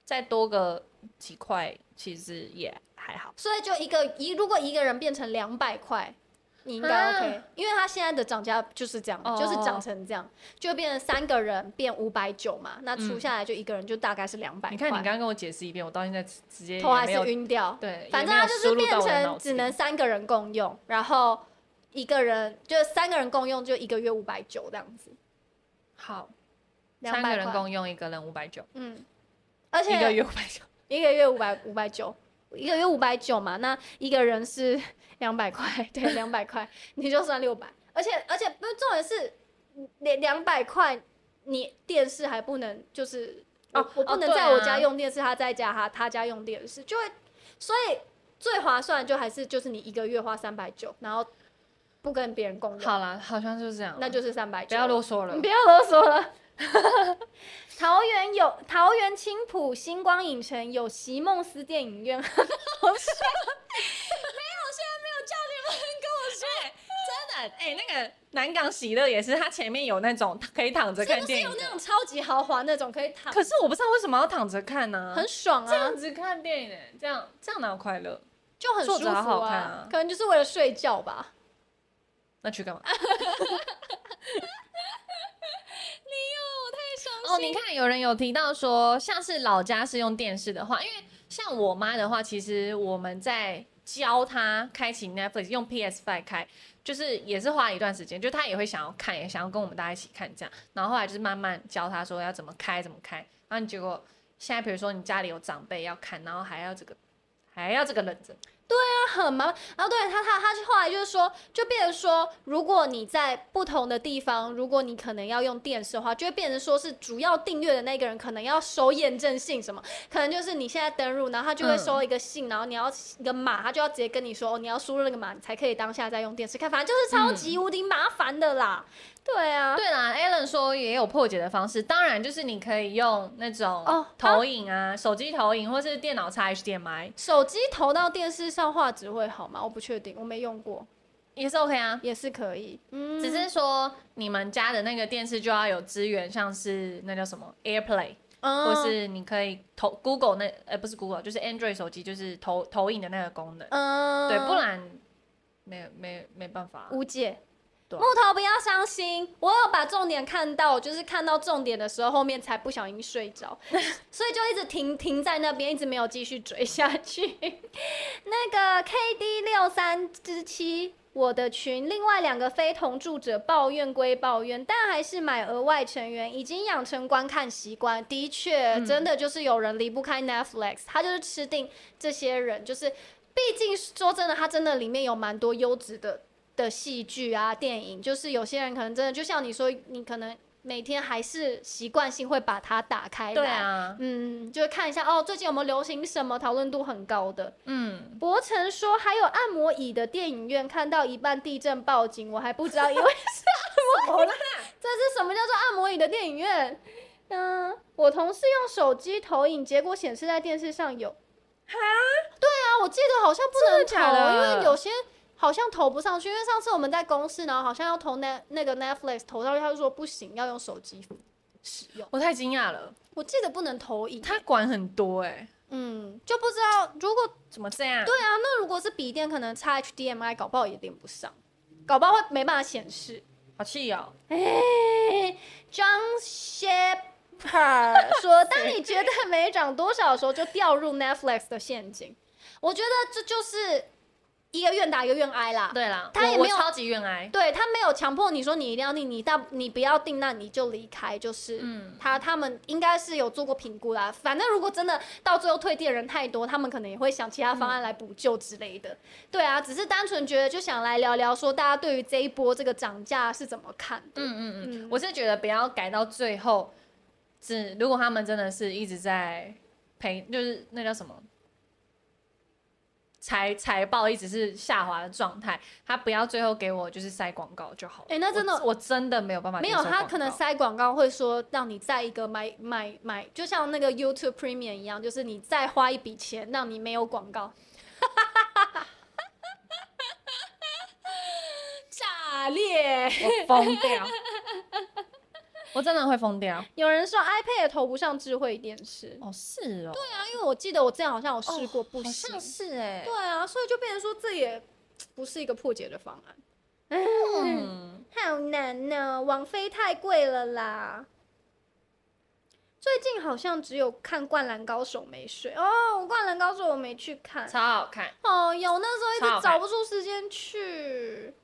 [SPEAKER 2] 再多个几块，其实也还好。
[SPEAKER 1] 所以就一个一如果一个人变成两百块，你应该
[SPEAKER 2] 啊
[SPEAKER 1] OK，、因为他现在的涨价就是这样，
[SPEAKER 2] 哦
[SPEAKER 1] 就是涨成这样，就变成三个人变五百九嘛，那除下来就一个人就大概是两百块。
[SPEAKER 2] 嗯你看，你刚刚跟我解释一遍，我到现在直直接
[SPEAKER 1] 头
[SPEAKER 2] 也
[SPEAKER 1] 还
[SPEAKER 2] 没
[SPEAKER 1] 是
[SPEAKER 2] 有
[SPEAKER 1] 晕掉，
[SPEAKER 2] 对，
[SPEAKER 1] 反
[SPEAKER 2] 也
[SPEAKER 1] 正
[SPEAKER 2] 没有
[SPEAKER 1] 它就是
[SPEAKER 2] 输入到
[SPEAKER 1] 变
[SPEAKER 2] 我的脑
[SPEAKER 1] 成
[SPEAKER 2] 子
[SPEAKER 1] 只
[SPEAKER 2] 里
[SPEAKER 1] 能三个人共用，然后一个人就是三个人共用就一个月五百九这样子，
[SPEAKER 2] 好，
[SPEAKER 1] 两
[SPEAKER 2] 三
[SPEAKER 1] 百
[SPEAKER 2] 个人共用，一个人五百九，
[SPEAKER 1] 嗯，而且
[SPEAKER 2] 一个月五百 九，
[SPEAKER 1] 一个月五百五百九，一个月五百九嘛，那一个人是 两百块， 对，两百块，你就算六百，而且而且不是重点是，两两百块你电视还不能就是
[SPEAKER 2] 哦
[SPEAKER 1] 我我不
[SPEAKER 2] 哦
[SPEAKER 1] 能
[SPEAKER 2] 对
[SPEAKER 1] 在我
[SPEAKER 2] 啊
[SPEAKER 1] 家用电视，他在家他他家用电视，就会所以最划算就还是就是你一个月花三百九，然后不跟别人共用，
[SPEAKER 2] 好啦，好像就是这样，
[SPEAKER 1] 那就是三百九，
[SPEAKER 2] 不要啰嗦了
[SPEAKER 1] 你不。要啰嗦了。 桃园有桃园青浦星光影城有席梦思电影院，好笑。没有，现在没有教练了。
[SPEAKER 2] 真的，哎、那个南港喜乐也是，它前面有那种可以躺着
[SPEAKER 1] 这
[SPEAKER 2] 看
[SPEAKER 1] 就
[SPEAKER 2] 电
[SPEAKER 1] 是
[SPEAKER 2] 影
[SPEAKER 1] 有那
[SPEAKER 2] 的，
[SPEAKER 1] 种超级豪华那种，可以躺，
[SPEAKER 2] 可是我不知道为什么要躺着看呢、
[SPEAKER 1] 很爽
[SPEAKER 2] 这
[SPEAKER 1] 啊
[SPEAKER 2] 样，子看电影、哎，这样这样哪有快乐？
[SPEAKER 1] 就很舒
[SPEAKER 2] 坐
[SPEAKER 1] 服
[SPEAKER 2] 着好好看
[SPEAKER 1] 啊
[SPEAKER 2] 啊。
[SPEAKER 1] 可能就是为了睡觉吧。
[SPEAKER 2] 那去干嘛？
[SPEAKER 1] 哦
[SPEAKER 2] 哦，你看有人有提到说，像是老家是用电视的话，因为像我妈的话，其实我们在教她开启 Netflix 用 PS Five 开，就是也是花一段时间，就她也会想要看，也想要跟我们大家一起看这样。然后后来就是慢慢教她说要怎么开，怎么开。然后你结果现在比如说你家里有长辈要看，然后还要这个。还要这个忍着，
[SPEAKER 1] 很麻烦。然后对他，他他后来就是说，就变成说，如果你在不同的地方，如果你可能要用电视的话，就会变成说是主要订阅的那个人可能要收验证信什么，可能就是你现在登录，然后他就会
[SPEAKER 2] 嗯
[SPEAKER 1] 收一个信，然后你要一个码，他就要直接跟你说，哦，你要输入那个码，你才可以当下再用电视看。反正就是超
[SPEAKER 2] 嗯
[SPEAKER 1] 级无敌麻烦的啦。对啊，
[SPEAKER 2] 对啦。Alan 说也有破解的方式，当然就是你可以用那
[SPEAKER 1] 哦
[SPEAKER 2] 种投影啊，手机投影或是电脑插 HDMI
[SPEAKER 1] 手机投到电视上画质会好吗？我不确定，我没用过，
[SPEAKER 2] 也是 OK 啊。
[SPEAKER 1] 也是可以。嗯，
[SPEAKER 2] 只是说你们家的那个电视就要有资源，像是那叫什么 AirPlay，、
[SPEAKER 1] 嗯
[SPEAKER 2] 或是你可以投 Google 那呃不是 Google，就是 Android 手机就是投投影的那个功能，
[SPEAKER 1] 嗯，
[SPEAKER 2] 对，不然没没没办法。
[SPEAKER 1] 无解。
[SPEAKER 2] 对
[SPEAKER 1] 木头不要伤心，我有把重点看到，就是看到重点的时候，后面才不小心睡着，所以就一直停停在那边，一直没有继续追下去。 那个 KD 六三之七，我的群另外两个非同住者抱怨归抱怨，但还是买额外成员，已经养成观看习惯。的确，
[SPEAKER 2] 嗯
[SPEAKER 1] 真的就是有人离不开 Netflix，他就是吃定这些人，就是毕竟说真的，它真的里面有蛮多优质的的戏剧啊、电影，就是有些人可能真的就像你说，你可能每天还是习惯性会把它打开来，
[SPEAKER 2] 对，啊，
[SPEAKER 1] 嗯，就会看一下哦，最近有没有流行什么讨论度很高的。
[SPEAKER 2] 嗯，
[SPEAKER 1] 博成说还有按摩椅的电影院，看到一半地震报警，我还不知道因为是按摩椅，这是什么叫做按摩椅的电影院？嗯，我同事用手机投影，结果显示在电视上有。哈？对啊，我记得好像不能投，
[SPEAKER 2] 真的假的
[SPEAKER 1] 因为有些好像投不上去。因为上次我们在公司，然后好像要投那那个 Netflix 投上去，他就说不行，要用手机使用。
[SPEAKER 2] 我太惊讶了，
[SPEAKER 1] 我记得不能投影，
[SPEAKER 2] 他管很多哎、
[SPEAKER 1] 嗯，就不知道如果
[SPEAKER 2] 怎么这样？
[SPEAKER 1] 对啊，那如果是笔电，可能插 HDMI 搞不好也连不上，搞不好会没办法显示。
[SPEAKER 2] 好气哦！
[SPEAKER 1] 哎、j o h n Shepard 说，当你觉得没涨多少的时候，就掉入 Netflix 的陷阱。我觉得这就是一个愿打一个愿挨啦。
[SPEAKER 2] 对啦，
[SPEAKER 1] 他也
[SPEAKER 2] 我
[SPEAKER 1] 没有
[SPEAKER 2] 我超级愿挨，
[SPEAKER 1] 对他没有强迫你说你一定要订，你到你不要订，那你就离开，就是。
[SPEAKER 2] 嗯，
[SPEAKER 1] 他他们应该是有做过评估啦，反正如果真的到最后退订的人太多，他们可能也会想其他方案来补救之类
[SPEAKER 2] 嗯
[SPEAKER 1] 的。对啊，只是单纯觉得就想来聊聊说大家对于这一波这个涨价是怎么看的。
[SPEAKER 2] 嗯嗯
[SPEAKER 1] 嗯
[SPEAKER 2] 嗯，我是觉得不要改到最后，只如果他们真的是一直在赔，就是那叫什么财财报一直是下滑的状态，他不要最后给我就是塞广告就好了。
[SPEAKER 1] 诶那真的
[SPEAKER 2] 我我真的没有办法
[SPEAKER 1] 没
[SPEAKER 2] 接受
[SPEAKER 1] 有，
[SPEAKER 2] 广告，
[SPEAKER 1] 他可能塞广告会说让你在一个买买买，就像那个 YouTube Premium 一样，就是你再花一笔钱让你没有广 告。炸裂！
[SPEAKER 2] 我疯掉，我真的会 疯掉。
[SPEAKER 1] 有人说 iPad 也投不上智慧电视，
[SPEAKER 2] 哦，是哦，对啊，
[SPEAKER 1] 因为我记得我之前好像有试过不
[SPEAKER 2] 哦好
[SPEAKER 1] 行，
[SPEAKER 2] 像是哎、
[SPEAKER 1] 对啊，所以就变成说这也不是一个破解的方案，
[SPEAKER 2] 嗯，
[SPEAKER 1] 好难呢、网飞太贵了啦。最近好像只有看《灌篮高手》没睡哦，《灌篮高手》我没去看，
[SPEAKER 2] 超好看。
[SPEAKER 1] 哦，有那时候一
[SPEAKER 2] 超
[SPEAKER 1] 直
[SPEAKER 2] 好
[SPEAKER 1] 找
[SPEAKER 2] 看
[SPEAKER 1] 不出时间 去。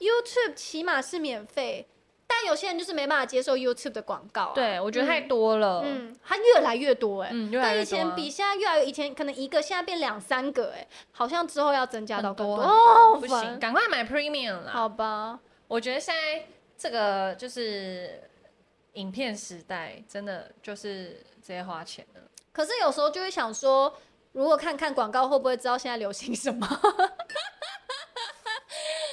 [SPEAKER 1] YouTube 起码是免费，但有些人就是没办法接受 YouTube 的广告、啊。
[SPEAKER 2] 对，我觉得太
[SPEAKER 1] 嗯
[SPEAKER 2] 多了。嗯，
[SPEAKER 1] 嗯，它越来越多哎、
[SPEAKER 2] 越来
[SPEAKER 1] 但
[SPEAKER 2] 越
[SPEAKER 1] 以
[SPEAKER 2] 多啊、
[SPEAKER 1] 前比现在越来越，以前可能一个，现在变两三个、哎，好像之后要增加到
[SPEAKER 2] 很
[SPEAKER 1] 更
[SPEAKER 2] 多
[SPEAKER 1] 哦，
[SPEAKER 2] 不
[SPEAKER 1] 烦
[SPEAKER 2] 行，赶快买 Premium 啦。
[SPEAKER 1] 好吧，
[SPEAKER 2] 我觉得现在这个就是影片时代，真的就是直接花钱了。
[SPEAKER 1] 可是有时候就会想说，如果看看广告，会不会知道现在流行什么？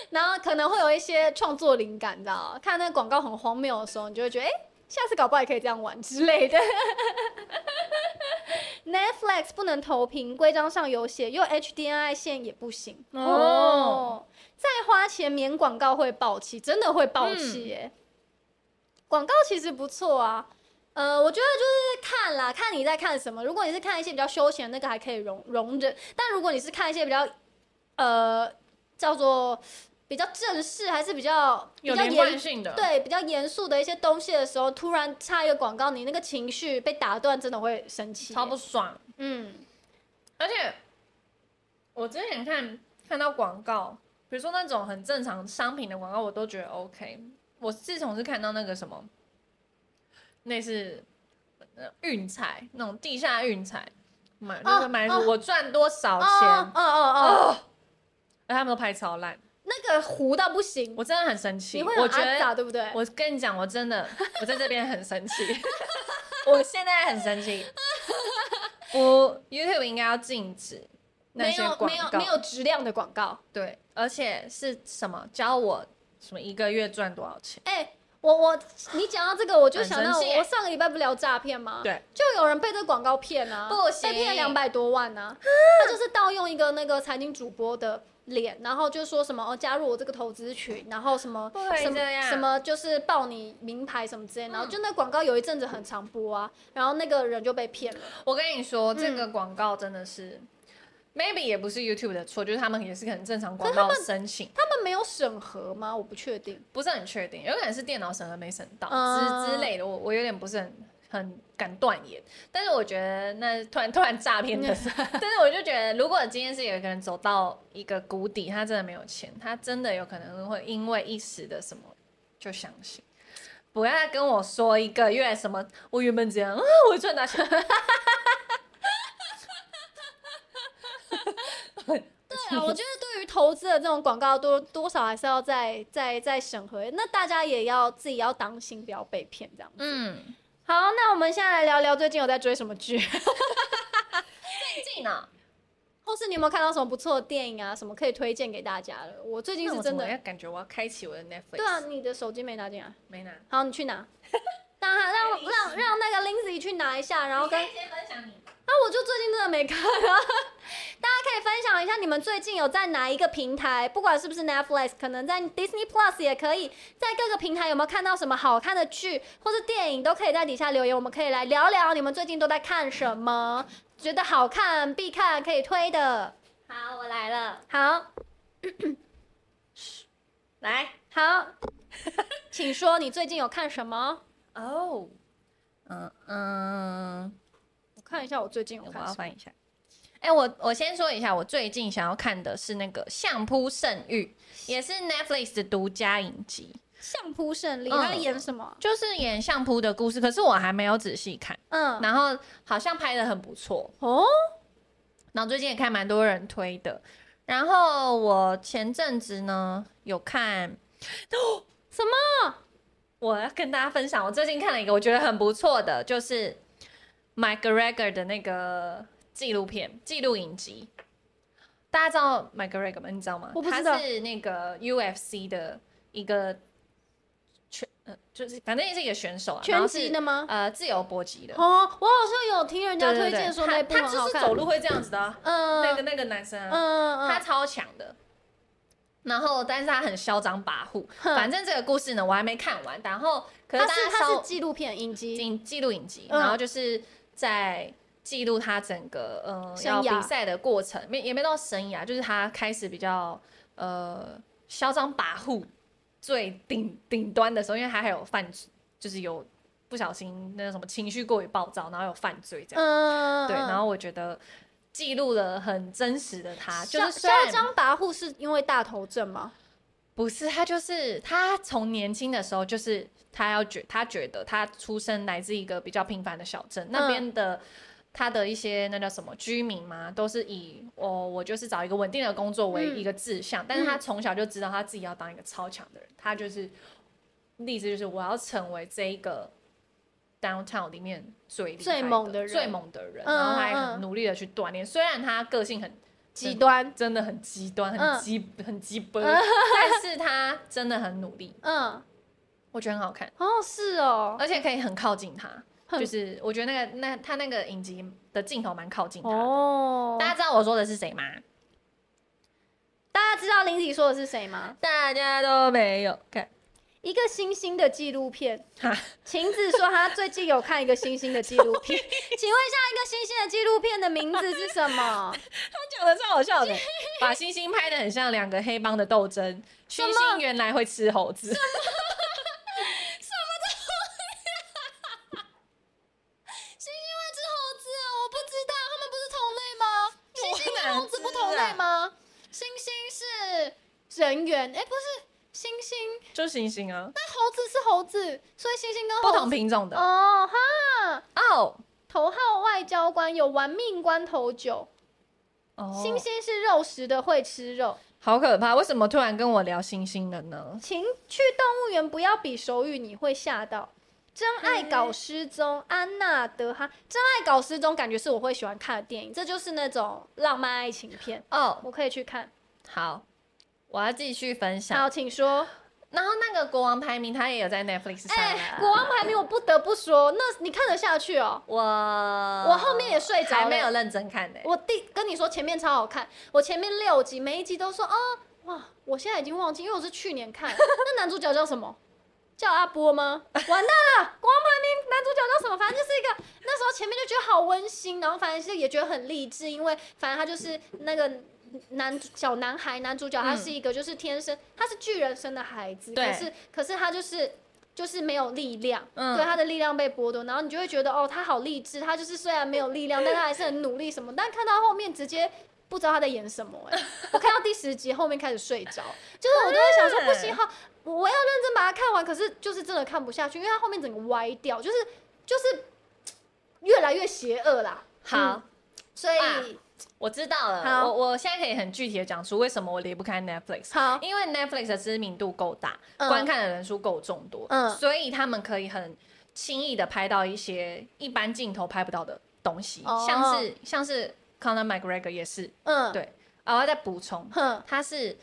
[SPEAKER 1] 然后可能会有一些创作灵感，你知道吗看那广告很荒谬的时候，你就会觉得，哎、下次搞不好也可以这样玩之类的。Netflix 不能投屏，规章上有写，用 HDMI 线也不行。
[SPEAKER 2] 哦
[SPEAKER 1] 哦，再花钱免广告会爆气，真的会爆气耶、
[SPEAKER 2] 嗯
[SPEAKER 1] 广告其实不错啊，呃，我觉得就是看啦，看你在看什么。如果你是看一些比较休闲的，那个还可以容容忍；但如果你是看一些比较，呃，叫做比较正式，还是比较比
[SPEAKER 2] 有
[SPEAKER 1] 较
[SPEAKER 2] 连
[SPEAKER 1] 严
[SPEAKER 2] 贯性的，，
[SPEAKER 1] 对比较严肃的一些东西的时候，突然插一个广告，你那个情绪被打断，真的会生气。
[SPEAKER 2] 超不爽。
[SPEAKER 1] 嗯，
[SPEAKER 2] 而且我之前看看到广告，比如说那种很正常商品的广告，我都觉得 OK。我自从是看到那个什么，那是呃运彩那种地下运彩，买就是买
[SPEAKER 1] 哦
[SPEAKER 2] 入我赚多少
[SPEAKER 1] 哦
[SPEAKER 2] 钱，
[SPEAKER 1] 哦哦哦，
[SPEAKER 2] 而他们都拍超烂，
[SPEAKER 1] 那个糊到不行，
[SPEAKER 2] 我真的很生气。
[SPEAKER 1] 你会有
[SPEAKER 2] 我觉
[SPEAKER 1] 阿
[SPEAKER 2] 得
[SPEAKER 1] 杂对不对？
[SPEAKER 2] 我跟你讲，我真的，我在这边很 生气，我现在很生气。我 YouTube 应该要禁止那
[SPEAKER 1] 没
[SPEAKER 2] 些
[SPEAKER 1] 有
[SPEAKER 2] 广
[SPEAKER 1] 没有
[SPEAKER 2] 告，
[SPEAKER 1] 没有质量的广告。
[SPEAKER 2] 对，而且是什么教我什么一个月赚多少钱？
[SPEAKER 1] 哎、我我你讲到这个，我就想到
[SPEAKER 2] 很生气
[SPEAKER 1] 我上个礼拜不聊诈骗吗？
[SPEAKER 2] 对，
[SPEAKER 1] 就有人被这广告骗啊，
[SPEAKER 2] 不
[SPEAKER 1] 被骗两
[SPEAKER 2] 行
[SPEAKER 1] 百多万啊。他就是盗用一个那个财经主播的脸，然后就说什么哦加入我这个投资群，然后什么
[SPEAKER 2] 不可以
[SPEAKER 1] 什么
[SPEAKER 2] 这样
[SPEAKER 1] 什么就是报你名牌什么之类，然后就那广告有一阵子很常播啊，然后那个人就被骗了。
[SPEAKER 2] 我跟你说，这
[SPEAKER 1] 嗯
[SPEAKER 2] 个广告真的是、maybe 也不是 YouTube 的错，就是他们也是很正 常广告申请，
[SPEAKER 1] 他们没有审核吗？我不确定。
[SPEAKER 2] 不是很确定，有可能是电脑审核没审到、
[SPEAKER 1] 嗯
[SPEAKER 2] 之之类的，我我有点不是很。很敢断言，但是我觉得那突然突然诈 骗的，但是我就觉得，如果今天是有一个人走到一个谷底，他真的没有钱，他真的有可能会因为一时的什么就相信。不要再跟我说一个月什么，我原本这样啊，我赚到钱。
[SPEAKER 1] 对啊，我觉得对于投资的这种广告多多少还是要再再再审核，那大家也要自己要当心，不要被骗这样。
[SPEAKER 2] 嗯，
[SPEAKER 1] 好，那我们现在来聊聊最近有在追什么剧，
[SPEAKER 2] 最近呢，
[SPEAKER 1] 或是你有没有看到什么不错的电影啊，什么可以推荐给大家的？我最近
[SPEAKER 2] 那
[SPEAKER 1] 是
[SPEAKER 2] 我
[SPEAKER 1] 真
[SPEAKER 2] 真
[SPEAKER 1] 的
[SPEAKER 2] 的，要感觉我要开启我的 Netflix。
[SPEAKER 1] 对啊，，你的手机没拿进来，
[SPEAKER 2] 没拿。
[SPEAKER 1] 好，你去拿， 让他让让让那个 Lindsay 去拿一下，然后跟
[SPEAKER 2] 先分享你。
[SPEAKER 1] 啊，我就最近真的没看啊， 大家可以分享一下你们最近有在哪一个平台，不管是不是 Netflix，可能在 Disney Plus 也可以，在各个平台有没有看到什么好看的剧或是电影，都可以在底下留言，我们可以来聊聊你们最近都在看什么，觉得好看、必看、可以推的。
[SPEAKER 4] 好，我来了。
[SPEAKER 1] 好，
[SPEAKER 4] 来
[SPEAKER 1] 好，请说你最近有看什么？
[SPEAKER 4] 哦，
[SPEAKER 2] 嗯嗯，
[SPEAKER 1] 我看一下我最近有
[SPEAKER 2] 我
[SPEAKER 1] 看
[SPEAKER 2] 要
[SPEAKER 1] 什么。
[SPEAKER 2] 翻一下。哎、我我先说一下，我最近想要看的是那个《相扑圣域》，也是 Netflix 的独家影集，
[SPEAKER 1] 相扑胜利，
[SPEAKER 2] 嗯
[SPEAKER 1] 他在演什么？啊
[SPEAKER 2] 就是演相扑的故事。可是我还没有仔细看，
[SPEAKER 1] 嗯，
[SPEAKER 2] 然后好像拍的很不错，
[SPEAKER 1] 哦，
[SPEAKER 2] 然后最近也看蛮多人推的。然后我前阵子呢有 看，
[SPEAKER 1] 哦什
[SPEAKER 2] 么？我要跟大家分享，我最近看了一个我觉得很不错的，就是 Mike Gregor 的那个纪录片纪录影集。大家知道 Mike Gregor 吗？你知道吗？
[SPEAKER 1] 我不知道
[SPEAKER 2] 他是那个 UFC 的一个全，呃，就是反正也是一个选手啊，然
[SPEAKER 1] 全
[SPEAKER 2] 后
[SPEAKER 1] 集
[SPEAKER 2] 是
[SPEAKER 1] 的吗？
[SPEAKER 2] 呃自由搏击的。
[SPEAKER 1] 哦，我好像有听人家
[SPEAKER 2] 对
[SPEAKER 1] 推
[SPEAKER 2] 对对
[SPEAKER 1] 荐说那
[SPEAKER 2] 他
[SPEAKER 1] 部
[SPEAKER 2] 他
[SPEAKER 1] 很好
[SPEAKER 2] 就是
[SPEAKER 1] 看。
[SPEAKER 2] 走路会这样子的啊、
[SPEAKER 1] 嗯，
[SPEAKER 2] 那个那个男生啊，
[SPEAKER 1] 嗯嗯，
[SPEAKER 2] 他超强的。然后，但是他很嚣张跋扈。
[SPEAKER 1] 哼
[SPEAKER 2] 反正这个故事呢，我还没看完。然后，可是
[SPEAKER 1] 他
[SPEAKER 2] 大
[SPEAKER 1] 是
[SPEAKER 2] 家
[SPEAKER 1] 他
[SPEAKER 2] 稍
[SPEAKER 1] 是纪录片影集，
[SPEAKER 2] 影记录影集，
[SPEAKER 1] 嗯
[SPEAKER 2] 然后就是在记录他整个呃
[SPEAKER 1] 生
[SPEAKER 2] 要
[SPEAKER 1] 涯
[SPEAKER 2] 比赛的过程，没也没到生涯，就是他开始比较呃嚣张跋扈最顶顶端的时候，因为他还有犯，就是有不小心那个什么情绪过于暴躁，然后有犯罪这样。
[SPEAKER 1] 嗯，
[SPEAKER 2] 对，
[SPEAKER 1] 嗯
[SPEAKER 2] 然后我觉得记录了很真实的他，啊就
[SPEAKER 1] 嚣
[SPEAKER 2] 是虽
[SPEAKER 1] 嚣
[SPEAKER 2] 然
[SPEAKER 1] 张跋扈是因为大头症吗？
[SPEAKER 2] 不是他，就是他从年轻的时候，就是他要觉他觉得他出生来自一个比较平凡的小镇，
[SPEAKER 1] 嗯
[SPEAKER 2] 那边的他的一些那叫什么居民嘛，都是以哦我就是找一个稳定的工作为
[SPEAKER 1] 嗯
[SPEAKER 2] 一个志向，但是他从小就知道他自己要当一个超强的人，他就是立志就是我要成为这一个 downtown 里面最厉害
[SPEAKER 1] 最猛的人
[SPEAKER 2] 最猛的人，
[SPEAKER 1] 嗯
[SPEAKER 2] 然后他也
[SPEAKER 1] 嗯
[SPEAKER 2] 很努力的去锻炼，虽然他个性很
[SPEAKER 1] 极
[SPEAKER 2] 嗯
[SPEAKER 1] 端，
[SPEAKER 2] 真的很极端，
[SPEAKER 1] 嗯
[SPEAKER 2] 很极、很 极端，但是他真的很努力，
[SPEAKER 1] 嗯，
[SPEAKER 2] 我觉得很好看，
[SPEAKER 1] 哦是哦，
[SPEAKER 2] 而且可以很靠近他，
[SPEAKER 1] 很
[SPEAKER 2] 就是我觉得那个那他那个影集的镜头蛮靠近他的。
[SPEAKER 1] 哦，
[SPEAKER 2] 呃大家知道我说的是谁吗？
[SPEAKER 1] 大家知道林体说的是谁吗？
[SPEAKER 2] 大家都没有看，
[SPEAKER 1] 一个星星的纪录片
[SPEAKER 2] 哈，
[SPEAKER 1] 晴子说她最近有看一个星星的纪录片， 请问一下，一个星星的纪录片的名字是什么？
[SPEAKER 2] 讲的超好笑的， 把星星拍的很像两个黑帮的斗争，星星原来会吃猴 子，
[SPEAKER 1] 星星会吃猴子啊？我不知道，他们不是同类吗？星星跟猴子不同类吗？
[SPEAKER 2] 啊
[SPEAKER 1] 星星是人猿，哎、不是，星星
[SPEAKER 2] 就星星啊，
[SPEAKER 1] 那猴子是猴子，所以星星跟
[SPEAKER 2] 不
[SPEAKER 1] 猴
[SPEAKER 2] 同
[SPEAKER 1] 子
[SPEAKER 2] 品种的
[SPEAKER 1] 哦哈。
[SPEAKER 2] 哦
[SPEAKER 1] 头号外交官有玩命关头酒，
[SPEAKER 2] 哦，
[SPEAKER 1] 星星是肉食的，会吃肉。
[SPEAKER 2] 好可怕，为什么突然跟我聊星星了呢？
[SPEAKER 1] 请去动物园，不要比手语，你会吓到。真爱搞失踪，安娜德哈。真爱搞失踪，感觉是我会喜欢看的电影，这就是那种浪漫爱情片，
[SPEAKER 2] 哦，
[SPEAKER 1] 我可以去看。
[SPEAKER 2] 好，我要继续分享。
[SPEAKER 1] 好，请说。
[SPEAKER 2] 然后那个国王排名，它也有在 Netflix 上、
[SPEAKER 1] 哎、
[SPEAKER 2] 啊
[SPEAKER 1] 国王排名，我不得不说，那你看得下去哦。
[SPEAKER 2] 我
[SPEAKER 1] 我
[SPEAKER 2] 我
[SPEAKER 1] 后面也睡着了
[SPEAKER 2] 嗯还没有认真看呢、欸
[SPEAKER 1] 我第跟你说前面超好看，我前面六集每一集都说哦哇，我现在已经忘记，因为我是去年看。 那男主角叫什么？叫阿波 吗？完蛋了，国王排名男主角叫什么？反正就是一个那时候前面就觉得好温馨，然后反正是也觉得很励志，因为反正他就是那个。男小男孩，男主角他
[SPEAKER 2] 嗯
[SPEAKER 1] 是一个，就是天生、他是巨人生的孩子，可
[SPEAKER 2] 对
[SPEAKER 1] 是可是他就是就是没有力量，
[SPEAKER 2] 嗯
[SPEAKER 1] 对他的力量被剥夺，然后你就会觉得哦，他好励志，他就是虽然没有力量，但他还是很努力什么。但看到后面直接不知道他在演什么、 哎，我看到第十集后面开始睡着，就是我都会想说
[SPEAKER 2] 啊
[SPEAKER 1] 不行哈，我我要认真把它看完，可是就是真的看不下去，因为它后面整个歪掉，就是就是越来越邪恶啦。嗯
[SPEAKER 2] 好，
[SPEAKER 1] 所以、
[SPEAKER 2] 啊我知道了。
[SPEAKER 1] 好
[SPEAKER 2] 我我现在可以很具体的讲出为什么我离不开 Netflix，
[SPEAKER 1] 好，
[SPEAKER 2] 因为 Netflix 的知名度够大，
[SPEAKER 1] 嗯
[SPEAKER 2] 观看的人数够众多，
[SPEAKER 1] 嗯
[SPEAKER 2] 所以他们可以很轻易的拍到一些一般镜头拍不到的东西，
[SPEAKER 1] 哦
[SPEAKER 2] 像是像是 Conor McGregor 也是。
[SPEAKER 1] 嗯，
[SPEAKER 2] 对啊，我要再补充，
[SPEAKER 1] 哼，
[SPEAKER 2] 他是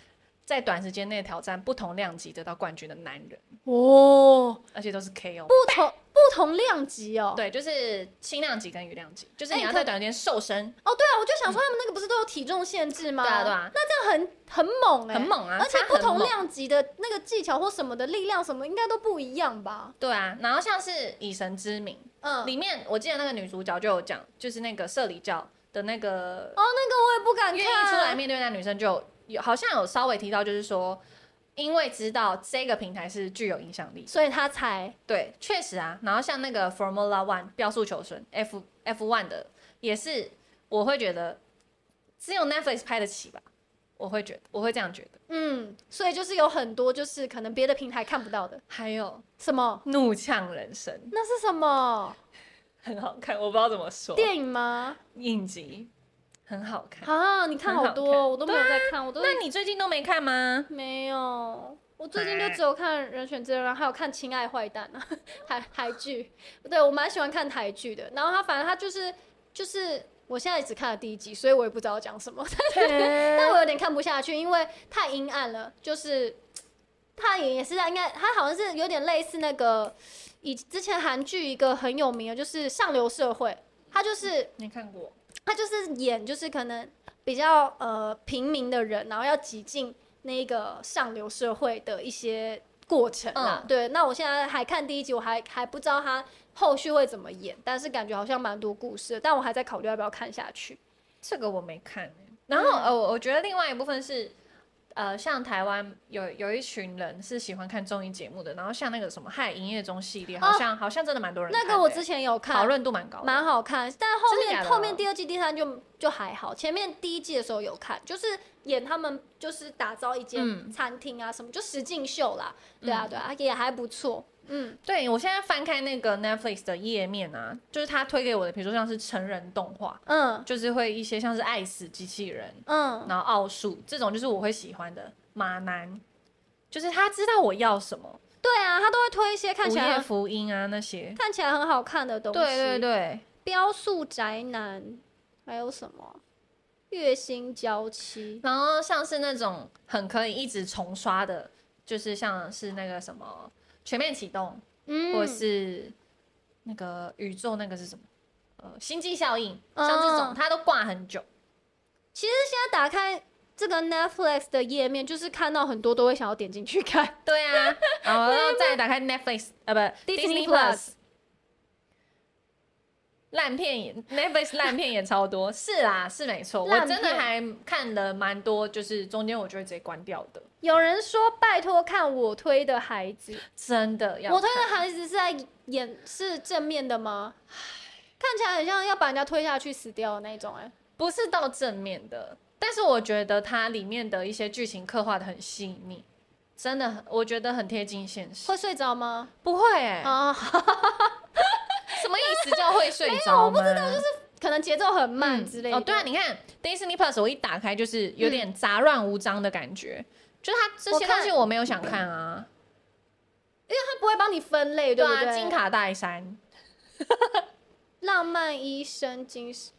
[SPEAKER 2] 在短时间内挑战不同量级得到冠军的男人，
[SPEAKER 1] 哦，
[SPEAKER 2] 而且都是 KO。
[SPEAKER 1] 不同不同量级哦。
[SPEAKER 2] 对，就是轻量级跟余量级，就是
[SPEAKER 1] 哎
[SPEAKER 2] 你要
[SPEAKER 1] 可
[SPEAKER 2] 在短时间瘦身，
[SPEAKER 1] 哦，对啊，我就想说他们那个不是都有体重限制吗？
[SPEAKER 2] 对啊对啊
[SPEAKER 1] 那这样很很猛哎、
[SPEAKER 2] 很猛啊，
[SPEAKER 1] 而且
[SPEAKER 2] 它
[SPEAKER 1] 不
[SPEAKER 2] 很
[SPEAKER 1] 同
[SPEAKER 2] 猛
[SPEAKER 1] 量级的那个技巧或什么的力量什么，应该都不一样吧？
[SPEAKER 2] 对啊，然后像是《以神之名》
[SPEAKER 1] 嗯，
[SPEAKER 2] 里面，我记得那个女主角就有讲，就是那个社里教的那个
[SPEAKER 1] 哦，那个我也不敢
[SPEAKER 2] 愿
[SPEAKER 1] 看。
[SPEAKER 2] 意出来面对那女生就有有好像有稍微提到，就是说，因为知道这个平台是具有影响力，
[SPEAKER 1] 所以他才
[SPEAKER 2] 对，确实啊。然后像那个 Formula One 标速求生 F F One 的，也是我会觉得只有 Netflix 拍得起吧，我会觉得我会这样觉得。
[SPEAKER 1] 嗯，所以就是有很多就是可能别的平台看不到的。
[SPEAKER 2] 还有
[SPEAKER 1] 什么？
[SPEAKER 2] 怒呛人生
[SPEAKER 1] 那是什么
[SPEAKER 2] 很好看，我不知道怎么说，
[SPEAKER 1] 电影吗？
[SPEAKER 2] 影集很好看。
[SPEAKER 1] 啊，你看
[SPEAKER 2] 很
[SPEAKER 1] 好
[SPEAKER 2] 好
[SPEAKER 1] 多哦，
[SPEAKER 2] 看啊
[SPEAKER 1] 我都没有在看，我都
[SPEAKER 2] 那你最近都没看吗？
[SPEAKER 1] 没有。我最近就只有看《人选之人》，然后还有看《亲爱坏蛋》啊，台台剧。对我蛮喜欢看台剧的。然后他反正他就是就是，我现在只看了第一集，所以我也不知道讲什么， 但我有点看不下去，因为太阴暗了。就是他也也是在应该，他好像是有点类似那个以之前韩剧一个很有名的，就是《上流社会》，他就是
[SPEAKER 2] 没看过，
[SPEAKER 1] 他就是演就是可能比较呃平民的人，然后要挤进那个上流社会的一些过程啊。
[SPEAKER 2] 嗯
[SPEAKER 1] 对，那我现在还看第一集，我还还不知道他后续会怎么演，但是感觉好像蛮多故事的，但我还在考虑要不要看下去。
[SPEAKER 2] 这个我没看欸、然后、呃，我我觉得另外一部分是，呃，像台湾有有一群人是喜欢看综艺节目的，然后像那个什么《嗨营业中》系列，好像、好像真的蛮多人看
[SPEAKER 1] 那
[SPEAKER 2] 的欸、
[SPEAKER 1] 个我之前有
[SPEAKER 2] 讨
[SPEAKER 1] 看，
[SPEAKER 2] 论度蛮高的，
[SPEAKER 1] 蛮好看，但后
[SPEAKER 2] 真的假
[SPEAKER 1] 面
[SPEAKER 2] 的
[SPEAKER 1] 后面第二季、第三就就还好，前面第一季的时候有看，就是演他们就是打造一间
[SPEAKER 2] 嗯
[SPEAKER 1] 餐厅啊什么，就实境秀啦。对啊，
[SPEAKER 2] 嗯
[SPEAKER 1] 对啊，也还不错。嗯，
[SPEAKER 2] 对我现在翻开那个 Netflix 的页面啊，就是他推给我的，比如说像是成人动画，
[SPEAKER 1] 嗯
[SPEAKER 2] 就是会一些像是《爱死机器人》，
[SPEAKER 1] 嗯，
[SPEAKER 2] 然后奥数这种就是我会喜欢的马男，就是他知道我要什么，
[SPEAKER 1] 对啊，他都会推一些看
[SPEAKER 2] 午
[SPEAKER 1] 起来
[SPEAKER 2] 夜
[SPEAKER 1] 很
[SPEAKER 2] 福音啊那些，
[SPEAKER 1] 看起来很好看的东西。
[SPEAKER 2] 对对，对，
[SPEAKER 1] 雕塑宅男，还有什么月薪娇妻？
[SPEAKER 2] 然后像是那种很可以一直重刷的，就是像是那个什么全面启动，
[SPEAKER 1] 嗯，
[SPEAKER 2] 或者是那个宇宙那个是什么？呃，星际效应，
[SPEAKER 1] 哦
[SPEAKER 2] 像这种它都挂很久。
[SPEAKER 1] 其实现在打开这个 Netflix 的页面，就是看到很多都会想要点进去看。
[SPEAKER 2] 对 啊，然后再打开 Netflix，呃，不
[SPEAKER 1] Disney
[SPEAKER 2] ，Disney Plus。烂片也 Netflix 烂片也超多， 是啦，是没错，我
[SPEAKER 1] 烂
[SPEAKER 2] 真的
[SPEAKER 1] 片
[SPEAKER 2] 还看了蛮多，就是中间我就会直接关掉的，
[SPEAKER 1] 有人说拜托看我推的孩子，
[SPEAKER 2] 真的要
[SPEAKER 1] 我推
[SPEAKER 2] 看
[SPEAKER 1] 的孩子是在演是正面的吗？看起来很像要把人家推下去死掉的那种哎、
[SPEAKER 2] 不是到正面的，但是我觉得它里面的一些剧情刻画的很细腻，真的很，我觉得很贴近现实。
[SPEAKER 1] 会睡着吗？
[SPEAKER 2] 不会哎、
[SPEAKER 1] 啊、
[SPEAKER 2] 什么意思叫会睡 着吗？我不知道，就是
[SPEAKER 1] 可能节奏很慢之类的。嗯
[SPEAKER 2] 哦，对啊，你看 Disney Plus 我一打开就是有点杂乱无章的感觉，就是它这些
[SPEAKER 1] 我看
[SPEAKER 2] 东西我没有想看啊。
[SPEAKER 1] 他不会帮你分类，对不
[SPEAKER 2] 啊，
[SPEAKER 1] 对？
[SPEAKER 2] 金卡戴珊，
[SPEAKER 1] 浪漫医生金石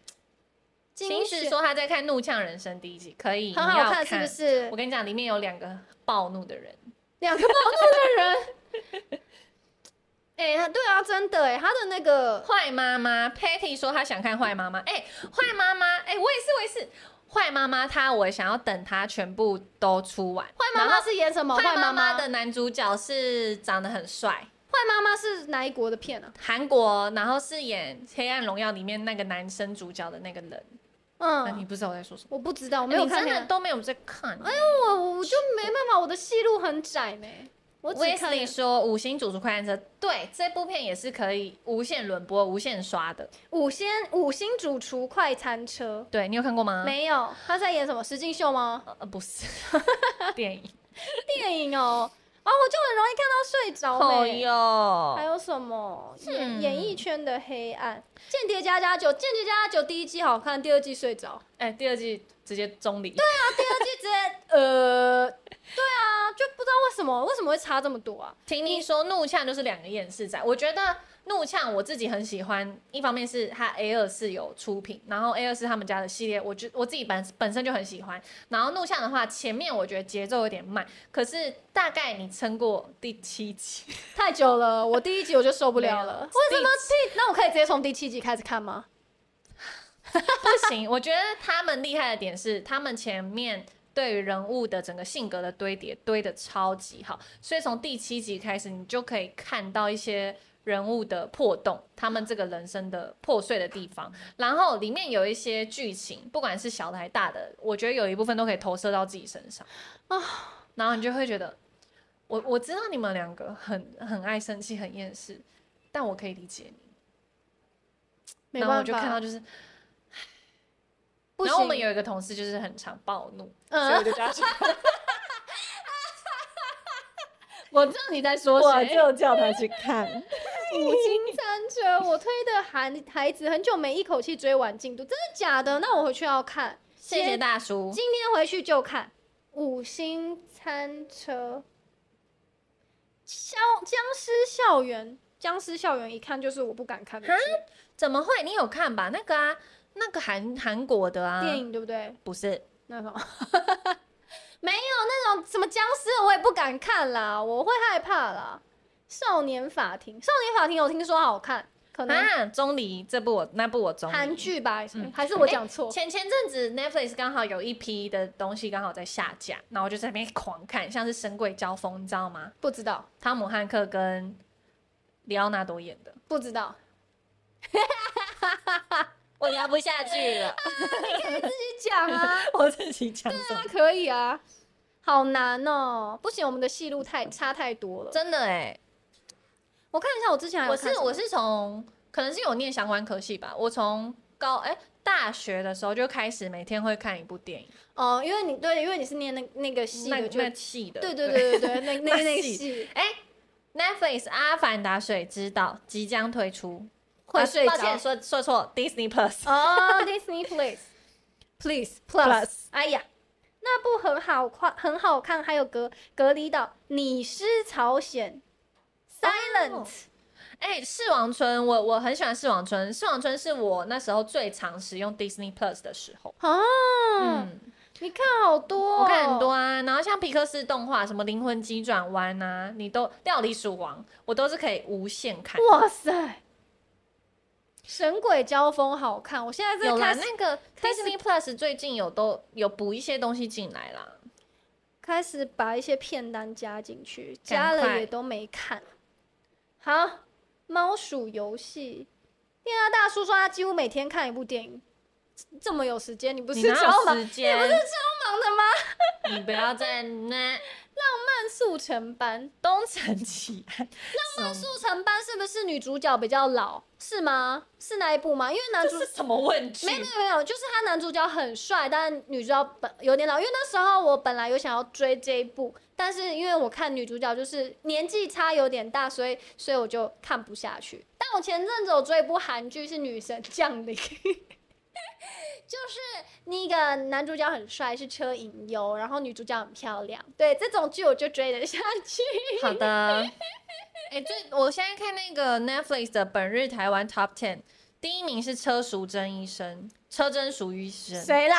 [SPEAKER 2] 秦
[SPEAKER 1] 石
[SPEAKER 2] 时说他在看《怒呛人生》第一集，可以，
[SPEAKER 1] 很
[SPEAKER 2] 你要
[SPEAKER 1] 好
[SPEAKER 2] 看
[SPEAKER 1] 看，是不？是
[SPEAKER 2] 我？跟你讲，里面有两个暴怒的人，
[SPEAKER 1] 两个矛盾的人。 哎、对啊，真的哎、他的那个
[SPEAKER 2] 坏妈妈 Patty 说她想看坏妈妈，哎、坏妈妈，哎、我也是，我也是，坏妈妈她我想要等她全部都出完。
[SPEAKER 1] 坏妈妈是演什么？
[SPEAKER 2] 然
[SPEAKER 1] 坏
[SPEAKER 2] 后坏妈
[SPEAKER 1] 妈
[SPEAKER 2] 妈
[SPEAKER 1] 的
[SPEAKER 2] 的男主角是长得很帅，
[SPEAKER 1] 坏妈妈是哪一国的片啊？
[SPEAKER 2] 韩国，然后是演《黑暗荣耀》里面那个男生主角的那个人。那、你
[SPEAKER 1] 嗯，
[SPEAKER 2] 不知道我在说什么？哎
[SPEAKER 1] 我不知哎道，我
[SPEAKER 2] 我
[SPEAKER 1] 没有看啊
[SPEAKER 2] 真的
[SPEAKER 1] 片。
[SPEAKER 2] 都没有在看。哎
[SPEAKER 1] 我我就没办法，我的戏路很窄呢。我只看
[SPEAKER 2] Wesley 说五星主厨快餐车，对这部片也是可以无限轮播、无限刷的。
[SPEAKER 1] 五星五星主厨快餐车，
[SPEAKER 2] 对你有看过吗？
[SPEAKER 1] 没有，他在演什么？实境秀吗？
[SPEAKER 2] 呃，不 是电影。
[SPEAKER 1] 电影哦，啊，我就很容易看到睡着
[SPEAKER 2] 哦
[SPEAKER 1] 嘞。还
[SPEAKER 2] 哟，
[SPEAKER 1] 有什么演
[SPEAKER 2] 嗯
[SPEAKER 1] 演艺圈的黑暗？《间谍加加酒》，《间谍加加酒》第一季好 看，第二季睡着，
[SPEAKER 2] 哎，第二季直接中离。
[SPEAKER 1] 第二季直接呃啊，就不知道为什么为什么会差这么多啊？
[SPEAKER 2] 听你说怒呛就是两个厌世仔，我觉得怒呛我自己很喜欢，一方面是它 A 二是有出品，然后 A 二是他们家的系列，我觉我自己本本身就很喜欢。然后怒呛的话，前面我觉得节奏有点慢，可是大概你撑过第七集，
[SPEAKER 1] 太久了，我第一集我就受不了
[SPEAKER 2] 没
[SPEAKER 1] 了
[SPEAKER 2] 有。
[SPEAKER 1] 为什么第？那我可以直接从第七集开始看吗？
[SPEAKER 2] 不行，我觉得他们厉害的点是，他们前面对于人物的整个性格的堆叠堆的超级好，所以从第七集开始，你就可以看到一些人物的破洞，他们这个人生的破碎的地方。然后里面有一些剧情，不管是小的还大的，我觉得有一部分都可以投射到自己身上啊，然后你就会觉得。我我知道你们两个很很爱生气，很厌世，但我可以理解你。
[SPEAKER 1] 没
[SPEAKER 2] 然后我
[SPEAKER 1] 办
[SPEAKER 2] 就看到
[SPEAKER 1] 法，
[SPEAKER 2] 就是
[SPEAKER 1] 不
[SPEAKER 2] 然后我们
[SPEAKER 1] 行。
[SPEAKER 2] 有一个同事就是很常暴怒，所以我
[SPEAKER 1] 嗯，
[SPEAKER 2] 就 叫他去。 我知道你在说
[SPEAKER 5] 我
[SPEAKER 2] 谁，
[SPEAKER 5] 就叫他去看。
[SPEAKER 1] 母亲三折，我推的韩孩子很久没一口气追完进度，真的假的？那我回去要看，
[SPEAKER 2] 谢谢大叔。
[SPEAKER 1] 今天回去就看《五星餐车》消僵尸校园，僵尸校园一看就是我不敢看的剧
[SPEAKER 2] 怎么会？你有看吧？那个啊，那个韩韩国的啊，
[SPEAKER 1] 电影，对不对？
[SPEAKER 2] 不是
[SPEAKER 1] 那种没有那种什么僵尸，我也不敢看啦，我会害怕啦。少年法庭，少年法庭有听说好看，可能
[SPEAKER 2] 啊，钟离这部我那部我钟离
[SPEAKER 1] 韩剧吧，
[SPEAKER 2] 嗯
[SPEAKER 1] 还是我讲错？
[SPEAKER 2] 前前阵子 Netflix 刚好有一批的东西刚好在下架，然后我就在那边狂看，像是《神鬼交锋》，你知道吗？
[SPEAKER 1] 不知道，
[SPEAKER 2] 汤姆汉克跟里奥纳多演的，
[SPEAKER 1] 不知道，
[SPEAKER 4] 我聊不下去 了。
[SPEAKER 1] 你讲啊。
[SPEAKER 5] 我自己讲什么？
[SPEAKER 1] 可以啊，好难哦，不行，我们的戏路太差太多了。
[SPEAKER 2] 真的哎、
[SPEAKER 1] 我看一下，我之前还有
[SPEAKER 2] 我
[SPEAKER 1] 看
[SPEAKER 2] 是
[SPEAKER 1] 什么
[SPEAKER 2] 我是从可能是有念相关科系吧，我从高哎、大学的时候就开始每天会看一部电影，
[SPEAKER 1] 哦，因为你对，因为你是念那那个戏
[SPEAKER 2] 那
[SPEAKER 1] 的，就
[SPEAKER 2] 那系的，
[SPEAKER 1] 对对。对对对，那那 那
[SPEAKER 2] 那
[SPEAKER 1] 个
[SPEAKER 2] 戏
[SPEAKER 1] 戏
[SPEAKER 2] Netflix《阿凡达：水之道》即将推出，
[SPEAKER 1] 会睡
[SPEAKER 2] 啊抱
[SPEAKER 1] 着
[SPEAKER 2] 歉，。说说错，Disney Plus。
[SPEAKER 1] 哦，Disney Please Please Plus，哎呀，那部很好看，很好看。还有隔隔离岛，你是朝鲜
[SPEAKER 2] 哦
[SPEAKER 1] Silent，
[SPEAKER 2] 哎、世王村，我我很喜欢世王村，世王村是我那时候最常使用 Disney Plus 的时
[SPEAKER 1] 嗯
[SPEAKER 2] 候。
[SPEAKER 1] 哦，
[SPEAKER 2] 嗯，
[SPEAKER 1] 你看好多，哦
[SPEAKER 2] 我看很多。啊，然后像皮克斯动画，什么《灵魂急转弯》啊，你都《料理鼠王》，我都是可以无限看。
[SPEAKER 1] 哇塞，神鬼交锋好看，我现在在
[SPEAKER 2] 有啦，
[SPEAKER 1] 开始
[SPEAKER 2] 那个
[SPEAKER 1] 开始
[SPEAKER 2] Disney Plus 最近有都有补一些东西进来啦。
[SPEAKER 1] 开始把一些片单加进去，加
[SPEAKER 2] 赶快
[SPEAKER 1] 了也都没看。好，猫鼠游戏，电压大叔说他几乎每天看一部电影，这这么有时间，你不
[SPEAKER 2] 你
[SPEAKER 1] 是
[SPEAKER 2] 哪
[SPEAKER 1] 超
[SPEAKER 2] 有
[SPEAKER 1] 忙
[SPEAKER 2] 时间？你不是超
[SPEAKER 1] 忙的
[SPEAKER 2] 吗？ 你不要再那
[SPEAKER 1] 看速成班？
[SPEAKER 2] 东城奇案，浪漫
[SPEAKER 1] 速成班是不是女主角比较老？是吗？是那一部吗？因为男主
[SPEAKER 2] 这是什么问句？
[SPEAKER 1] 没有没有没有，就是他男主角很帅，但女主角本有点老。因为那时候我本来有想要追这一部，但是因为我看女主角就是年纪差有点大，所以所以我就看不下去。但我前阵子有追一部韩剧是《女神降临》， 就是那个男主角很帅，是车银优，然后女主角很漂亮。对这种剧我就追得下去。
[SPEAKER 2] 好的。 哎、最我现在看那个 Netflix 的本日台湾 Top Ten，第一名是车淑珍医生，车真淑医生，
[SPEAKER 1] 谁啦？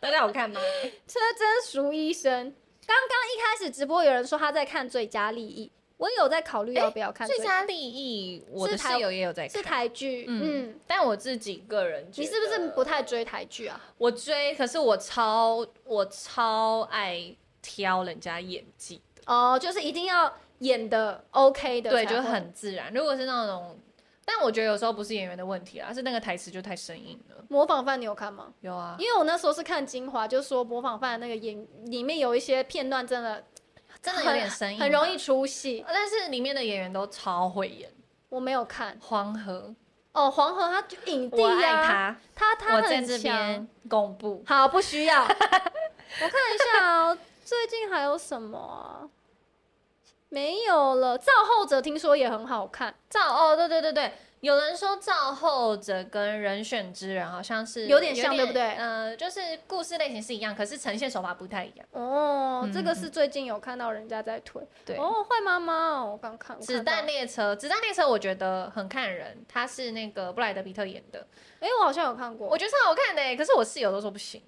[SPEAKER 2] 大家有看吗？
[SPEAKER 1] 车真淑医生。刚刚一开始直播有人说他在看《最佳利益》，我有在考虑要不要看
[SPEAKER 2] 最佳利益，我的
[SPEAKER 1] 是台
[SPEAKER 2] 室友也有在
[SPEAKER 1] 是
[SPEAKER 2] 看，
[SPEAKER 1] 台剧，
[SPEAKER 2] 嗯
[SPEAKER 1] 嗯，
[SPEAKER 2] 但我自己个人觉
[SPEAKER 1] 你
[SPEAKER 2] 得，
[SPEAKER 1] 是不是不太追台剧啊？
[SPEAKER 2] 我追，可是我超我超爱挑人家演技的，
[SPEAKER 1] 哦，就是一定要演的 OK 的才
[SPEAKER 2] 对，
[SPEAKER 1] 会，
[SPEAKER 2] 就是很自然。如果是那种，但我觉得有时候不是演员的问题啊啦，是那个台词就太生硬了。
[SPEAKER 1] 模仿犯，你有看吗？
[SPEAKER 2] 有啊，
[SPEAKER 1] 因为我那时候是看精华，就说模仿犯的那个演里面有一些片段真的
[SPEAKER 2] 真的
[SPEAKER 1] 很
[SPEAKER 2] 有点生硬，
[SPEAKER 1] 很容易。出戏。
[SPEAKER 2] 但是里面的演员都超会演，
[SPEAKER 1] 我没有看
[SPEAKER 2] 黄河，
[SPEAKER 1] 哦，黄河他就影帝
[SPEAKER 2] 我爱
[SPEAKER 1] 啊，
[SPEAKER 2] 他，
[SPEAKER 1] 他
[SPEAKER 2] 我
[SPEAKER 1] 他
[SPEAKER 2] 在
[SPEAKER 1] 很
[SPEAKER 2] 这
[SPEAKER 1] 强
[SPEAKER 2] 边。公布。
[SPEAKER 1] 好，不需 要。我看一下哦，最近还有什么啊？没有了，《造后者》听说也很好看。
[SPEAKER 2] 赵哦，对对对对，有人说赵后者跟人选之人好像是
[SPEAKER 1] 有点像对不对
[SPEAKER 2] 呃，就是故事类型是一样，可是呈现手法不太一样。
[SPEAKER 1] 哦，这个
[SPEAKER 2] 嗯
[SPEAKER 1] 是最近有看到人家在推。
[SPEAKER 2] 对
[SPEAKER 1] 哦，坏妈妈，我刚看。我
[SPEAKER 2] 子
[SPEAKER 1] 看到
[SPEAKER 2] 弹列车，子弹列车我觉得很看人，他是那个布莱德比特演的，
[SPEAKER 1] 哎，我好像有看过。
[SPEAKER 2] 我觉得超好看的欸、可是我室友都说不行，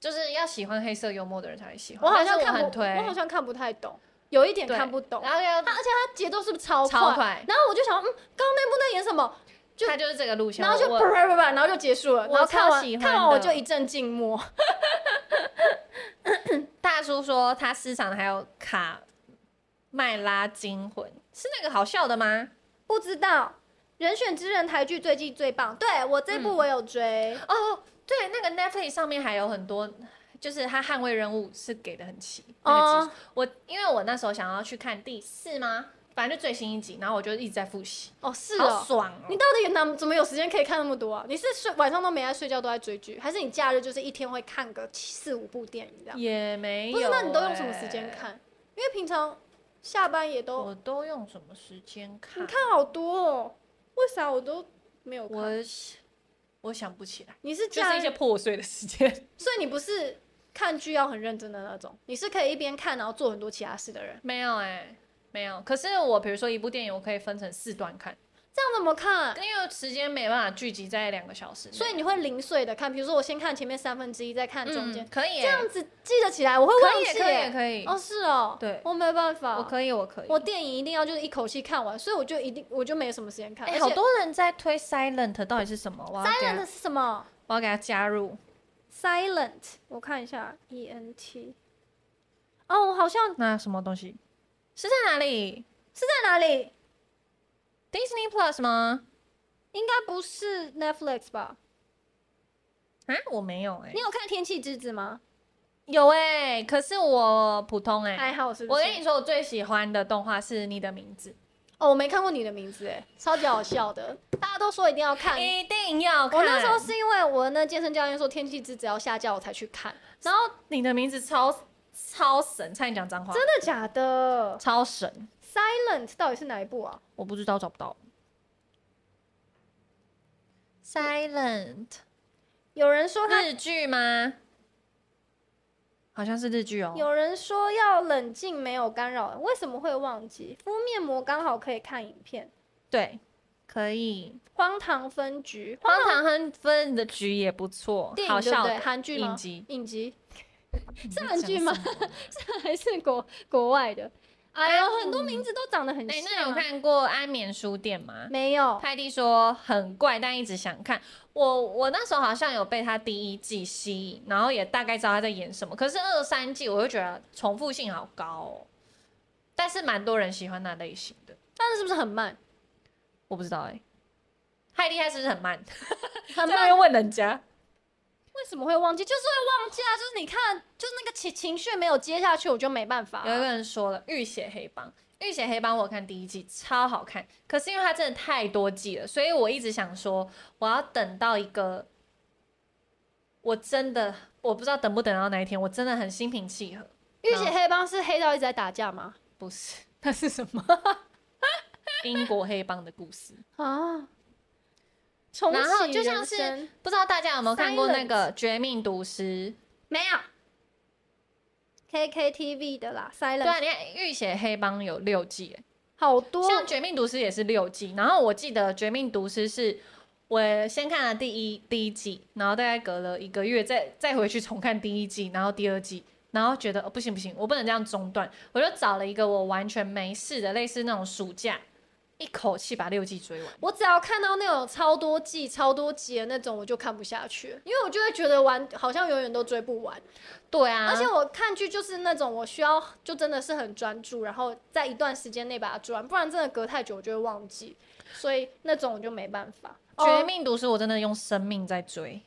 [SPEAKER 2] 就是要喜欢黑色幽默的人才会喜欢。
[SPEAKER 1] 我好像
[SPEAKER 2] 但是我
[SPEAKER 1] 看
[SPEAKER 2] 很
[SPEAKER 1] 不，
[SPEAKER 2] 推，
[SPEAKER 1] 我好像看不太懂，有一点
[SPEAKER 2] 对
[SPEAKER 1] 看不懂。
[SPEAKER 2] 然后要
[SPEAKER 1] 他而且他节奏是不是超快？
[SPEAKER 2] 超快，
[SPEAKER 1] 然后我就想，嗯，刚刚那部在演什么？就
[SPEAKER 2] 他就是这个路线，
[SPEAKER 1] 然后就
[SPEAKER 2] 我
[SPEAKER 1] 啪啪啪啪，然后就结束了。
[SPEAKER 2] 我
[SPEAKER 1] 然后看
[SPEAKER 2] 超
[SPEAKER 1] 完
[SPEAKER 2] 喜欢
[SPEAKER 1] 看完我
[SPEAKER 2] 的
[SPEAKER 1] 就一阵静默。
[SPEAKER 2] 大叔说他私藏的还有卡麦拉惊魂，是那个好笑的吗？
[SPEAKER 1] 不知道《人选之人》台剧最近最棒，对我这部我有追。
[SPEAKER 2] 嗯哦，对，那个 Netflix 上面还有很多，就是他捍卫任务是给的很齐。
[SPEAKER 1] 哦
[SPEAKER 2] 那个集数、我因为我那时候想要去看第四吗？反正就最新一集，然后我就一直在复习，
[SPEAKER 1] 哦，是
[SPEAKER 2] 好
[SPEAKER 1] 哦。
[SPEAKER 2] 爽哦！
[SPEAKER 1] 你到底有哪怎么有时间可以看那么多啊？你是睡晚上都没在睡觉，都在追剧，还是你假日就是一天会看个七四五部电影这样？
[SPEAKER 2] 也没有、
[SPEAKER 1] 不
[SPEAKER 2] 欸
[SPEAKER 1] 是，那你都用什么时间？看？因为平常下班也都
[SPEAKER 2] 我都用什么时间看？
[SPEAKER 1] 你看好多哦，为啥我都没有看？
[SPEAKER 2] 我想，我想不起来，
[SPEAKER 1] 你是
[SPEAKER 2] 就
[SPEAKER 1] 假
[SPEAKER 2] 是一
[SPEAKER 1] 日
[SPEAKER 2] 些破碎的时间。
[SPEAKER 1] 所以你不是看剧要很认真的那种，你是可以一边看然后做很多其他事的人。
[SPEAKER 2] 没有哎、没有。可是我比如说一部电影，我可以分成四段看。
[SPEAKER 1] 这样怎么看？
[SPEAKER 2] 因为时间没办法聚集在两个小时内，
[SPEAKER 1] 所以你会零碎的看，比如说我先看前面三分之一，再看
[SPEAKER 2] 嗯
[SPEAKER 1] 中间，
[SPEAKER 2] 可以欸
[SPEAKER 1] 这样子记得起来，我会忘
[SPEAKER 2] 可以
[SPEAKER 1] 记
[SPEAKER 2] 欸
[SPEAKER 1] 耶。
[SPEAKER 2] 可以欸可以，
[SPEAKER 1] 哦，是哦，
[SPEAKER 2] 对
[SPEAKER 1] 我没办法，
[SPEAKER 2] 我可以我可以。
[SPEAKER 1] 我电影一定要就是一口气看完，所以我就一定我就没什么时间看。而
[SPEAKER 2] 哎、
[SPEAKER 1] 且
[SPEAKER 2] 好多人在推 silent 到底是什么？我要啊给他
[SPEAKER 1] silent 是什么
[SPEAKER 2] 我要给他加入。
[SPEAKER 1] ？silent，我看一下 e n t。哦，我好像
[SPEAKER 2] 那什么东西是在哪里
[SPEAKER 1] 是在哪里？
[SPEAKER 2] ？Disney Plus 吗？
[SPEAKER 1] 应该不是 Netflix 吧？
[SPEAKER 2] 啊，我没有哎、
[SPEAKER 1] 你有看《天气之子》吗？
[SPEAKER 2] 有哎、可是我普通哎、
[SPEAKER 1] 还好是不
[SPEAKER 2] 我
[SPEAKER 1] 是？
[SPEAKER 2] 跟你说，我最喜欢的动画是《你的名字
[SPEAKER 1] 哦，我没看过你的名字，哎，超级好笑的，大家都说一定要》， 看。
[SPEAKER 2] 一定要看。
[SPEAKER 1] 我那时候是因为我那健身教练说天气之子要下架，我才去看。
[SPEAKER 2] 然后你的名字超超神，差点讲脏话，
[SPEAKER 1] 真的假的
[SPEAKER 2] 超神。
[SPEAKER 1] ？Silent 到底是哪一部啊？
[SPEAKER 2] 我不知道，找不到。Silent
[SPEAKER 1] 有人说他，
[SPEAKER 2] 日剧吗？好像是日剧哦。
[SPEAKER 1] 有人说要冷静，没有干扰，为什么会忘记？敷面膜刚好可以看影片。
[SPEAKER 2] 对，可以。
[SPEAKER 1] 荒唐分局，
[SPEAKER 2] 荒唐亨分的局也不错，
[SPEAKER 1] 电
[SPEAKER 2] 好
[SPEAKER 1] 影对不
[SPEAKER 2] 笑
[SPEAKER 1] 对？
[SPEAKER 2] 的
[SPEAKER 1] 韩剧吗？
[SPEAKER 2] 影集
[SPEAKER 1] 影集
[SPEAKER 2] 你
[SPEAKER 1] 是
[SPEAKER 2] 在
[SPEAKER 1] 韩
[SPEAKER 2] 讲
[SPEAKER 1] 剧吗
[SPEAKER 2] 什 么
[SPEAKER 1] 还是国国外的？哎
[SPEAKER 2] 哎
[SPEAKER 1] 呦，很多名字都长得很
[SPEAKER 2] 哎、
[SPEAKER 1] 像、啊
[SPEAKER 2] 那有？看过《安眠书店》吗？
[SPEAKER 1] 没有。
[SPEAKER 2] 派蒂说很怪，但一直想看。我我那时候好像有被他第一季吸引，然后也大概知道他在演什么。可是二三季我就觉得重复性好高哦，但是蛮多人喜欢那类型的。
[SPEAKER 1] 但是是不是很慢？
[SPEAKER 2] 我不知道哎、欸，泰利他是不是很慢？
[SPEAKER 1] 很
[SPEAKER 2] 在那
[SPEAKER 1] 慢
[SPEAKER 2] 边问人家，
[SPEAKER 1] 为什么会忘记？就是会忘记啊！就是你看，就是那个情情绪没有接下去，我就没办法啊、
[SPEAKER 2] 有一个人说了《浴血黑帮》，《浴血黑帮》我有看第一季超好看，可是因为它真的太多季了，所以我一直想说，我要等到一个，我真的我不知道等不等到那一天，我真的很心平气和。
[SPEAKER 1] 浴
[SPEAKER 2] 嗯
[SPEAKER 1] 血黑帮是黑道一直在打架吗？
[SPEAKER 2] 不是， 那是什么？英国黑帮的故事，
[SPEAKER 1] 啊，重
[SPEAKER 2] 然后
[SPEAKER 1] 启
[SPEAKER 2] 就像
[SPEAKER 1] 人
[SPEAKER 2] 是
[SPEAKER 1] 生
[SPEAKER 2] 不知道大家有没有看过那个《绝命毒 师》？
[SPEAKER 1] 没有 KKTV 的啦
[SPEAKER 2] 对
[SPEAKER 1] ，Silent
[SPEAKER 2] 啊，你看《浴血黑帮》有六季耶，
[SPEAKER 1] 好多
[SPEAKER 2] 像《绝命毒师》也是六季，然后我记得《绝命毒师》是我先看了第一第一季，然后大概隔了一个月再再回去重看第一季，然后第二季，然后觉得、哦、不行不行，我不能这样中断，我就找了一个我完全没事的，类似那种暑假，一口气把六季追完。
[SPEAKER 1] 我只要看到那种超多季、超多集的那种，我就看不下去了，因为我就会觉得玩好像永远都追不完。
[SPEAKER 2] 对啊，
[SPEAKER 1] 而且我看剧就是那种我需要就真的是很专注，然后在一段时间内把它追完，不然真的隔太久我就会忘记，所以那种我就没办法。
[SPEAKER 2] 《绝命毒师》我真的用生命在追。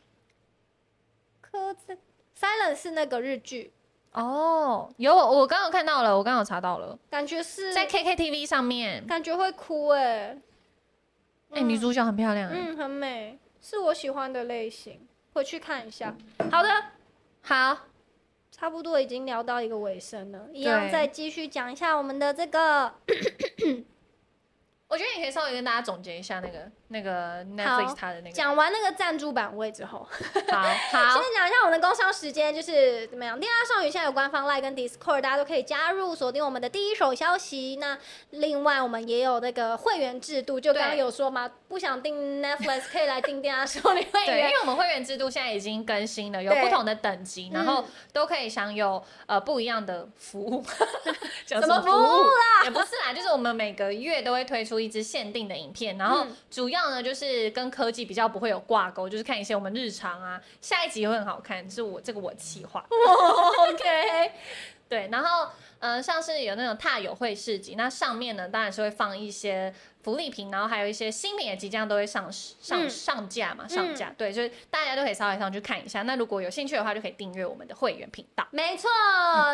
[SPEAKER 1] 科子 Silent 是那个日剧，
[SPEAKER 2] 哦，有我我刚刚看到了，我刚刚有查到了，
[SPEAKER 1] 感觉是
[SPEAKER 2] 在 KKTV 上面，
[SPEAKER 1] 感觉会哭哎、
[SPEAKER 2] 哎、女主角很漂亮、嗯，
[SPEAKER 1] 嗯，很美，是我喜欢的类型，回去看一下。好的，
[SPEAKER 2] 嗯好，
[SPEAKER 1] 差不多已经聊到一个尾声了，一样再继续讲一下我们的这个
[SPEAKER 2] 我觉得你可以稍微跟大家总结一下那个那个 Netflix 它的那个。
[SPEAKER 1] 讲完那个赞助版位之后，
[SPEAKER 2] 好好
[SPEAKER 1] 先，讲一下我们的工商时间，就是怎么样？恋爱少女现在有官方 Line 跟 Discord，大家都可以加入，锁定我们的第一手消息。那另外我们也有那个会员制度，就刚刚
[SPEAKER 2] 对
[SPEAKER 1] 有说嘛，不想订 Netflix 可以来订恋爱少女会
[SPEAKER 2] 对，因
[SPEAKER 1] 员。
[SPEAKER 2] 为我们会员制度现在已经更新了，有
[SPEAKER 1] 对嗯
[SPEAKER 2] 不同的等级，然后都可以享有呃不一样的服务。 讲
[SPEAKER 1] 什么服务
[SPEAKER 2] 啦？也不是啦，就是我们每个月都会推出一支限定的影片，然后
[SPEAKER 1] 嗯
[SPEAKER 2] 主要呢就是跟科技比较不会有挂钩，就是看一些我们日常啊。下一集会很好看，是我这个我 企划。
[SPEAKER 1] 哦 OK，
[SPEAKER 2] 对，然后呃，像是有那种踏友会市集，那上面呢当然是会放一些福利品，然后还有一些新品也即将都会上市上、
[SPEAKER 1] 嗯
[SPEAKER 2] 上架嘛，上架、对，所以大家都可以稍微上去看一下。那如果有兴趣的话，就可以订阅我们的会员频道。
[SPEAKER 1] 没错。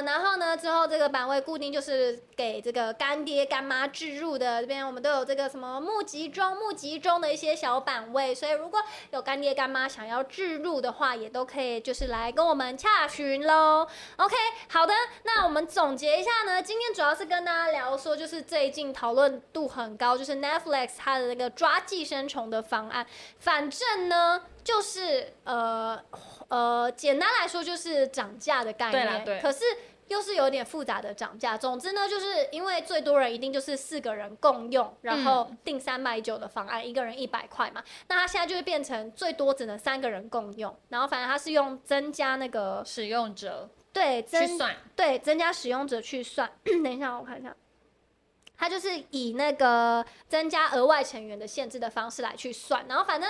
[SPEAKER 1] 然后呢，之后这个版位固定就是给这个干爹干妈置入的，这边我们都有这个什么募集中、募集中的一些小版位，所以如果有干爹干妈想要置入的话，也都可以就是来跟我们洽询喽。OK，好的，那我们总结一下呢，今天主要是跟大家聊说，就是最近讨论度很高，就是 Netflix 它的那个抓寄生虫的方案。反正呢，就是呃呃，简单来说就是涨价的概
[SPEAKER 2] 对啦
[SPEAKER 1] 念，
[SPEAKER 2] 对
[SPEAKER 1] 可是。又是有点复杂的涨价。总之呢，就是因为最多人一定就是四个人共用，
[SPEAKER 2] 嗯
[SPEAKER 1] 然后定三百九的方案，一个人一百块嘛。那它现在就会变成最多只能三个人共用，然后反正它是用增加那个
[SPEAKER 2] 使用者
[SPEAKER 1] 对
[SPEAKER 2] 去
[SPEAKER 1] 增
[SPEAKER 2] 算，
[SPEAKER 1] 对增加使用者去算。 等一下，我看一下。它就是以那个增加额外成员的限制的方式来去算，然后反正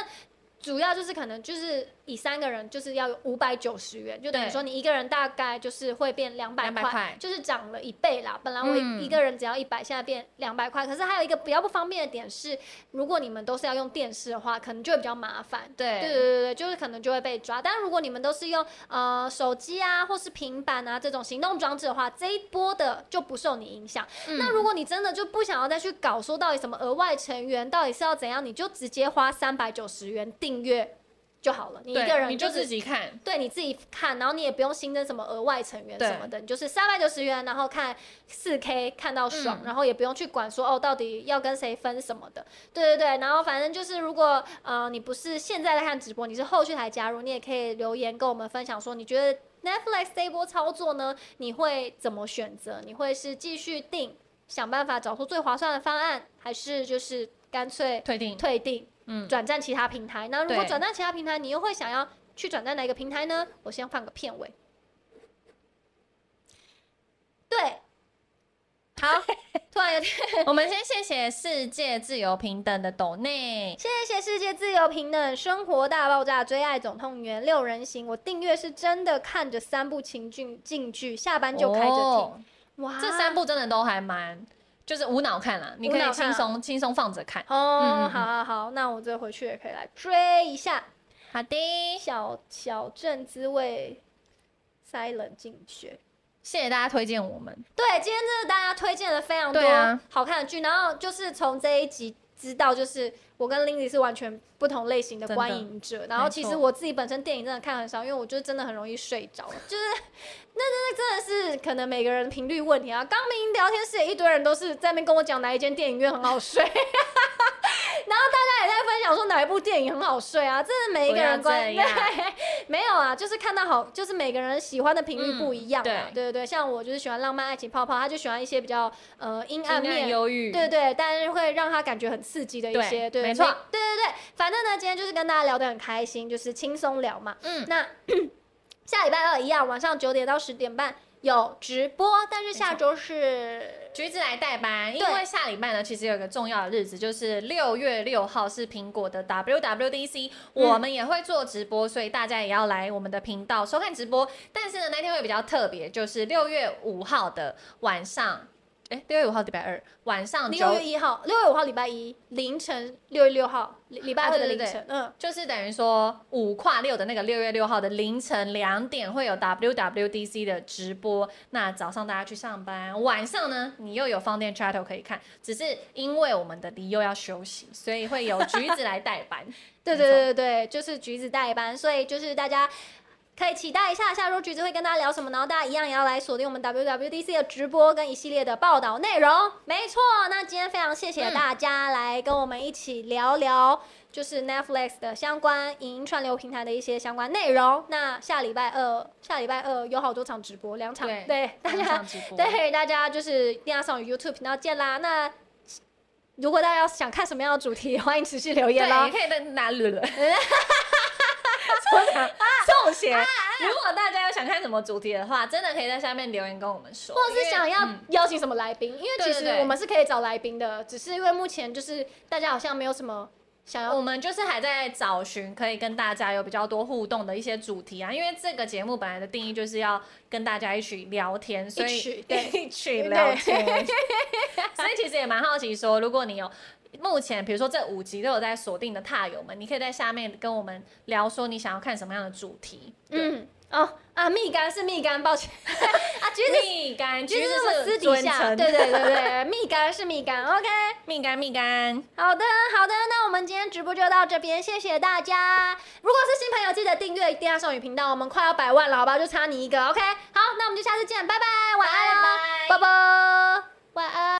[SPEAKER 1] 主要就是可能就是以三个人就是要有五百九十元，就等于
[SPEAKER 2] 对
[SPEAKER 1] 说你一个人大概就是会变两百
[SPEAKER 2] 两百
[SPEAKER 1] 块，
[SPEAKER 2] 块，
[SPEAKER 1] 就是涨了一倍啦。本来我
[SPEAKER 2] 嗯
[SPEAKER 1] 一个人只要一百、现在变两百块。可是还有一个比较不方便的点是，如果你们都是要用电视的话，可能就会比较麻烦。
[SPEAKER 2] 对
[SPEAKER 1] 对对对对，就是可能就会被抓。但如果你们都是用呃手机啊或是平板啊这种行动装置的话，这一波的就不受你影响。
[SPEAKER 2] 嗯
[SPEAKER 1] 那如果你真的就不想要再去搞说到底什么额外成员到底是要怎样，你就直接花三百九十元订阅就好了。你一
[SPEAKER 2] 对
[SPEAKER 1] 个人
[SPEAKER 2] 你
[SPEAKER 1] 就
[SPEAKER 2] 就是自己看，
[SPEAKER 1] 对你自己看，然后你也不用新增什么额外成员
[SPEAKER 2] 对
[SPEAKER 1] 什么的，你就是三百九十元，然后看四 K 看到爽，
[SPEAKER 2] 嗯
[SPEAKER 1] 然后也不用去管说哦到底要跟谁分什么的，对对对，然后反正就是如果呃你不是现在在看直播，你是后续才加入，你也可以留言跟我们分享说你觉得 Netflix 这一波操作呢，你会怎么选择？你会是继续定，想办法找出最划算的方案，还是就是干脆
[SPEAKER 2] 退订，
[SPEAKER 1] 退订？
[SPEAKER 2] 嗯，
[SPEAKER 1] 转战其他平台。那如果
[SPEAKER 2] 对
[SPEAKER 1] 转战其他平台，你又会想要去转战哪一个平台呢？我先放个片尾。对， 好，突然有点
[SPEAKER 2] 我们先谢谢世界自由平等的斗内，
[SPEAKER 1] 谢谢世界自由平等生活大爆炸追爱总动员六人行，我订阅是真的看着三部情剧进剧，下班就开着听。
[SPEAKER 2] 哦
[SPEAKER 1] 哇，
[SPEAKER 2] 这三部真的都还蛮，就是无脑看啦，你可
[SPEAKER 1] 无脑
[SPEAKER 2] 以
[SPEAKER 1] 看
[SPEAKER 2] 轻松轻松放着看。嗯
[SPEAKER 1] 哦，
[SPEAKER 2] 嗯嗯
[SPEAKER 1] 好好好，那我这回去也可以来追一下。
[SPEAKER 2] 好的，
[SPEAKER 1] 小小镇滋味，塞冷进去。
[SPEAKER 2] 谢谢大家推荐我们。
[SPEAKER 1] 对，今天真的大家推荐了非常多
[SPEAKER 2] 对啊
[SPEAKER 1] 好看的剧，然后就是从这一集知道，就是我跟 Lindy 是完全不同类型的
[SPEAKER 2] 真的
[SPEAKER 1] 观影者。然后其
[SPEAKER 2] 没
[SPEAKER 1] 实
[SPEAKER 2] 错
[SPEAKER 1] 我自己本身电影真的看很少，因为我就真的很容易睡着，就是 那真的真的是可能每个人频率问题啊。刚明聊天室也一堆人都是在那边跟我讲哪一间电影院很好睡。然 后大家也在分享说哪一部电影很好睡啊，真的每一个人
[SPEAKER 2] 不要
[SPEAKER 1] 观
[SPEAKER 2] 这样
[SPEAKER 1] 对 没有啊，就是看到好，就是每个人喜欢的频率不一样、啊
[SPEAKER 2] 嗯
[SPEAKER 1] 对对对，像我就是喜欢浪漫爱情泡泡，他就喜欢一些比较呃阴暗面。
[SPEAKER 2] 忧郁，
[SPEAKER 1] 对对，但是会让他感觉很刺激的一些，对，
[SPEAKER 2] 对没错
[SPEAKER 1] 对对对，反正呢，今天就是跟大家聊得很开心，就是轻松聊嘛。
[SPEAKER 2] 嗯
[SPEAKER 1] 那 下礼拜二一样，晚上九点到十点半有直播，但是下周是
[SPEAKER 2] 橘子来代班，因
[SPEAKER 1] 对
[SPEAKER 2] 为下礼拜呢，其实有一个重要的日子，就是六月六号是苹果的 WWDC，、我们也会做直播，所以大家也要来我们的频道收看直播。但是呢，那天会比较特别，就是六月五号的晚上，哎，六月五号礼拜二晚上
[SPEAKER 1] 六
[SPEAKER 2] 九
[SPEAKER 1] 月一号，六月五号礼拜一凌晨，六月六号礼礼拜
[SPEAKER 2] 啊
[SPEAKER 1] 二的
[SPEAKER 2] 对对
[SPEAKER 1] 凌
[SPEAKER 2] 对
[SPEAKER 1] 晨，嗯。
[SPEAKER 2] 就是等于说五跨六的那个六月六号的凌晨两点会有 WWDC 的直播，那早上大家去上班，晚上呢你又有放电 chat 可以看，只是因为我们的梨又要休息，所 以会有橘子来代班。
[SPEAKER 1] 对
[SPEAKER 2] 没错
[SPEAKER 1] 对对对，就是橘子代班，所以就是大家可以期待一下下周橘子会跟大家聊什么，然后大家一样也要来锁定我们 WWDC 的直播跟一系列的报道内容。没错，那今天非常谢谢大家来跟我们一起聊聊，就是 Netflix 的相关影音串流平台的一些相关内容。那下礼拜二，下礼拜二有好多场直播，两场，
[SPEAKER 2] 对
[SPEAKER 1] 大家
[SPEAKER 2] 上直播，
[SPEAKER 1] 对，大家就是一定要上我们 YouTube 频道见啦。那如果大家要想看什么样的主题，欢迎持续留言
[SPEAKER 2] 对，
[SPEAKER 1] 喽
[SPEAKER 2] 也。可以在 哪里了？中 邪！啊如果大家有想看什么主题的话，真的可以在下面留言跟我们说，
[SPEAKER 1] 或者是想要
[SPEAKER 2] 因为嗯
[SPEAKER 1] 邀请什么来宾，因为其
[SPEAKER 2] 对对
[SPEAKER 1] 实
[SPEAKER 2] 对
[SPEAKER 1] 我们是可以找来宾的，只是因为目前就是大家好像没有什么想要
[SPEAKER 2] 我们就是还在找寻可以跟大家有比较多互动的一些主题啊，因为这个节目本来的定义就是要跟大家一起聊天，所
[SPEAKER 1] 一
[SPEAKER 2] 以
[SPEAKER 1] 起对
[SPEAKER 2] 一起聊天，所以其实也蛮好奇说，如果你有。目前，比如说这五集都有在锁定的踏友们，你可以在下面跟我们聊说你想要看什么样的主题。
[SPEAKER 1] 嗯哦啊蜜柑是蜜柑，抱 歉啊 橘子
[SPEAKER 2] 蜜柑，
[SPEAKER 1] 橘
[SPEAKER 2] 橘
[SPEAKER 1] 子
[SPEAKER 2] 子
[SPEAKER 1] 是我私底下，
[SPEAKER 2] 尊称
[SPEAKER 1] 对对对对，蜜柑是蜜柑，OK。
[SPEAKER 2] 蜜柑，蜜柑，
[SPEAKER 1] 好的，好的，那我们今天直播就到这边，谢谢大家。如果是新朋友，记得订阅电压少女频道，我们快要百万了，好不好？就差你一个，OK。好，那我们就下次见，拜拜，晚安喽，
[SPEAKER 4] 拜
[SPEAKER 1] 啵啵，晚安。